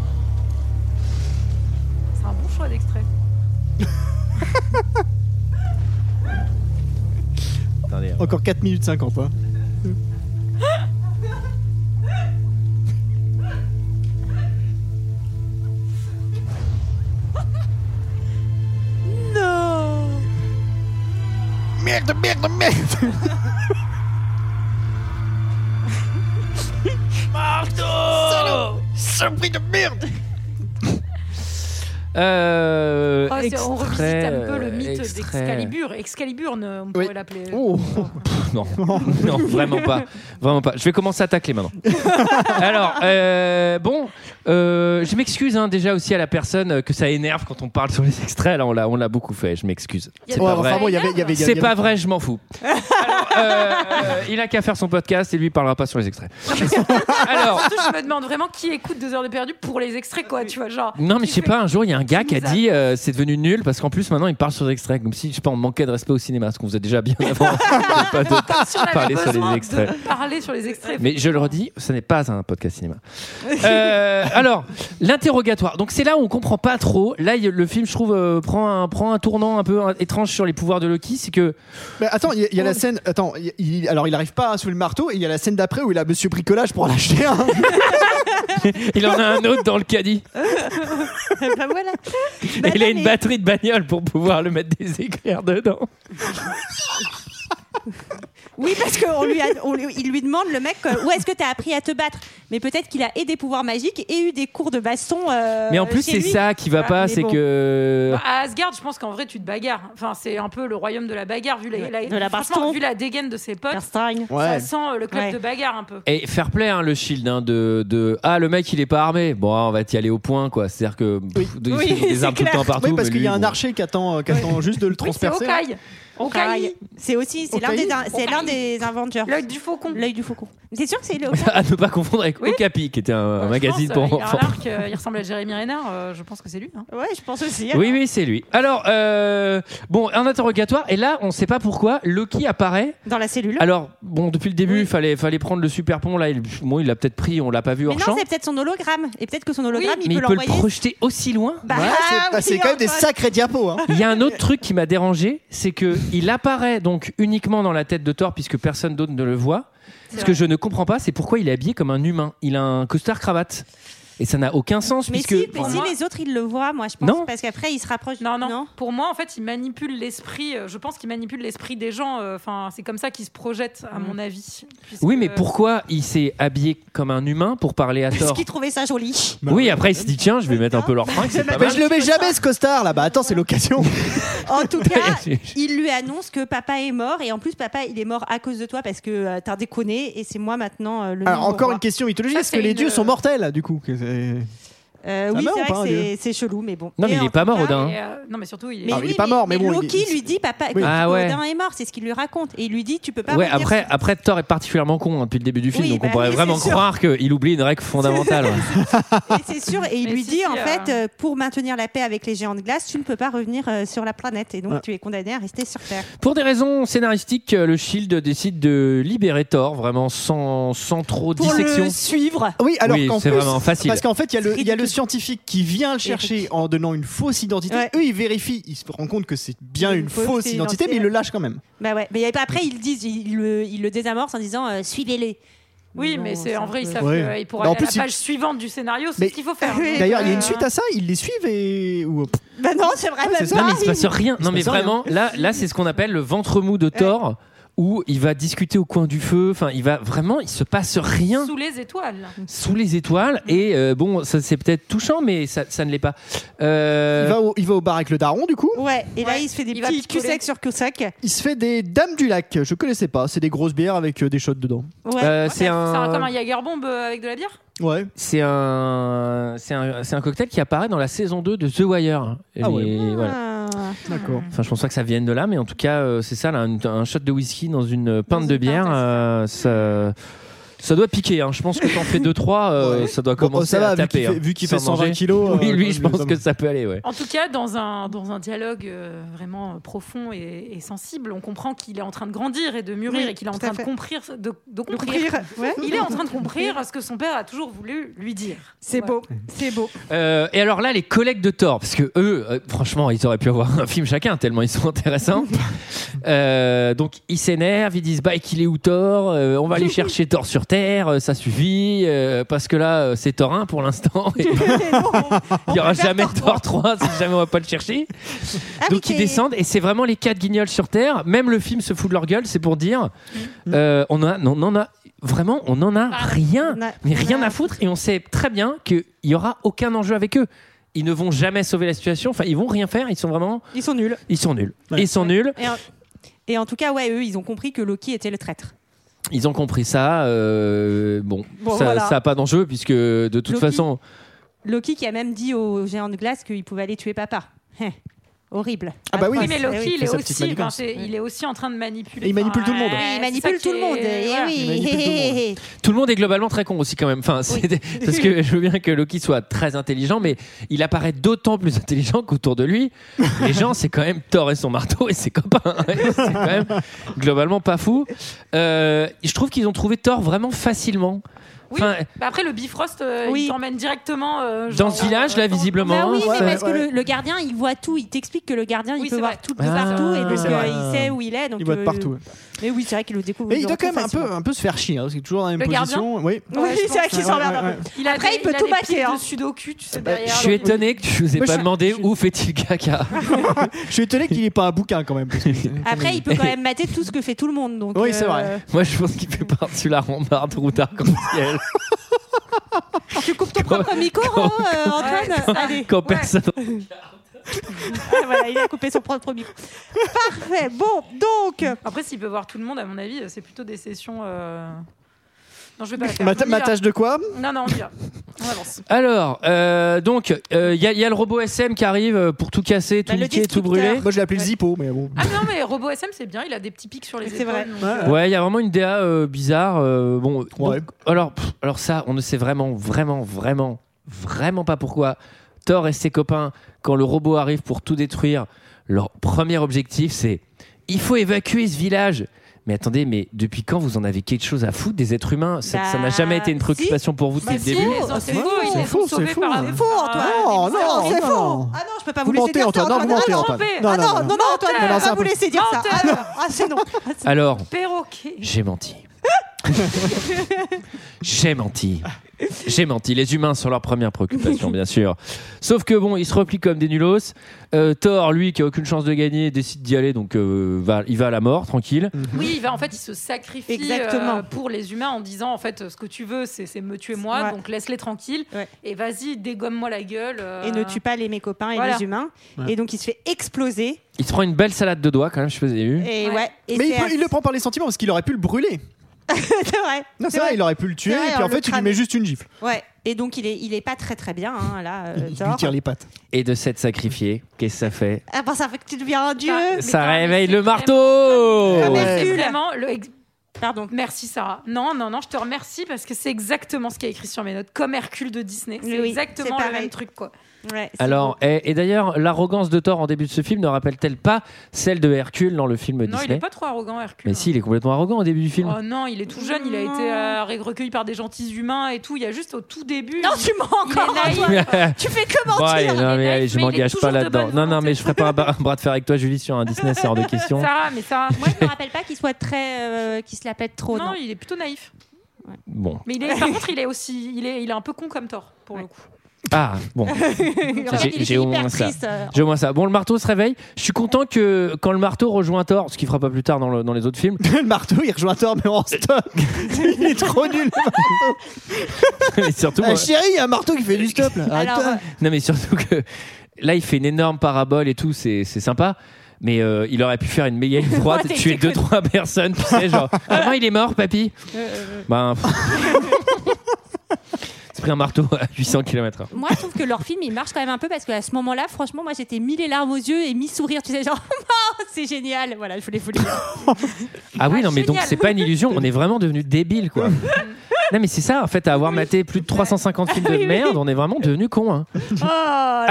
[SPEAKER 6] C'est un bon choix d'extrait.
[SPEAKER 1] Attendez, hein.
[SPEAKER 7] Encore 4 minutes 50. Hein.
[SPEAKER 10] non
[SPEAKER 7] Merde, merde, merde
[SPEAKER 4] Oh,
[SPEAKER 7] Marteau Salope Saloperie de merde
[SPEAKER 1] Euh,
[SPEAKER 6] Ah, c'est- on revisite
[SPEAKER 1] extrait,
[SPEAKER 6] un peu le mythe
[SPEAKER 1] extrait.
[SPEAKER 6] d'Excalibur. Excalibur, ne- on pourrait l'appeler.
[SPEAKER 1] Pff, [LAUGHS] Non, non, vraiment pas, vraiment pas. Je vais commencer à tacler maintenant. Alors, euh, bon, euh, je m'excuse hein, déjà aussi à la personne euh, que ça énerve quand on parle sur les extraits. Là, on l'a, on l'a beaucoup fait. Je m'excuse.
[SPEAKER 7] Il y
[SPEAKER 1] C'est
[SPEAKER 7] a-
[SPEAKER 1] pas
[SPEAKER 7] Ouais,
[SPEAKER 1] vrai.
[SPEAKER 7] enfin bon, il y avait- il y avait- il y
[SPEAKER 1] C'est
[SPEAKER 7] avait-
[SPEAKER 1] pas vrai. Je m'en fous. [LAUGHS] Alors, euh, euh, il a qu'à faire son podcast et lui il parlera pas sur les extraits. Alors,
[SPEAKER 6] Surtout, je me demande vraiment qui écoute deux heures de perdu pour les extraits, quoi. Tu vois, genre.
[SPEAKER 1] Non, mais je sais pas, un jour, il y a un gars qui a
[SPEAKER 6] nous as-
[SPEAKER 1] dit euh, c'est devenu nul parce qu'en plus, maintenant, il parle sur les extraits comme si, je sais pas, on manquait de respect au cinéma, ce qu'on faisait déjà bien avant de pas de
[SPEAKER 6] Si on avait
[SPEAKER 1] parler sur
[SPEAKER 6] besoin
[SPEAKER 1] les extraits.
[SPEAKER 6] de parler sur les extraits.
[SPEAKER 1] Mais je le redis, ce n'est pas un podcast cinéma. Euh, alors, l'interrogatoire. Donc, c'est là où on comprend pas trop. Là, il y a- le film, je trouve, euh, prend, un, prend un tournant un peu euh, étrange sur les pouvoirs de Loki. C'est que.
[SPEAKER 7] Mais attends, il y, a- il y a la scène. Attends, il- il- alors il arrive pas sous le marteau et il y a la scène d'après où il a Monsieur Bricolage pour hein. en acheter un.
[SPEAKER 1] Il en a un autre dans le caddie.
[SPEAKER 10] [LAUGHS] bah
[SPEAKER 1] [LAUGHS]
[SPEAKER 10] voilà. Bah,
[SPEAKER 1] Et il a une batterie de bagnole pour pouvoir le mettre des éclairs dedans.
[SPEAKER 10] Oui, parce qu'on lui, a- on lui- il lui demande le mec euh, où est-ce que tu as appris à te battre. Mais peut-être qu'il a et des pouvoirs magiques et eu des cours de baston. euh,
[SPEAKER 1] mais en plus,
[SPEAKER 10] chez
[SPEAKER 1] c'est
[SPEAKER 10] lui.
[SPEAKER 1] ça qui va
[SPEAKER 10] Ah,
[SPEAKER 1] pas,
[SPEAKER 10] mais
[SPEAKER 1] c'est
[SPEAKER 10] bon.
[SPEAKER 1] que.
[SPEAKER 6] Bah, À Asgard, je pense qu'en vrai, tu te bagarres. Enfin, c'est un peu le royaume de la bagarre, vu la, la-
[SPEAKER 10] De la
[SPEAKER 6] franchement,
[SPEAKER 10] baston.
[SPEAKER 6] vu la dégaine de ses potes.
[SPEAKER 1] Ouais.
[SPEAKER 7] [LAUGHS]
[SPEAKER 6] Ça sent euh, le club
[SPEAKER 10] Ouais.
[SPEAKER 6] de bagarre un peu.
[SPEAKER 1] Et fair play, hein, le shield, hein, de, de ah le mec il est pas armé, bon ah, on va y aller au point quoi, c'est-à-dire que pff, de-
[SPEAKER 7] Oui,
[SPEAKER 1] ils ont des armes tout le temps partout.
[SPEAKER 7] Oui, parce
[SPEAKER 1] mais
[SPEAKER 7] qu'il y a
[SPEAKER 1] lui,
[SPEAKER 7] un
[SPEAKER 1] bon.
[SPEAKER 7] archer qui attend, euh, qui attend juste de le transpercer.
[SPEAKER 1] hein.
[SPEAKER 10] Hawkeye. C'est aussi c'est l'un
[SPEAKER 7] Hawkeye.
[SPEAKER 10] des c'est l'un des Avengers. L'œil
[SPEAKER 6] du faucon.
[SPEAKER 10] L'œil du faucon. C'est sûr que c'est le
[SPEAKER 1] [LAUGHS] [LAUGHS] à ne pas confondre avec
[SPEAKER 10] Oui.
[SPEAKER 1] Okapi qui était un, un magazine
[SPEAKER 6] Je pense,
[SPEAKER 1] pour
[SPEAKER 6] euh, il a un
[SPEAKER 1] enfants.
[SPEAKER 6] arc, euh, il ressemble à Jérémy Renard. euh, je pense que c'est lui. hein.
[SPEAKER 10] Ouais, je pense aussi.
[SPEAKER 1] Oui oui c'est lui. Alors euh, bon un interrogatoire et là on sait pas pourquoi Loki apparaît.
[SPEAKER 10] Dans la cellule.
[SPEAKER 1] Alors bon depuis le début fallait fallait prendre le super pont là il bon, il l'a peut-être pris on l'a pas vu
[SPEAKER 10] Mais
[SPEAKER 1] hors
[SPEAKER 10] non,
[SPEAKER 1] champ.
[SPEAKER 10] c'est peut-être son hologramme. Et peut-être que son hologramme, il
[SPEAKER 1] mais
[SPEAKER 10] peut
[SPEAKER 1] il peut le
[SPEAKER 10] l'envoyer.
[SPEAKER 1] projeter aussi loin.
[SPEAKER 10] Bah,
[SPEAKER 7] Ouais, c'est-
[SPEAKER 10] ah
[SPEAKER 7] bah,
[SPEAKER 10] oui,
[SPEAKER 7] c'est quand même des
[SPEAKER 10] Antoine.
[SPEAKER 7] sacrés diapos. hein.
[SPEAKER 1] Il y a un autre truc qui m'a dérangé, c'est que il apparaît donc uniquement dans la tête de Thor puisque personne d'autre ne le voit.
[SPEAKER 6] C'est
[SPEAKER 1] Ce que
[SPEAKER 6] vrai.
[SPEAKER 1] je ne comprends pas, c'est pourquoi il est habillé comme un humain. Il a un costard cravate et ça n'a aucun sens
[SPEAKER 10] Mais
[SPEAKER 1] puisque
[SPEAKER 10] si, mais si les autres ils le voient, moi je pense,
[SPEAKER 1] Non.
[SPEAKER 10] parce qu'après ils se rapprochent.
[SPEAKER 6] Non, non, Pour moi, en fait, il manipule l'esprit. euh, Je pense qu'il manipule l'esprit des gens. euh, Enfin, c'est comme ça qu'il se projette, à mon avis. puisque-
[SPEAKER 1] oui, mais pourquoi il s'est habillé comme un humain pour parler à
[SPEAKER 10] Parce
[SPEAKER 1] Thor
[SPEAKER 10] qu'ils trouvaient ça joli.
[SPEAKER 1] Oui, après il se dit tiens, je vais mettre un peu leur fringue, c'est pas
[SPEAKER 7] Mais
[SPEAKER 1] mal.
[SPEAKER 7] bah je le mets jamais ce costard là. Bah attends, c'est l'occasion.
[SPEAKER 10] En tout cas, il lui annonce que papa est mort et en plus papa il est mort à cause de toi parce que euh, t'as déconné et c'est moi maintenant euh, le.
[SPEAKER 7] Alors,
[SPEAKER 10] nouveau
[SPEAKER 7] encore
[SPEAKER 10] roi.
[SPEAKER 7] une question mythologique.
[SPEAKER 10] Ça,
[SPEAKER 7] Est-ce que
[SPEAKER 10] c'est
[SPEAKER 7] les
[SPEAKER 10] une-
[SPEAKER 7] dieux sont mortels du coup que c'est-
[SPEAKER 10] Euh,
[SPEAKER 7] Ça
[SPEAKER 10] oui,
[SPEAKER 7] meurt
[SPEAKER 10] c'est
[SPEAKER 7] ou pas,
[SPEAKER 10] vrai
[SPEAKER 7] un
[SPEAKER 10] que
[SPEAKER 7] dieu
[SPEAKER 10] c'est- c'est chelou, mais bon.
[SPEAKER 1] Non, mais
[SPEAKER 10] Et
[SPEAKER 1] il
[SPEAKER 10] en
[SPEAKER 1] est pas
[SPEAKER 10] tout
[SPEAKER 1] mort,
[SPEAKER 10] cas,
[SPEAKER 1] Odin, hein.
[SPEAKER 6] Et, euh, non, mais surtout, il est.
[SPEAKER 10] Mais
[SPEAKER 1] Ah, il
[SPEAKER 10] oui,
[SPEAKER 1] est pas mort, mais bon, il-
[SPEAKER 10] Loki lui dit papa,
[SPEAKER 1] Oui. Ah ouais.
[SPEAKER 10] Odin est mort, c'est ce qu'il lui raconte et il lui dit tu peux pas.
[SPEAKER 1] Ouais,
[SPEAKER 10] revenir
[SPEAKER 1] après, après Thor est particulièrement con hein, depuis le début du film,
[SPEAKER 10] Oui,
[SPEAKER 1] donc
[SPEAKER 10] bah
[SPEAKER 1] on pourrait
[SPEAKER 10] oui,
[SPEAKER 1] vraiment
[SPEAKER 10] c'est sûr.
[SPEAKER 1] croire qu'il oublie une règle fondamentale. ouais.
[SPEAKER 10] Et c'est sûr, et il
[SPEAKER 6] Mais
[SPEAKER 10] lui
[SPEAKER 6] si,
[SPEAKER 10] dit
[SPEAKER 6] si,
[SPEAKER 10] en
[SPEAKER 6] euh.
[SPEAKER 10] fait, euh, pour maintenir la paix avec les géants de glace, tu ne peux pas revenir euh, sur la planète et donc
[SPEAKER 1] Ouais.
[SPEAKER 10] tu es condamné à rester sur Terre.
[SPEAKER 1] Pour des raisons scénaristiques, euh, le Shield décide de libérer Thor, vraiment sans, sans trop de dissection.
[SPEAKER 10] suivre.
[SPEAKER 7] Oui, alors
[SPEAKER 1] Oui,
[SPEAKER 7] qu'en
[SPEAKER 1] c'est
[SPEAKER 7] plus-
[SPEAKER 1] vraiment facile.
[SPEAKER 7] Parce qu'en fait, il y, a le- il y a le scientifique qui vient le chercher en donnant une fausse identité. Eux, ils vérifient, ils se rendent compte que c'est bien une, fausse, identité, mais ils le lâchent quand même.
[SPEAKER 10] Bah ouais, mais après ils disent, ils le, ils le désamorcent en disant euh, suivez-les.
[SPEAKER 6] Oui, mais c'est en vrai, ils savent
[SPEAKER 7] Ouais.
[SPEAKER 6] qu'il pourra
[SPEAKER 7] Mais en
[SPEAKER 6] aller à
[SPEAKER 7] plus,
[SPEAKER 6] la
[SPEAKER 7] il-
[SPEAKER 6] page suivante du scénario. C'est
[SPEAKER 7] Mais-
[SPEAKER 6] ce qu'il faut faire.
[SPEAKER 7] D'ailleurs, il y a
[SPEAKER 6] Euh,
[SPEAKER 7] une suite à ça, ils les suivent et. ou-
[SPEAKER 10] [LAUGHS] Bah non, c'est vrai.
[SPEAKER 7] Ouais, c'est
[SPEAKER 10] même
[SPEAKER 7] ça.
[SPEAKER 10] pas.
[SPEAKER 1] Non, mais il se passe rien.
[SPEAKER 7] Il
[SPEAKER 1] Non,
[SPEAKER 7] se
[SPEAKER 1] mais
[SPEAKER 7] passe rien.
[SPEAKER 1] vraiment, là, là c'est ce qu'on appelle le ventre mou de Thor, où il va discuter au coin du feu. Enfin, il va vraiment, il se passe rien
[SPEAKER 6] Sous les étoiles.
[SPEAKER 1] sous les étoiles. Et euh, bon, ça c'est peut-être touchant, mais ça, ça ne l'est pas. Euh,
[SPEAKER 7] Il va, au, il va au bar avec le daron, du coup.
[SPEAKER 10] Ouais, et là il se fait des petits cul sec sur cul sec.
[SPEAKER 7] Il se fait des dames du lac. Je connaissais pas. C'est des grosses bières avec euh, des shots dedans.
[SPEAKER 10] Ouais.
[SPEAKER 1] Euh, c'est
[SPEAKER 6] C'est un- comme un
[SPEAKER 1] un,
[SPEAKER 6] Jagerbomb euh, avec de la bière.
[SPEAKER 7] Ouais.
[SPEAKER 1] c'est un, c'est un, c'est un cocktail qui apparaît dans la saison 2 de The Wire. Et
[SPEAKER 7] Ah ouais.
[SPEAKER 1] les- voilà.
[SPEAKER 10] Ah.
[SPEAKER 7] D'accord.
[SPEAKER 1] Enfin, je pense pas que ça vienne de là, mais en tout cas, euh, c'est ça, là, un, un shot de whisky dans une euh, pinte de bière, euh, ça, ça doit piquer. hein. Je pense que t'en fais 2-3, euh, ça doit
[SPEAKER 7] Bon,
[SPEAKER 1] commencer
[SPEAKER 7] ça va,
[SPEAKER 1] à
[SPEAKER 7] vu
[SPEAKER 1] taper.
[SPEAKER 7] qu'il fait-
[SPEAKER 1] hein,
[SPEAKER 7] vu qu'il
[SPEAKER 1] sans
[SPEAKER 7] fait 120
[SPEAKER 1] manger.
[SPEAKER 7] kilos, euh,
[SPEAKER 1] oui, lui, je
[SPEAKER 7] ça me-
[SPEAKER 1] pense que ça peut aller, ouais.
[SPEAKER 6] En tout cas, dans un, dans un dialogue euh, vraiment euh, profond et, et sensible, on comprend qu'il est en train de grandir et de mûrir
[SPEAKER 10] Oui,
[SPEAKER 6] et qu'il est
[SPEAKER 10] tout
[SPEAKER 6] en
[SPEAKER 10] à
[SPEAKER 6] train de
[SPEAKER 10] fait.
[SPEAKER 6] comprir. De, de comprir.
[SPEAKER 10] comprir, ouais.
[SPEAKER 6] Il est en train de comprendre ce que son père a toujours voulu lui dire.
[SPEAKER 10] C'est beau, c'est
[SPEAKER 1] [LAUGHS]
[SPEAKER 10] beau.
[SPEAKER 1] Euh, et alors là, les collègues de Thor, parce que eux, euh, franchement, ils auraient pu avoir [LAUGHS] un film chacun, tellement ils sont intéressants. Euh, donc ils s'énervent, ils disent bah et qu'il est où Thor Euh, On va aller chercher Thor sur Terre, euh, ça suffit, euh, parce que là euh, c'est Thor 1 pour l'instant. [LAUGHS] et Il n'y aura jamais Thor 3 si jamais on va pas le chercher.
[SPEAKER 10] Ah
[SPEAKER 1] Donc ils descendent et c'est vraiment les quatre guignols sur Terre. Même le film se fout de leur gueule, c'est pour dire euh, on a, non, on en a vraiment, on en a rien,
[SPEAKER 10] on a-
[SPEAKER 1] mais
[SPEAKER 10] on
[SPEAKER 1] rien
[SPEAKER 10] a-
[SPEAKER 1] à foutre et on sait très bien qu'il y aura aucun enjeu avec eux. ils ne vont jamais sauver la situation. Enfin, ils vont rien faire. Ils sont vraiment.
[SPEAKER 10] Ils sont nuls.
[SPEAKER 1] Ils sont nuls. Ils sont nuls.
[SPEAKER 10] Et en, et en tout cas, ouais, eux, ils ont compris que Loki était le traître.
[SPEAKER 1] Ils ont compris ça. euh, bon,
[SPEAKER 10] Bon,
[SPEAKER 1] ça n'a
[SPEAKER 10] voilà.
[SPEAKER 1] pas d'enjeu puisque de toute
[SPEAKER 10] Loki.
[SPEAKER 1] façon.
[SPEAKER 10] Loki qui a même dit au géant de glace qu'il pouvait aller tuer papa. Hein, Horrible.
[SPEAKER 7] Ah bah oui.
[SPEAKER 10] Atroce.
[SPEAKER 6] mais Loki,
[SPEAKER 10] Eh
[SPEAKER 6] il, est
[SPEAKER 7] sa petite
[SPEAKER 6] aussi,
[SPEAKER 7] manigance.
[SPEAKER 6] enfin, c'est- il est aussi en train de manipuler.
[SPEAKER 7] Et il manipule tout le monde.
[SPEAKER 6] Ouais,
[SPEAKER 10] Il
[SPEAKER 6] c'est
[SPEAKER 10] manipule
[SPEAKER 6] ça
[SPEAKER 10] tout le
[SPEAKER 6] qui
[SPEAKER 10] monde.
[SPEAKER 6] est-
[SPEAKER 10] eh
[SPEAKER 6] voilà.
[SPEAKER 10] oui.
[SPEAKER 7] Il manipule tout
[SPEAKER 10] [LAUGHS]
[SPEAKER 7] le monde.
[SPEAKER 1] Tout le monde est globalement très con aussi quand même. Enfin, c'est- parce que je veux bien que Loki soit très intelligent, mais il apparaît d'autant plus intelligent qu'autour de
[SPEAKER 10] [LAUGHS]
[SPEAKER 1] lui, les gens, c'est quand même Thor et son marteau et ses copains. [LAUGHS] c'est quand même globalement pas fou. Euh, je trouve qu'ils ont trouvé Thor vraiment facilement.
[SPEAKER 6] Oui.
[SPEAKER 1] Enfin,
[SPEAKER 6] Bah après, le Bifrost, euh,
[SPEAKER 10] Oui.
[SPEAKER 6] il t'emmène directement. euh,
[SPEAKER 1] dans
[SPEAKER 6] genre,
[SPEAKER 1] ce village, là,
[SPEAKER 6] euh,
[SPEAKER 1] visiblement.
[SPEAKER 10] Bah oui, mais
[SPEAKER 1] ça-
[SPEAKER 10] parce que
[SPEAKER 7] ouais.
[SPEAKER 10] le, le gardien, il voit tout. Il t'explique que le gardien, il
[SPEAKER 6] Oui,
[SPEAKER 10] peut
[SPEAKER 6] c'est
[SPEAKER 10] voir
[SPEAKER 6] vrai.
[SPEAKER 10] tout de
[SPEAKER 1] Ah.
[SPEAKER 10] partout et
[SPEAKER 1] Oui,
[SPEAKER 10] donc
[SPEAKER 1] c'est
[SPEAKER 10] euh,
[SPEAKER 1] vrai.
[SPEAKER 10] il sait où il est. Donc,
[SPEAKER 7] Il voit de
[SPEAKER 10] euh,
[SPEAKER 7] partout. ouais.
[SPEAKER 10] Mais oui, c'est vrai qu'il le découvre.
[SPEAKER 7] Mais il doit
[SPEAKER 10] découvre
[SPEAKER 7] quand même un peu,
[SPEAKER 10] facilement.
[SPEAKER 7] un peu se faire chier, hein, parce qu'il est toujours dans la même
[SPEAKER 6] Le gardien
[SPEAKER 7] position. Oui.
[SPEAKER 10] Oui,
[SPEAKER 6] Ouais, je
[SPEAKER 10] c'est vrai
[SPEAKER 6] pense.
[SPEAKER 10] qu'il
[SPEAKER 7] Ouais,
[SPEAKER 10] s'emmerde
[SPEAKER 7] ouais,
[SPEAKER 10] un peu.
[SPEAKER 7] ouais.
[SPEAKER 6] Il a
[SPEAKER 10] Après,
[SPEAKER 6] des-
[SPEAKER 10] il peut
[SPEAKER 6] a
[SPEAKER 10] tout
[SPEAKER 6] des
[SPEAKER 10] battre,
[SPEAKER 6] piles
[SPEAKER 10] hein.
[SPEAKER 6] de sudoku, tu sais,
[SPEAKER 7] Bah,
[SPEAKER 1] Je
[SPEAKER 6] derrière.
[SPEAKER 1] suis
[SPEAKER 6] donc- euh,
[SPEAKER 1] étonné que je vous ai
[SPEAKER 7] Moi,
[SPEAKER 1] pas
[SPEAKER 7] je-
[SPEAKER 1] demandé
[SPEAKER 7] je-
[SPEAKER 1] où fait-il
[SPEAKER 10] [LAUGHS]
[SPEAKER 1] caca.
[SPEAKER 7] Je suis étonné qu'il n'ait pas un bouquin quand même. parce que-
[SPEAKER 10] Après, il peut quand même mater tout ce que fait tout le monde. Donc,
[SPEAKER 7] euh, Oui, c'est
[SPEAKER 10] euh,
[SPEAKER 7] vrai.
[SPEAKER 1] Moi, je pense qu'il fait par-dessus la rambarde routard
[SPEAKER 10] [LAUGHS]
[SPEAKER 1] comme ciel.
[SPEAKER 10] Tu coupes ton propre micro, hein, euh,
[SPEAKER 7] [LAUGHS]
[SPEAKER 10] Antoine
[SPEAKER 6] Ouais, c'est ça.
[SPEAKER 10] Allez.
[SPEAKER 1] Quand
[SPEAKER 6] Ouais.
[SPEAKER 1] personne.
[SPEAKER 10] Ah, voilà, il a coupé son propre micro. Parfait. Bon, donc.
[SPEAKER 6] Après, s'il peut voir tout le monde, à mon avis, c'est plutôt des sessions. euh, Non, je vais pas la faire.
[SPEAKER 7] Ma, ta-
[SPEAKER 6] On y
[SPEAKER 7] ma
[SPEAKER 6] va.
[SPEAKER 7] tâche de quoi
[SPEAKER 6] Non, non, on y va. On avance.
[SPEAKER 1] Alors, euh, donc, euh, il y, a- il y a le robot SM qui arrive euh, pour tout casser, tout
[SPEAKER 10] Bah, le
[SPEAKER 1] niquer, tout
[SPEAKER 10] destructeur.
[SPEAKER 1] brûler.
[SPEAKER 7] Moi je l'ai appelé le Zippo, mais bon.
[SPEAKER 6] Ah, mais non, mais Robo SM, c'est bien, il a des petits pics sur les
[SPEAKER 10] C'est
[SPEAKER 6] épaules.
[SPEAKER 10] vrai.
[SPEAKER 6] donc,
[SPEAKER 7] Ouais.
[SPEAKER 6] euh,
[SPEAKER 1] Ouais, il y a vraiment une DA euh, bizarre. euh, bon,
[SPEAKER 7] Ouais.
[SPEAKER 1] donc, alors, pff, alors ça, on ne sait vraiment, vraiment, vraiment, vraiment pas pourquoi Thor et ses copains, quand le robot arrive pour tout détruire, leur premier objectif, c'est il faut évacuer ce village. Mais attendez, mais depuis quand vous en avez quelque chose à foutre des êtres humains Ça ça n'a
[SPEAKER 10] Bah,
[SPEAKER 1] jamais été une
[SPEAKER 10] si.
[SPEAKER 1] préoccupation pour vous depuis
[SPEAKER 10] Bah,
[SPEAKER 1] le
[SPEAKER 10] si.
[SPEAKER 1] début.
[SPEAKER 6] ils ont-
[SPEAKER 10] Oh,
[SPEAKER 6] C'est
[SPEAKER 10] c'est
[SPEAKER 6] faux,
[SPEAKER 10] faux,
[SPEAKER 6] ils les
[SPEAKER 7] c'est
[SPEAKER 6] ont
[SPEAKER 7] faux,
[SPEAKER 6] sauvés
[SPEAKER 7] c'est
[SPEAKER 6] par
[SPEAKER 7] faux.
[SPEAKER 6] un-
[SPEAKER 10] Faux, Antoine.
[SPEAKER 7] Non,
[SPEAKER 10] Mais non,
[SPEAKER 7] non,
[SPEAKER 10] c'est
[SPEAKER 7] non.
[SPEAKER 10] faux. Ah non, je peux pas vous,
[SPEAKER 7] Vous
[SPEAKER 10] laisser
[SPEAKER 7] mentez,
[SPEAKER 10] dire
[SPEAKER 7] Antoine.
[SPEAKER 10] ça.
[SPEAKER 7] Non, vous mentez,
[SPEAKER 10] ah, non,
[SPEAKER 7] Antoine.
[SPEAKER 6] trompé.
[SPEAKER 7] Non,
[SPEAKER 10] ah non,
[SPEAKER 7] non, non.
[SPEAKER 10] non, non, Antoine,
[SPEAKER 6] Menteur.
[SPEAKER 10] je
[SPEAKER 7] Non,
[SPEAKER 10] peux
[SPEAKER 7] non, c'est
[SPEAKER 10] pas
[SPEAKER 7] un
[SPEAKER 10] vous
[SPEAKER 7] peu-
[SPEAKER 10] laisser dire ça.
[SPEAKER 6] Menteur.
[SPEAKER 10] Ah, non. Ah, c'est non. Ah, c'est-
[SPEAKER 1] Alors,
[SPEAKER 6] Perroquet.
[SPEAKER 1] j'ai menti. J'ai menti. J'ai menti. Les humains sont leur première préoccupation, bien sûr. Sauf que bon, ils se replient comme des nulos. Euh, Thor, lui, qui a aucune chance de gagner, décide d'y aller, donc euh, va, il va à la mort, tranquille.
[SPEAKER 6] Oui, il va, en fait, il se sacrifie
[SPEAKER 10] Exactement.
[SPEAKER 6] euh, pour les humains en disant en fait, ce que tu veux, c'est c'est me tuer moi,
[SPEAKER 10] Ouais.
[SPEAKER 6] donc laisse-les tranquilles
[SPEAKER 10] Ouais.
[SPEAKER 6] et vas-y, dégomme-moi la gueule. euh.
[SPEAKER 10] Et ne tue pas les mes copains et
[SPEAKER 6] Voilà.
[SPEAKER 10] les humains.
[SPEAKER 7] Ouais.
[SPEAKER 10] Et donc, il se fait exploser.
[SPEAKER 1] Il se prend une belle salade de doigts, quand même, je sais pas si vous avez vu.
[SPEAKER 10] Et
[SPEAKER 6] Ouais.
[SPEAKER 10] ouais. et
[SPEAKER 7] Mais il,
[SPEAKER 10] c'est
[SPEAKER 7] peut-
[SPEAKER 10] à-
[SPEAKER 7] il le prend par les sentiments parce qu'il aurait pu le brûler.
[SPEAKER 10] [LAUGHS] c'est vrai.
[SPEAKER 7] Non, c'est vrai, il aurait pu le tuer
[SPEAKER 10] C'est vrai,
[SPEAKER 7] et puis
[SPEAKER 10] on
[SPEAKER 7] en
[SPEAKER 10] le
[SPEAKER 7] fait il lui
[SPEAKER 10] crame.
[SPEAKER 7] met juste une gifle.
[SPEAKER 10] Ouais. Et donc, il est, il est pas très très bien, hein, là, euh,
[SPEAKER 7] il lui
[SPEAKER 10] Thor.
[SPEAKER 7] tire les pattes. [LAUGHS]
[SPEAKER 1] Et de s'être sacrifié, qu'est-ce que ça fait
[SPEAKER 10] Ah, bah, ça fait que tu deviens un dieu.
[SPEAKER 6] Ça- Mais
[SPEAKER 1] Ça
[SPEAKER 6] non, mais
[SPEAKER 1] réveille
[SPEAKER 6] c'est
[SPEAKER 1] le
[SPEAKER 6] vraiment-
[SPEAKER 1] marteau
[SPEAKER 10] Ah, mais-
[SPEAKER 6] C'est
[SPEAKER 10] Nul.
[SPEAKER 6] vraiment le ex-
[SPEAKER 10] Pardon.
[SPEAKER 6] Merci Sarah. Non, non, non, je te remercie parce que c'est exactement ce qui est écrit sur mes notes, comme Hercule de Disney. C'est
[SPEAKER 10] Oui, c'est
[SPEAKER 6] exactement le
[SPEAKER 10] pareil.
[SPEAKER 6] même truc, quoi.
[SPEAKER 10] Ouais, c'est
[SPEAKER 1] Alors, et, et d'ailleurs, l'arrogance de Thor en début de ce film ne rappelle-t-elle pas celle de Hercule dans le film
[SPEAKER 6] Non, il
[SPEAKER 1] Disney
[SPEAKER 6] est pas trop arrogant, Hercule.
[SPEAKER 1] Mais si, il est complètement arrogant au début du film.
[SPEAKER 6] Oh non, il est tout jeune, il a
[SPEAKER 10] Non.
[SPEAKER 6] été euh, ré- recueilli par des gentils humains et tout. Il y a juste au tout début.
[SPEAKER 10] bon. Non, tu mens
[SPEAKER 6] il est
[SPEAKER 10] encore.
[SPEAKER 6] naïf.
[SPEAKER 10] Antoine.
[SPEAKER 1] [LAUGHS]
[SPEAKER 10] tu fais que
[SPEAKER 1] Bon,
[SPEAKER 10] mentir.
[SPEAKER 1] allez, non, mais
[SPEAKER 6] mais
[SPEAKER 1] allez,
[SPEAKER 6] il
[SPEAKER 1] je
[SPEAKER 6] est
[SPEAKER 1] m'engage
[SPEAKER 6] toujours
[SPEAKER 1] pas
[SPEAKER 6] de
[SPEAKER 1] là-dedans.
[SPEAKER 6] bonne
[SPEAKER 1] Non, non,
[SPEAKER 6] volonté.
[SPEAKER 1] mais je ferai pas un, bar- un bras de fer avec toi, Julie, sur un Disney, c'est hors
[SPEAKER 6] [LAUGHS]
[SPEAKER 1] de question.
[SPEAKER 6] Sarah, mais
[SPEAKER 10] [LAUGHS]
[SPEAKER 6] Sarah.
[SPEAKER 10] Moi, je me rappelle pas qu'il soit très. euh, qu'il se la pète trop.
[SPEAKER 6] non,
[SPEAKER 10] Non.
[SPEAKER 6] il est plutôt naïf.
[SPEAKER 1] Bon.
[SPEAKER 6] Mais il est, par contre, il est aussi, il est, il est un peu con comme Thor pour le coup.
[SPEAKER 1] Ah, bon.
[SPEAKER 10] Regarde,
[SPEAKER 1] j'ai-
[SPEAKER 10] il
[SPEAKER 1] j'ai
[SPEAKER 10] était
[SPEAKER 1] au
[SPEAKER 10] hyper
[SPEAKER 1] moins ça.
[SPEAKER 10] triste. euh,
[SPEAKER 1] Je vois ça. Bon, le marteau se réveille. Je suis content que quand le marteau rejoint Thor, ce qu'il fera pas plus tard dans, le- dans les autres films, [LAUGHS]
[SPEAKER 7] le marteau il rejoint Thor mais en stop. il est trop nul.
[SPEAKER 1] mais surtout,
[SPEAKER 7] Ah,
[SPEAKER 1] moi-
[SPEAKER 7] chérie, il y a un marteau qui fait du stop là. Arrête-toi.
[SPEAKER 10] Alors, euh,
[SPEAKER 1] non, mais surtout que là, il fait une énorme parabole et tout, c'est c'est sympa. Mais euh, il aurait pu faire une
[SPEAKER 6] [LAUGHS]
[SPEAKER 1] méga ligne droite,
[SPEAKER 10] Ouais,
[SPEAKER 1] tuer
[SPEAKER 10] t'es- t'es
[SPEAKER 1] deux trois personnes, tu sais, genre comment il est mort, papy
[SPEAKER 6] Euh,
[SPEAKER 1] Ben, pff. [LAUGHS] c'est pris un marteau à 800 km/h.
[SPEAKER 10] Moi, je trouve que leur film, il marche quand même un peu parce qu'à ce moment-là, franchement, moi, j'étais mis les larmes aux yeux et mis sourire. Tu sais, genre, [LAUGHS] Oh, c'est génial. Voilà, je voulais vous
[SPEAKER 1] [LAUGHS]
[SPEAKER 10] le dire.
[SPEAKER 1] Ah oui,
[SPEAKER 6] Ah,
[SPEAKER 1] non, mais donc
[SPEAKER 6] génial.
[SPEAKER 1] c'est pas une illusion, on est vraiment devenu débile
[SPEAKER 10] [LAUGHS]
[SPEAKER 1] quoi. non, mais c'est ça, en fait, à avoir maté plus de 350
[SPEAKER 10] [LAUGHS]
[SPEAKER 1] films de merde, on est vraiment devenu con. Hein.
[SPEAKER 10] Oh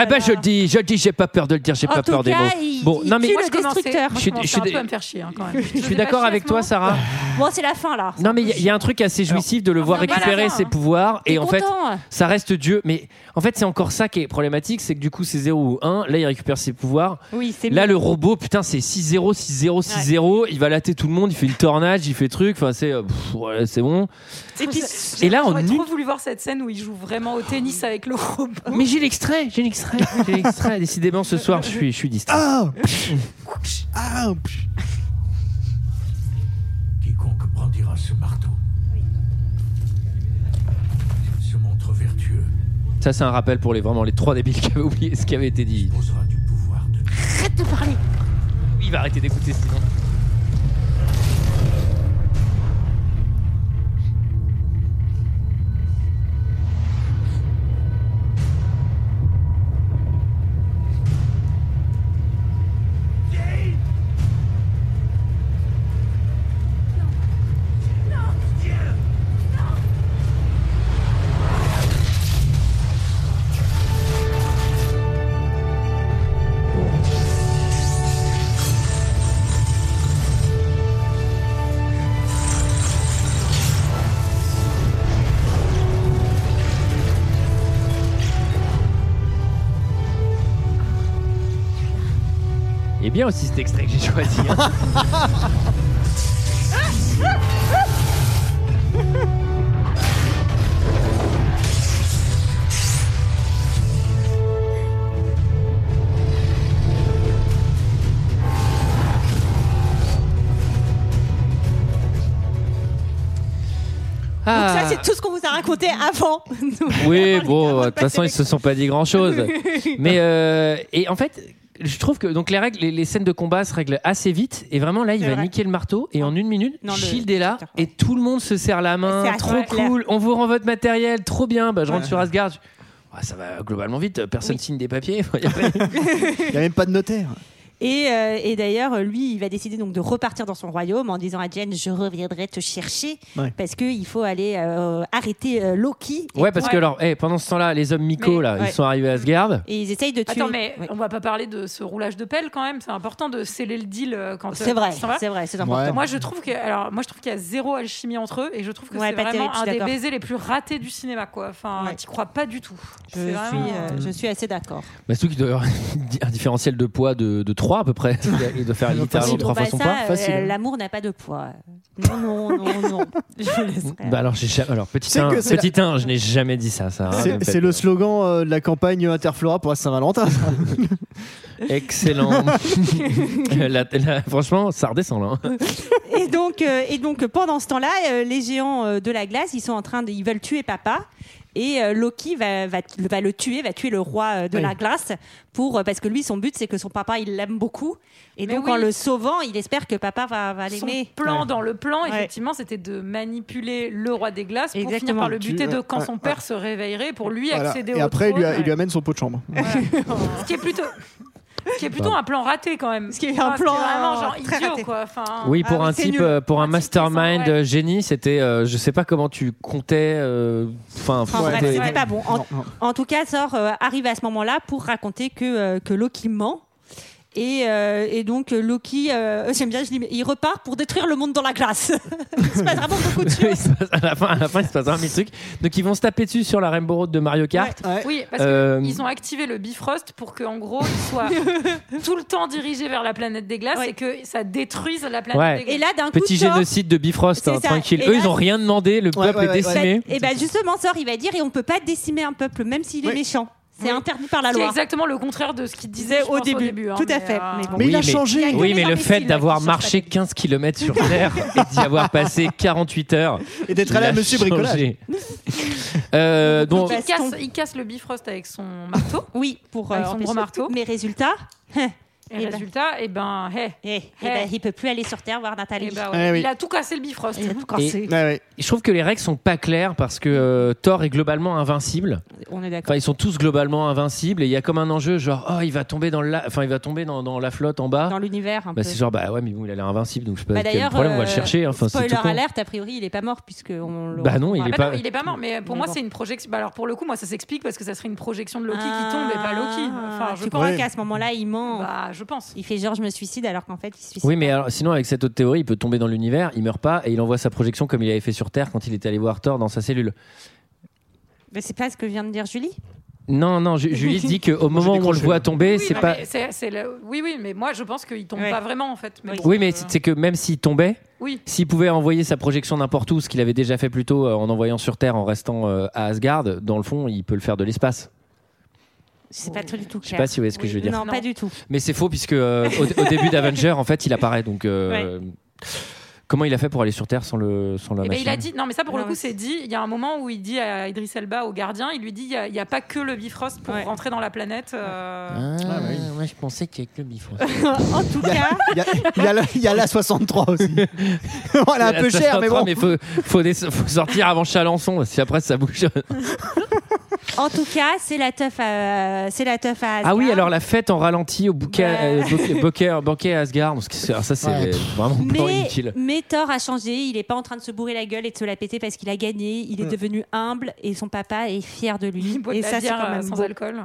[SPEAKER 1] ah bah je le dis, je le dis, j'ai pas peur de le dire, j'ai
[SPEAKER 10] En
[SPEAKER 1] pas
[SPEAKER 10] tout
[SPEAKER 1] peur des
[SPEAKER 10] cas,
[SPEAKER 1] mots.
[SPEAKER 10] il-
[SPEAKER 1] bon,
[SPEAKER 10] il
[SPEAKER 1] non, mais
[SPEAKER 10] tue
[SPEAKER 6] Moi,
[SPEAKER 10] le
[SPEAKER 6] je commençais-
[SPEAKER 10] destructeur.
[SPEAKER 6] moi,
[SPEAKER 1] Je
[SPEAKER 6] je
[SPEAKER 1] suis-
[SPEAKER 6] commençais
[SPEAKER 1] je suis
[SPEAKER 6] un
[SPEAKER 1] dé-
[SPEAKER 6] peu à me faire chier hein, quand même.
[SPEAKER 1] je suis d'accord avec toi, Sarah.
[SPEAKER 10] Bon, c'est la fin, là.
[SPEAKER 1] Non, mais il y a- il y, a un truc assez jouissif
[SPEAKER 10] ah
[SPEAKER 1] de le voir
[SPEAKER 10] bah,
[SPEAKER 6] non, voilà,
[SPEAKER 1] récupérer
[SPEAKER 6] hein.
[SPEAKER 1] ses pouvoirs
[SPEAKER 10] T'es
[SPEAKER 1] et en fait,
[SPEAKER 10] content.
[SPEAKER 1] ça reste Dieu. Mais en fait, c'est encore ça qui est problématique, c'est que du coup, c'est 0 ou 1. Là, il récupère ses pouvoirs.
[SPEAKER 10] Oui, c'est
[SPEAKER 1] Là,
[SPEAKER 10] mieux.
[SPEAKER 1] le robot, putain, c'est 6-0, 6-0, 6-0. Il va latter tout le monde, il fait une tornade, il fait truc. Enfin, c'est euh, pff, ouais, c'est bon.
[SPEAKER 10] Et puis,
[SPEAKER 1] Et là, en
[SPEAKER 6] J'aurais
[SPEAKER 1] une
[SPEAKER 6] trop voulu voir cette scène où il joue vraiment au tennis avec le robot.
[SPEAKER 1] Mais j'ai l'extrait, j'ai l'extrait, [LAUGHS] j'ai l'extrait. Décidément, ce soir, je suis, je suis distrait.
[SPEAKER 7] Ah Ah pff.
[SPEAKER 3] Quiconque brandira ce marteau se montre vertueux
[SPEAKER 1] Ça, c'est un rappel pour les vraiment les trois débiles qui avaient oublié ce qui avait été dit.
[SPEAKER 10] Arrête de parler
[SPEAKER 1] Il va arrêter d'écouter sinon. Et bien aussi cet extrait que j'ai choisi. hein.
[SPEAKER 10] Donc ça, c'est tout ce qu'on vous a raconté avant. [LAUGHS]
[SPEAKER 1] Oui, bon, de toute façon, ils se sont pas dit grand chose.
[SPEAKER 10] [LAUGHS] Oui.
[SPEAKER 1] Mais, euh, et en fait, je trouve que donc les règles, les, les scènes de combat se règlent assez vite. Et vraiment, là, il
[SPEAKER 10] C'est
[SPEAKER 1] va
[SPEAKER 10] vrai.
[SPEAKER 1] niquer le marteau. Et en une minute,
[SPEAKER 10] Non, le-
[SPEAKER 1] Shield est là. Et tout le monde se serre la main.
[SPEAKER 10] C'est
[SPEAKER 1] Trop
[SPEAKER 10] Asgard.
[SPEAKER 1] cool. On vous rend votre matériel. Trop bien. Bah, je rentre
[SPEAKER 7] Ouais.
[SPEAKER 1] sur Asgard. Je- Ouais, ça va globalement vite. Personne signe des papiers. [LAUGHS] Il y a pas-
[SPEAKER 7] Il n'y a même pas de notaire.
[SPEAKER 10] Et, euh, et d'ailleurs, lui, il va décider donc de repartir dans son royaume en disant à Jen, je reviendrai te chercher
[SPEAKER 7] Ouais.
[SPEAKER 10] parce qu'il faut aller euh, arrêter euh, Loki. Et
[SPEAKER 1] ouais, parce que
[SPEAKER 10] Ouais.
[SPEAKER 1] alors, eh, pendant ce temps-là, les hommes Miko,
[SPEAKER 10] Mais-
[SPEAKER 1] là,
[SPEAKER 10] ouais.
[SPEAKER 1] ils sont arrivés à Asgard.
[SPEAKER 10] Et ils essayent de tuer.
[SPEAKER 6] Attends, mais on va pas parler de ce roulage de pelle quand même. C'est important de sceller le deal euh, quand.
[SPEAKER 10] C'est
[SPEAKER 6] euh,
[SPEAKER 10] vrai,
[SPEAKER 6] quand tu t'en vas.
[SPEAKER 10] c'est vrai, c'est important.
[SPEAKER 7] Ouais.
[SPEAKER 6] Moi, je trouve que, alors, moi, je trouve qu'il y a zéro alchimie entre eux, et je trouve que
[SPEAKER 10] Ouais,
[SPEAKER 6] c'est
[SPEAKER 10] pas terrible,
[SPEAKER 6] vraiment
[SPEAKER 10] je
[SPEAKER 6] un
[SPEAKER 10] suis
[SPEAKER 6] des
[SPEAKER 10] d'accord.
[SPEAKER 6] baisers les plus ratés du cinéma, quoi. Enfin,
[SPEAKER 10] Ouais.
[SPEAKER 6] t'y crois pas du tout.
[SPEAKER 10] Je,
[SPEAKER 6] C'est
[SPEAKER 10] suis,
[SPEAKER 6] vraiment-
[SPEAKER 10] euh, je suis assez d'accord.
[SPEAKER 1] Bah, surtout qu'il doit y avoir [LAUGHS] un différentiel de poids de, de 3 à peu
[SPEAKER 10] [LAUGHS]
[SPEAKER 1] près. Il doit faire littéralement
[SPEAKER 10] Oui,
[SPEAKER 1] 3
[SPEAKER 10] bon,
[SPEAKER 1] fois
[SPEAKER 10] bah,
[SPEAKER 1] son
[SPEAKER 10] ça,
[SPEAKER 1] poids.
[SPEAKER 10] euh,
[SPEAKER 1] Facile. hein.
[SPEAKER 10] L'amour n'a pas de poids. Non, non,
[SPEAKER 1] [LAUGHS]
[SPEAKER 10] non, non. Je laisserai.
[SPEAKER 1] Bah alors, j'ai jamais- alors petit
[SPEAKER 7] Tu sais
[SPEAKER 1] 1,
[SPEAKER 7] que c'est
[SPEAKER 1] petit un, je n'ai jamais dit ça. ça hein,
[SPEAKER 7] C'est
[SPEAKER 1] peut-être.
[SPEAKER 7] c'est le slogan euh, de la campagne Interflora pour la Saint-Valentin.
[SPEAKER 1] [LAUGHS] Excellent. [LAUGHS] La- la- franchement, ça redescend là. hein.
[SPEAKER 10] Et donc, euh, et donc pendant ce temps-là, euh, les géants euh, de la glace, ils sont en train de, ils veulent tuer papa. Et euh, Loki va, va, va le tuer, va tuer le roi euh, de
[SPEAKER 7] Oui.
[SPEAKER 10] la glace pour euh, parce que lui, son but, c'est que son papa, il l'aime beaucoup. Et
[SPEAKER 6] Mais
[SPEAKER 10] donc
[SPEAKER 6] oui.
[SPEAKER 10] en le sauvant, il espère que papa va, va
[SPEAKER 6] Son
[SPEAKER 10] l'aimer.
[SPEAKER 6] plan dans le plan,
[SPEAKER 10] Ouais.
[SPEAKER 6] effectivement, c'était de manipuler le roi des glaces pour finir
[SPEAKER 10] Exactement.
[SPEAKER 6] par le buter
[SPEAKER 7] Tu-
[SPEAKER 6] de
[SPEAKER 7] ouais,
[SPEAKER 6] quand
[SPEAKER 7] ouais,
[SPEAKER 6] son
[SPEAKER 7] ouais.
[SPEAKER 6] père se réveillerait pour lui
[SPEAKER 7] Voilà.
[SPEAKER 6] accéder
[SPEAKER 7] Et
[SPEAKER 6] au
[SPEAKER 7] après, il lui, a-
[SPEAKER 6] trône.
[SPEAKER 7] il lui amène son pot de chambre.
[SPEAKER 6] Ce qui est plutôt. Ce qui est plutôt un plan raté quand même.
[SPEAKER 10] Ce qui est un
[SPEAKER 6] Enfin,
[SPEAKER 10] plan,
[SPEAKER 6] qui est vraiment genre
[SPEAKER 10] euh, très
[SPEAKER 6] idiot
[SPEAKER 10] raté.
[SPEAKER 6] quoi. Enfin,
[SPEAKER 1] Oui, pour
[SPEAKER 10] Ah oui,
[SPEAKER 1] un
[SPEAKER 10] c'est
[SPEAKER 1] type,
[SPEAKER 10] nul.
[SPEAKER 1] euh, pour un
[SPEAKER 6] Un type qui s'en-
[SPEAKER 1] mastermind
[SPEAKER 6] ouais.
[SPEAKER 1] euh, génie, c'était, euh, je sais pas comment tu comptais. euh, Enfin,
[SPEAKER 10] Enfin, bref,
[SPEAKER 1] c'était-
[SPEAKER 10] c'était pas bon. En,
[SPEAKER 7] Non, non.
[SPEAKER 10] en tout cas, Thor euh, arrive à ce moment-là pour raconter que, euh, que Loki ment. Et, euh, et donc euh, Loki, euh, j'aime bien, je dis, mais il repart pour détruire le monde dans la glace. [LAUGHS] il se passe vraiment beaucoup de
[SPEAKER 1] [LAUGHS] Il
[SPEAKER 10] choses.
[SPEAKER 1] se passe- à, la fin, à la fin, il se passe un mille trucs. Donc, ils vont se taper dessus sur la Rainbow Road de Mario Kart.
[SPEAKER 7] Ouais.
[SPEAKER 6] Oui, parce que
[SPEAKER 1] Euh,
[SPEAKER 6] ils ont activé le Bifrost pour que en gros il
[SPEAKER 10] [LAUGHS]
[SPEAKER 6] soit tout le temps dirigé vers la planète des glaces
[SPEAKER 10] Ouais.
[SPEAKER 6] et que ça détruise la planète
[SPEAKER 1] Ouais.
[SPEAKER 6] des glaces.
[SPEAKER 10] Et là, d'un coup,
[SPEAKER 1] Petit
[SPEAKER 10] Thor,
[SPEAKER 1] génocide de Bifrost,
[SPEAKER 10] C'est
[SPEAKER 1] hein,
[SPEAKER 10] ça.
[SPEAKER 1] tranquille.
[SPEAKER 10] Et
[SPEAKER 1] Eux,
[SPEAKER 10] là-
[SPEAKER 1] ils ont rien demandé, le peuple
[SPEAKER 7] ouais, ouais,
[SPEAKER 1] est décimé.
[SPEAKER 10] Et ben justement, Sor, il va dire et on peut pas décimer un peuple, même s'il est
[SPEAKER 7] Oui.
[SPEAKER 10] méchant. C'est
[SPEAKER 6] Oui.
[SPEAKER 10] interdit par la
[SPEAKER 6] C'est
[SPEAKER 10] loi.
[SPEAKER 6] exactement le contraire de ce qu'il disait
[SPEAKER 10] Disait
[SPEAKER 6] je
[SPEAKER 10] au
[SPEAKER 6] pense,
[SPEAKER 10] début.
[SPEAKER 6] hein,
[SPEAKER 10] Tout à
[SPEAKER 6] mais,
[SPEAKER 10] fait.
[SPEAKER 6] euh,
[SPEAKER 10] Mais bon.
[SPEAKER 7] Mais
[SPEAKER 1] Oui,
[SPEAKER 7] il a
[SPEAKER 1] mais-
[SPEAKER 7] changé.
[SPEAKER 10] Il y a que
[SPEAKER 1] Oui,
[SPEAKER 10] les
[SPEAKER 1] mais le fait
[SPEAKER 10] imbéciles
[SPEAKER 1] d'avoir
[SPEAKER 10] qui cherchent
[SPEAKER 1] marché
[SPEAKER 10] pas
[SPEAKER 1] 15 km sur Terre et d'y avoir passé 48 heures.
[SPEAKER 7] Et d'être allé
[SPEAKER 1] il
[SPEAKER 7] à
[SPEAKER 1] a
[SPEAKER 7] Monsieur
[SPEAKER 1] changé.
[SPEAKER 7] Bricolage.
[SPEAKER 1] Euh, donc,
[SPEAKER 6] il,
[SPEAKER 10] Baston.
[SPEAKER 6] casse, il casse le Bifrost avec son marteau.
[SPEAKER 10] Oui, pour euh,
[SPEAKER 6] Avec son
[SPEAKER 10] empêcher
[SPEAKER 6] gros
[SPEAKER 10] le-
[SPEAKER 6] marteau.
[SPEAKER 10] Mais résultat,
[SPEAKER 6] Et,
[SPEAKER 10] Et
[SPEAKER 6] résultat, et ben, hey,
[SPEAKER 10] eh, eh ben, il peut plus aller sur Terre voir Nathalie.
[SPEAKER 6] eh ben,
[SPEAKER 7] Eh
[SPEAKER 6] ouais,
[SPEAKER 7] oui.
[SPEAKER 6] il a tout cassé le Bifrost.
[SPEAKER 10] Il a tout cassé.
[SPEAKER 7] Ouais, ouais.
[SPEAKER 1] je trouve que les règles sont pas claires parce que euh, Thor est globalement invincible.
[SPEAKER 10] On est d'accord.
[SPEAKER 1] Enfin, ils sont tous globalement invincibles et il y a comme un enjeu genre oh il va tomber dans le la... enfin il va tomber dans, dans la flotte en bas.
[SPEAKER 10] Dans l'univers. un
[SPEAKER 1] Bah,
[SPEAKER 10] peu.
[SPEAKER 1] c'est genre bah ouais mais bon il a l'air invincible donc je sais pas
[SPEAKER 10] Bah,
[SPEAKER 1] quel problème on va le
[SPEAKER 10] euh,
[SPEAKER 1] chercher. hein. Enfin, c'est
[SPEAKER 10] spoiler
[SPEAKER 1] tout con.
[SPEAKER 10] alerte, a priori, il est pas mort puisque on le.
[SPEAKER 1] Bah non il
[SPEAKER 6] Ah
[SPEAKER 1] est
[SPEAKER 6] bah
[SPEAKER 1] pas.
[SPEAKER 6] non, il est pas mort, mais pour
[SPEAKER 10] Mais
[SPEAKER 6] moi,
[SPEAKER 10] bon.
[SPEAKER 6] c'est une projection. Bah, alors, pour le coup, moi, ça s'explique parce que ça serait une projection de Loki qui tombe et pas Loki. Enfin, je
[SPEAKER 10] Ah, tu
[SPEAKER 6] pense.
[SPEAKER 10] crois
[SPEAKER 7] Oui.
[SPEAKER 10] qu'à ce moment-là, il ment
[SPEAKER 6] Bah, je pense.
[SPEAKER 10] Il fait genre je me suicide alors qu'en fait il se suicide.
[SPEAKER 1] Oui mais alors, sinon avec cette autre théorie il peut tomber dans l'univers il meurt pas et il envoie sa projection comme il avait fait sur Terre quand il était allé voir Thor dans sa cellule.
[SPEAKER 10] Mais c'est pas ce que vient de dire Julie.
[SPEAKER 1] Non non Ju- Julie se dit qu'au moment où on le
[SPEAKER 7] décroché,
[SPEAKER 1] voit
[SPEAKER 7] là.
[SPEAKER 1] tomber
[SPEAKER 6] Oui,
[SPEAKER 1] c'est
[SPEAKER 6] bah,
[SPEAKER 1] pas
[SPEAKER 6] mais c'est- c'est le- oui, oui, mais moi, je pense qu'il tombe
[SPEAKER 10] Ouais.
[SPEAKER 6] pas vraiment, en fait. Mais bon,
[SPEAKER 1] oui mais
[SPEAKER 6] euh,
[SPEAKER 1] c'est c'est que même s'il tombait
[SPEAKER 6] Oui.
[SPEAKER 1] S'il pouvait envoyer sa projection n'importe où, ce qu'il avait déjà fait plus tôt euh, en envoyant sur Terre en restant euh, à Asgard, dans le fond, il peut le faire de l'espace.
[SPEAKER 10] C'est
[SPEAKER 6] Oh.
[SPEAKER 10] pas du tout
[SPEAKER 1] Je sais
[SPEAKER 10] clair.
[SPEAKER 1] pas si vous voyez ce que
[SPEAKER 6] Oui,
[SPEAKER 1] je veux dire.
[SPEAKER 10] Non, pas du tout. [LAUGHS]
[SPEAKER 1] Mais c'est faux puisque euh, au, au début d'Avenger, en fait, il apparaît donc. euh, Comment il a fait pour aller sur Terre sans le sans la
[SPEAKER 6] Eh ben,
[SPEAKER 1] machine
[SPEAKER 6] il a dit, non mais ça pour
[SPEAKER 10] Ah
[SPEAKER 6] le coup
[SPEAKER 10] ouais.
[SPEAKER 6] c'est dit, il y a un moment où il dit à Idriss Elba, au gardien, il lui dit, il n'y a, il y a pas que le Bifrost pour rentrer dans la planète. euh,
[SPEAKER 1] Ah,
[SPEAKER 7] Ah, bah
[SPEAKER 1] Moi, je pensais qu'il y avait que le bifon.
[SPEAKER 6] en
[SPEAKER 1] [LAUGHS]
[SPEAKER 6] tout cas,
[SPEAKER 7] Il y a- il y, a la- il y a la 63 aussi. voilà, un peu cher,
[SPEAKER 1] [LAUGHS]
[SPEAKER 7] mais bon.
[SPEAKER 1] Mais faut, faut, des- faut sortir avant Chalençon, parce que après ça bouge.
[SPEAKER 10] En tout cas, c'est la teuf à, c'est la teuf à
[SPEAKER 1] Ah oui,
[SPEAKER 10] Asgard.
[SPEAKER 1] alors la fête en ralenti au bouquet,
[SPEAKER 10] Bah.
[SPEAKER 1] euh, bouquet- bouquet- bouquet à Asgard. parce que c'est- alors ça, c'est
[SPEAKER 10] Ouais,
[SPEAKER 1] vraiment pas
[SPEAKER 10] Mais,
[SPEAKER 1] inutile.
[SPEAKER 10] mais Thor a changé, il n'est pas en train de se bourrer la gueule et de se la péter parce qu'il a gagné, il est
[SPEAKER 1] Mm.
[SPEAKER 10] devenu humble et son papa est fier de lui.
[SPEAKER 6] boit de
[SPEAKER 10] et
[SPEAKER 6] la
[SPEAKER 10] ça, c'est
[SPEAKER 6] bière,
[SPEAKER 10] quand même
[SPEAKER 6] euh, sans
[SPEAKER 10] beau.
[SPEAKER 6] alcool.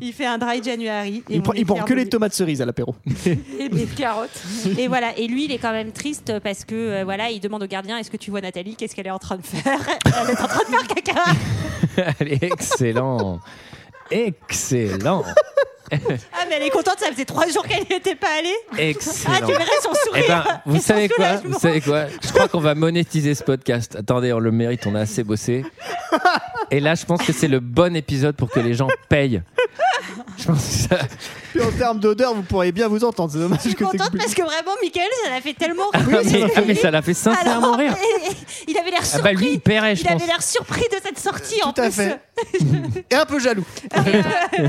[SPEAKER 10] il fait un dry January. et
[SPEAKER 7] Il
[SPEAKER 10] on
[SPEAKER 7] prend,
[SPEAKER 10] est
[SPEAKER 7] il prend
[SPEAKER 10] fier
[SPEAKER 7] que
[SPEAKER 10] de
[SPEAKER 7] les
[SPEAKER 10] lui.
[SPEAKER 7] tomates cerises à l'apéro.
[SPEAKER 1] [LAUGHS]
[SPEAKER 6] et des
[SPEAKER 10] [LAUGHS]
[SPEAKER 6] carottes.
[SPEAKER 10] Et voilà, et lui, il est quand même triste parce que euh, voilà, il demande au gardien est-ce que tu vois Nathalie Qu'est-ce qu'elle est en train de
[SPEAKER 1] [LAUGHS]
[SPEAKER 10] faire Elle est en train de faire caca.
[SPEAKER 1] Elle est excellent. Excellent.
[SPEAKER 10] Ah mais elle est contente, ça faisait trois jours qu'elle n'y était pas allée.
[SPEAKER 1] Excellent.
[SPEAKER 10] Ah tu verrais son sourire.
[SPEAKER 1] Eh ben, vous
[SPEAKER 10] et son
[SPEAKER 1] savez quoi
[SPEAKER 10] soulagement.
[SPEAKER 1] Vous savez quoi Je crois qu'on va monétiser ce podcast. Attendez, on le mérite, on a assez bossé. Et là, je pense que c'est le bon épisode pour que les gens payent. Je pense que ça.
[SPEAKER 7] Puis en termes d'odeur, vous pourriez bien vous entendre. C'est dommage que t'aies
[SPEAKER 10] contente
[SPEAKER 7] coupé.
[SPEAKER 10] parce que vraiment, Michael, ça l'a fait tellement rire.
[SPEAKER 1] Ah, mais, ah, mais ça l'a fait sincèrement
[SPEAKER 10] Alors,
[SPEAKER 1] rire.
[SPEAKER 10] [LAUGHS] et- et- Il avait l'air
[SPEAKER 1] Ah
[SPEAKER 10] surpris.
[SPEAKER 1] bah lui, il paierait, je
[SPEAKER 10] il
[SPEAKER 1] pense.
[SPEAKER 10] avait l'air surpris de cette sortie en
[SPEAKER 7] Tout à
[SPEAKER 10] plus.
[SPEAKER 7] fait. Et un peu jaloux.
[SPEAKER 1] [LAUGHS]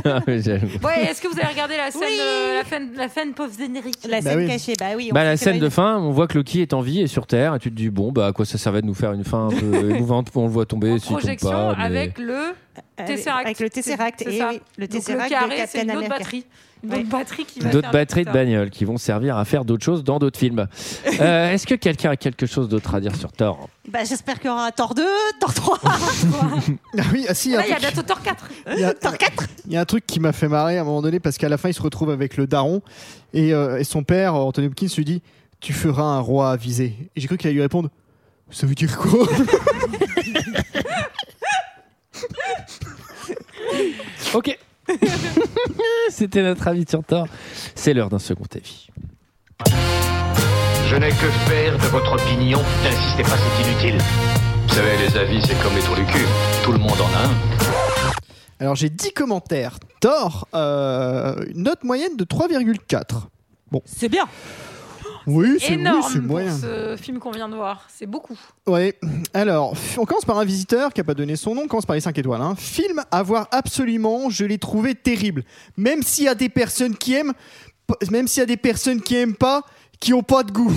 [SPEAKER 1] Ah, mais j'avoue.
[SPEAKER 6] Ouais, est-ce que vous avez regardé la scène, euh, la fin, la fin post-générique
[SPEAKER 10] La
[SPEAKER 1] Bah
[SPEAKER 10] scène
[SPEAKER 1] oui.
[SPEAKER 10] cachée, bah oui. on
[SPEAKER 1] Bah, la
[SPEAKER 10] sait que
[SPEAKER 1] scène de fin, on voit que Loki est en vie et sur Terre, et tu te dis, bon, bah, à quoi ça servait de nous faire une fin un
[SPEAKER 10] [LAUGHS]
[SPEAKER 1] peu émouvante On le voit tomber, s'il tombe
[SPEAKER 6] Projection
[SPEAKER 1] pas. mais-
[SPEAKER 6] avec le
[SPEAKER 10] Avec-
[SPEAKER 6] Tesseract.
[SPEAKER 10] Euh, avec le Tesseract,
[SPEAKER 6] C'est- c'est
[SPEAKER 10] et
[SPEAKER 6] ça.
[SPEAKER 10] oui, le
[SPEAKER 6] Donc
[SPEAKER 10] Tesseract de
[SPEAKER 6] carré, c'est
[SPEAKER 10] Captain
[SPEAKER 6] une autre
[SPEAKER 10] America.
[SPEAKER 6] batterie. Une autre batterie qui va
[SPEAKER 1] D'autres
[SPEAKER 6] faire des
[SPEAKER 1] batteries de
[SPEAKER 6] acteurs.
[SPEAKER 1] bagnoles qui vont servir à faire d'autres choses dans d'autres [LAUGHS] films. Euh, Est-ce que quelqu'un a quelque chose d'autre à dire sur Thor
[SPEAKER 10] Bah, j'espère qu'il y aura un Thor 2, Thor 3.
[SPEAKER 7] [LAUGHS] Ah oui, ah si,
[SPEAKER 6] Là,
[SPEAKER 7] un
[SPEAKER 6] il y a
[SPEAKER 7] truc-
[SPEAKER 6] bientôt Thor 4.
[SPEAKER 7] il y a- il y a un truc qui m'a fait marrer à un moment donné parce qu'à la fin, il se retrouve avec le daron et, euh, et son père, Anthony Hopkins, lui dit Tu feras un roi avisé. Et j'ai cru qu'il allait lui répondre Ça veut dire quoi
[SPEAKER 1] [LAUGHS] Ok. C'était notre avis sur Thor. C'est l'heure d'un second avis.
[SPEAKER 13] Je n'ai que faire de votre opinion. N'insistez pas, c'est inutile. Vous savez, les avis, c'est comme les trous du cul. Tout le monde en a un.
[SPEAKER 7] [LAUGHS] Alors j'ai 10 commentaires. Thor, euh, une note moyenne de 3,4. Bon.
[SPEAKER 10] C'est [LAUGHS] bien.
[SPEAKER 7] Oui, c'est oui,
[SPEAKER 6] Énorme
[SPEAKER 7] c'est
[SPEAKER 6] pour
[SPEAKER 7] moyen.
[SPEAKER 6] ce film qu'on vient de voir. C'est beaucoup.
[SPEAKER 7] Ouais. Alors, f- on commence par un visiteur qui a pas donné son nom. On commence par les 5 étoiles. hein. Film à voir absolument. Je l'ai trouvé terrible. Même s'il y a des personnes qui aiment, p- même s'il y a des personnes qui aiment pas, qui ont pas de goût.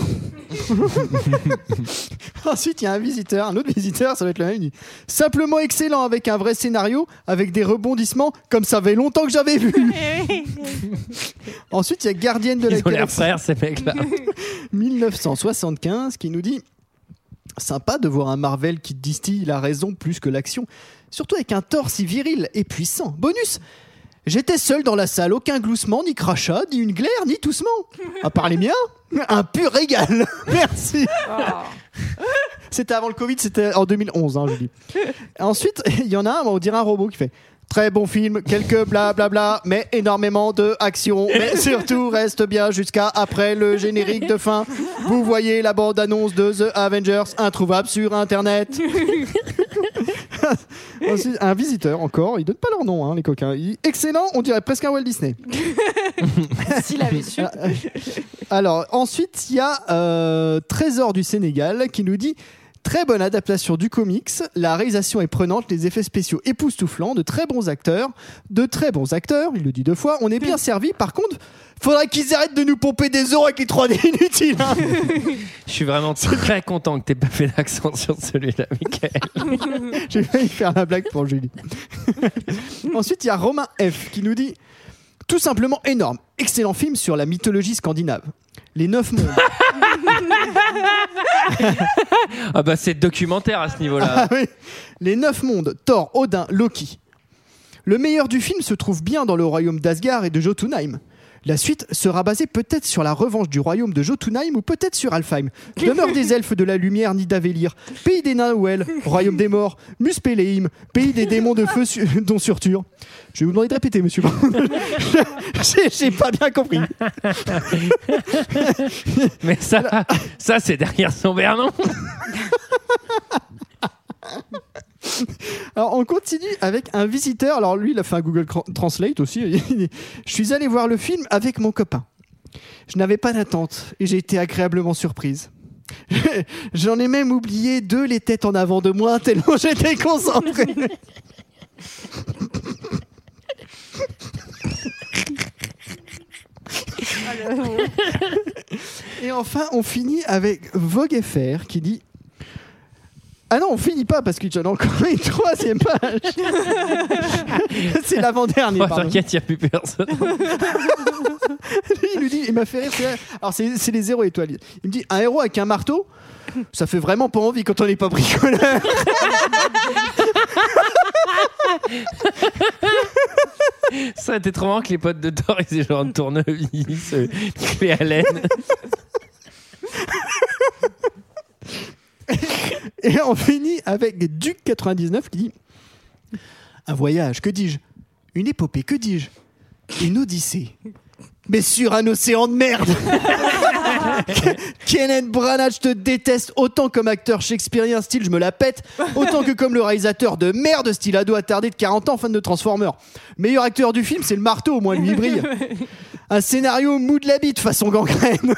[SPEAKER 7] [LAUGHS] Ensuite, il y a un visiteur, un autre visiteur, ça doit être le même. il dit, Simplement excellent avec un vrai scénario, avec des rebondissements comme ça fait longtemps que j'avais vu. Ensuite, il y a Gardienne de la
[SPEAKER 1] Ils ont l'air
[SPEAKER 7] Galaxie.
[SPEAKER 1] frères, ces mecs-là.
[SPEAKER 7] 1975 qui nous dit Sympa de voir un Marvel qui distille la raison plus que l'action, surtout avec un Thor si viril et puissant. Bonus J'étais seul dans la salle, aucun gloussement, ni crachat, ni une glaire, ni toussement. À part les miens, un pur régal. [LAUGHS] Merci.
[SPEAKER 6] Oh.
[SPEAKER 7] C'était avant le Covid, c'était en 2011, hein, je dis. Ensuite, il y en a un, on dirait un robot qui fait Très bon film, quelques blablabla, mais énormément de action. Mais surtout, reste bien jusqu'à après le générique de fin. Vous voyez la bande-annonce de The Avengers, introuvable sur Internet. [LAUGHS] Ensuite, un visiteur encore, ils donnent pas leur nom, hein, les coquins. Il dit, Excellent, on dirait presque un Walt Disney.
[SPEAKER 6] S'il avait su.
[SPEAKER 7] Ah, euh, Alors, ensuite, il y a euh, Trésor du Sénégal qui nous dit Très bonne adaptation du comics, la réalisation est prenante, les effets spéciaux époustouflants, de très bons acteurs, de très bons acteurs, il le dit deux fois, on est bien servi, par contre, faudrait qu'ils arrêtent de nous pomper des euros avec les 3D [LAUGHS] inutiles. hein.
[SPEAKER 1] Je suis vraiment très content que t'aies pas fait l'accent sur celui-là, Michael.
[SPEAKER 7] J'ai failli faire la blague pour Julie. [LAUGHS] Ensuite, il y a Romain F qui nous dit Tout simplement énorme, excellent film sur la mythologie scandinave. Les neuf mondes.
[SPEAKER 1] [LAUGHS] Ah bah c'est documentaire à ce niveau-là.
[SPEAKER 7] Ah oui. Les neuf mondes, Thor, Odin, Loki. Le meilleur du film se trouve bien dans le royaume d'Asgard et de Jotunheim. La suite sera basée peut-être sur la revanche du royaume de Jotunheim ou peut-être sur Alfheim. Demeure des elfes de la lumière ni d'Avélir, pays des nains Noël, royaume des morts, Muspelheim, pays des démons de feu su- dont surture. Je vais vous demander de répéter, monsieur. [LAUGHS] J'ai- J'ai pas bien compris.
[SPEAKER 1] [LAUGHS] Mais ça, ça c'est derrière son Bernon.
[SPEAKER 7] Alors, on continue avec un [LAUGHS] visiteur. Alors, lui, il a fait un Google Cran- Translate aussi. Il dit, Je suis allé voir le film avec mon copain. Je n'avais pas d'attente et j'ai été agréablement surprise. [LAUGHS] J'en ai même oublié deux les têtes en avant de moi tellement j'étais concentré. Et enfin, on finit avec Vogue FR qui dit Ah non, on finit pas parce qu'il y en a encore une troisième page. [LAUGHS] c'est l'avant-dernier.
[SPEAKER 1] Oh,
[SPEAKER 7] pardon.
[SPEAKER 1] T'inquiète, il n'y a plus personne.
[SPEAKER 7] Lui, [LAUGHS] il nous dit, il m'a fait rire. c'est- Alors, c'est c'est les zéro étoiles. Il me dit, un héros avec un marteau, ça fait vraiment pas envie quand on n'est pas bricoleur.
[SPEAKER 1] Ça aurait été trop marrant que les potes de Thor ils aient genre une tournevis, euh, une clé à laine. [LAUGHS]
[SPEAKER 7] Et on finit avec Duc99 qui dit Un voyage, que dis-je Une épopée, que dis-je Une odyssée. Mais sur un océan de merde Kenneth Branagh, je te déteste autant comme acteur shakespearien style, je me la pète, autant que comme le réalisateur de merde style ado attardé de 40 ans, fan de Transformers. Meilleur acteur du film, c'est le marteau, au moins lui il brille. Un scénario mou de la bite façon gangrène.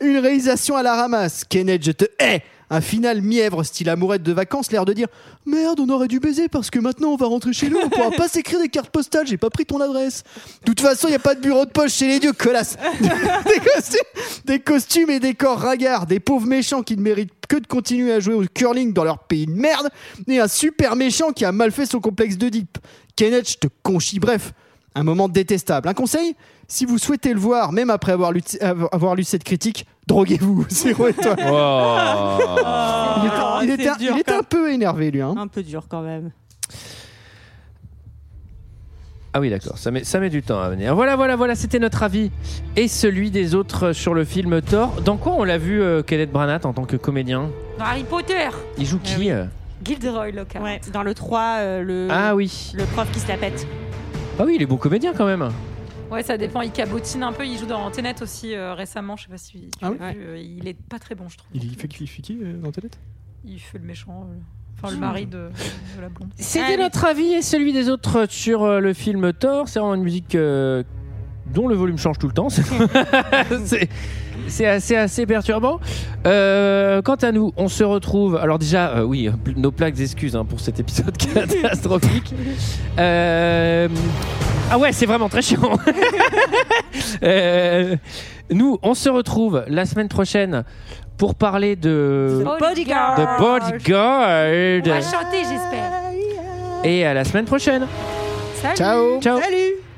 [SPEAKER 7] Une réalisation à la ramasse. Kenneth, je te hais. Un final mièvre, style amourette de vacances, l'air de dire Merde, on aurait dû baiser parce que maintenant on va rentrer chez nous, on pourra pas s'écrire des cartes postales, j'ai pas pris ton adresse. De toute façon, y a pas de bureau de poche chez les dieux, colasse. [LAUGHS] des, costumes, des costumes et des corps ragards, des pauvres méchants qui ne méritent que de continuer à jouer au curling dans leur pays de merde, et un super méchant qui a mal fait son complexe de d'Oedipe. Kenneth, je te conchis, bref. Un moment détestable. Un conseil Si vous souhaitez le voir, même après avoir lu, av- avoir lu cette critique, droguez-vous. [LAUGHS] Zéro étoile. Il était-
[SPEAKER 11] Oh,
[SPEAKER 7] il
[SPEAKER 11] c'est
[SPEAKER 7] était, un-
[SPEAKER 11] dur
[SPEAKER 7] il était
[SPEAKER 11] quand-
[SPEAKER 7] un peu énervé, lui. hein.
[SPEAKER 11] Un peu dur quand même.
[SPEAKER 1] Ah oui, d'accord, ça met, ça met du temps à venir. Voilà, voilà, voilà, c'était notre avis et celui des autres sur le film Thor. Dans quoi on l'a vu, euh, Kenneth Branagh, en tant que comédien
[SPEAKER 6] Dans Harry Potter
[SPEAKER 1] Il joue qui euh
[SPEAKER 6] Gilderoy Lockhart.
[SPEAKER 11] Ouais, dans le 3, euh, le,
[SPEAKER 1] Ah oui.
[SPEAKER 11] le prof qui se la pète.
[SPEAKER 1] Ah oui, il est bon comédien quand même.
[SPEAKER 6] Ouais, ça dépend. Il cabotine un peu. Il joue dans Tenet aussi euh, récemment. Je sais pas si tu l'as vu, euh, il est pas très bon, je trouve.
[SPEAKER 7] Il fait qui, il fait qui euh, dans ta tête
[SPEAKER 6] Il fait le méchant, euh, enfin le
[SPEAKER 10] Hmm.
[SPEAKER 6] mari de, de la blonde.
[SPEAKER 1] C'était notre avis et celui des autres sur euh, le film Thor. C'est vraiment une musique euh, dont le volume change tout le temps. [LAUGHS] C'est- C'est assez, assez perturbant. Euh, quant à nous, on se retrouve. Alors, déjà, euh, oui, euh, nos plaques d'excuses hein, pour cet épisode [LAUGHS] catastrophique. Euh, ah ouais, c'est vraiment très chiant. [LAUGHS] Euh, nous, on se retrouve la semaine prochaine pour parler de.
[SPEAKER 6] The Bodyguard.
[SPEAKER 1] The Bodyguard.
[SPEAKER 6] chanter, j'espère.
[SPEAKER 1] Et à la semaine prochaine.
[SPEAKER 6] Salut.
[SPEAKER 1] Ciao. Ciao.
[SPEAKER 7] Salut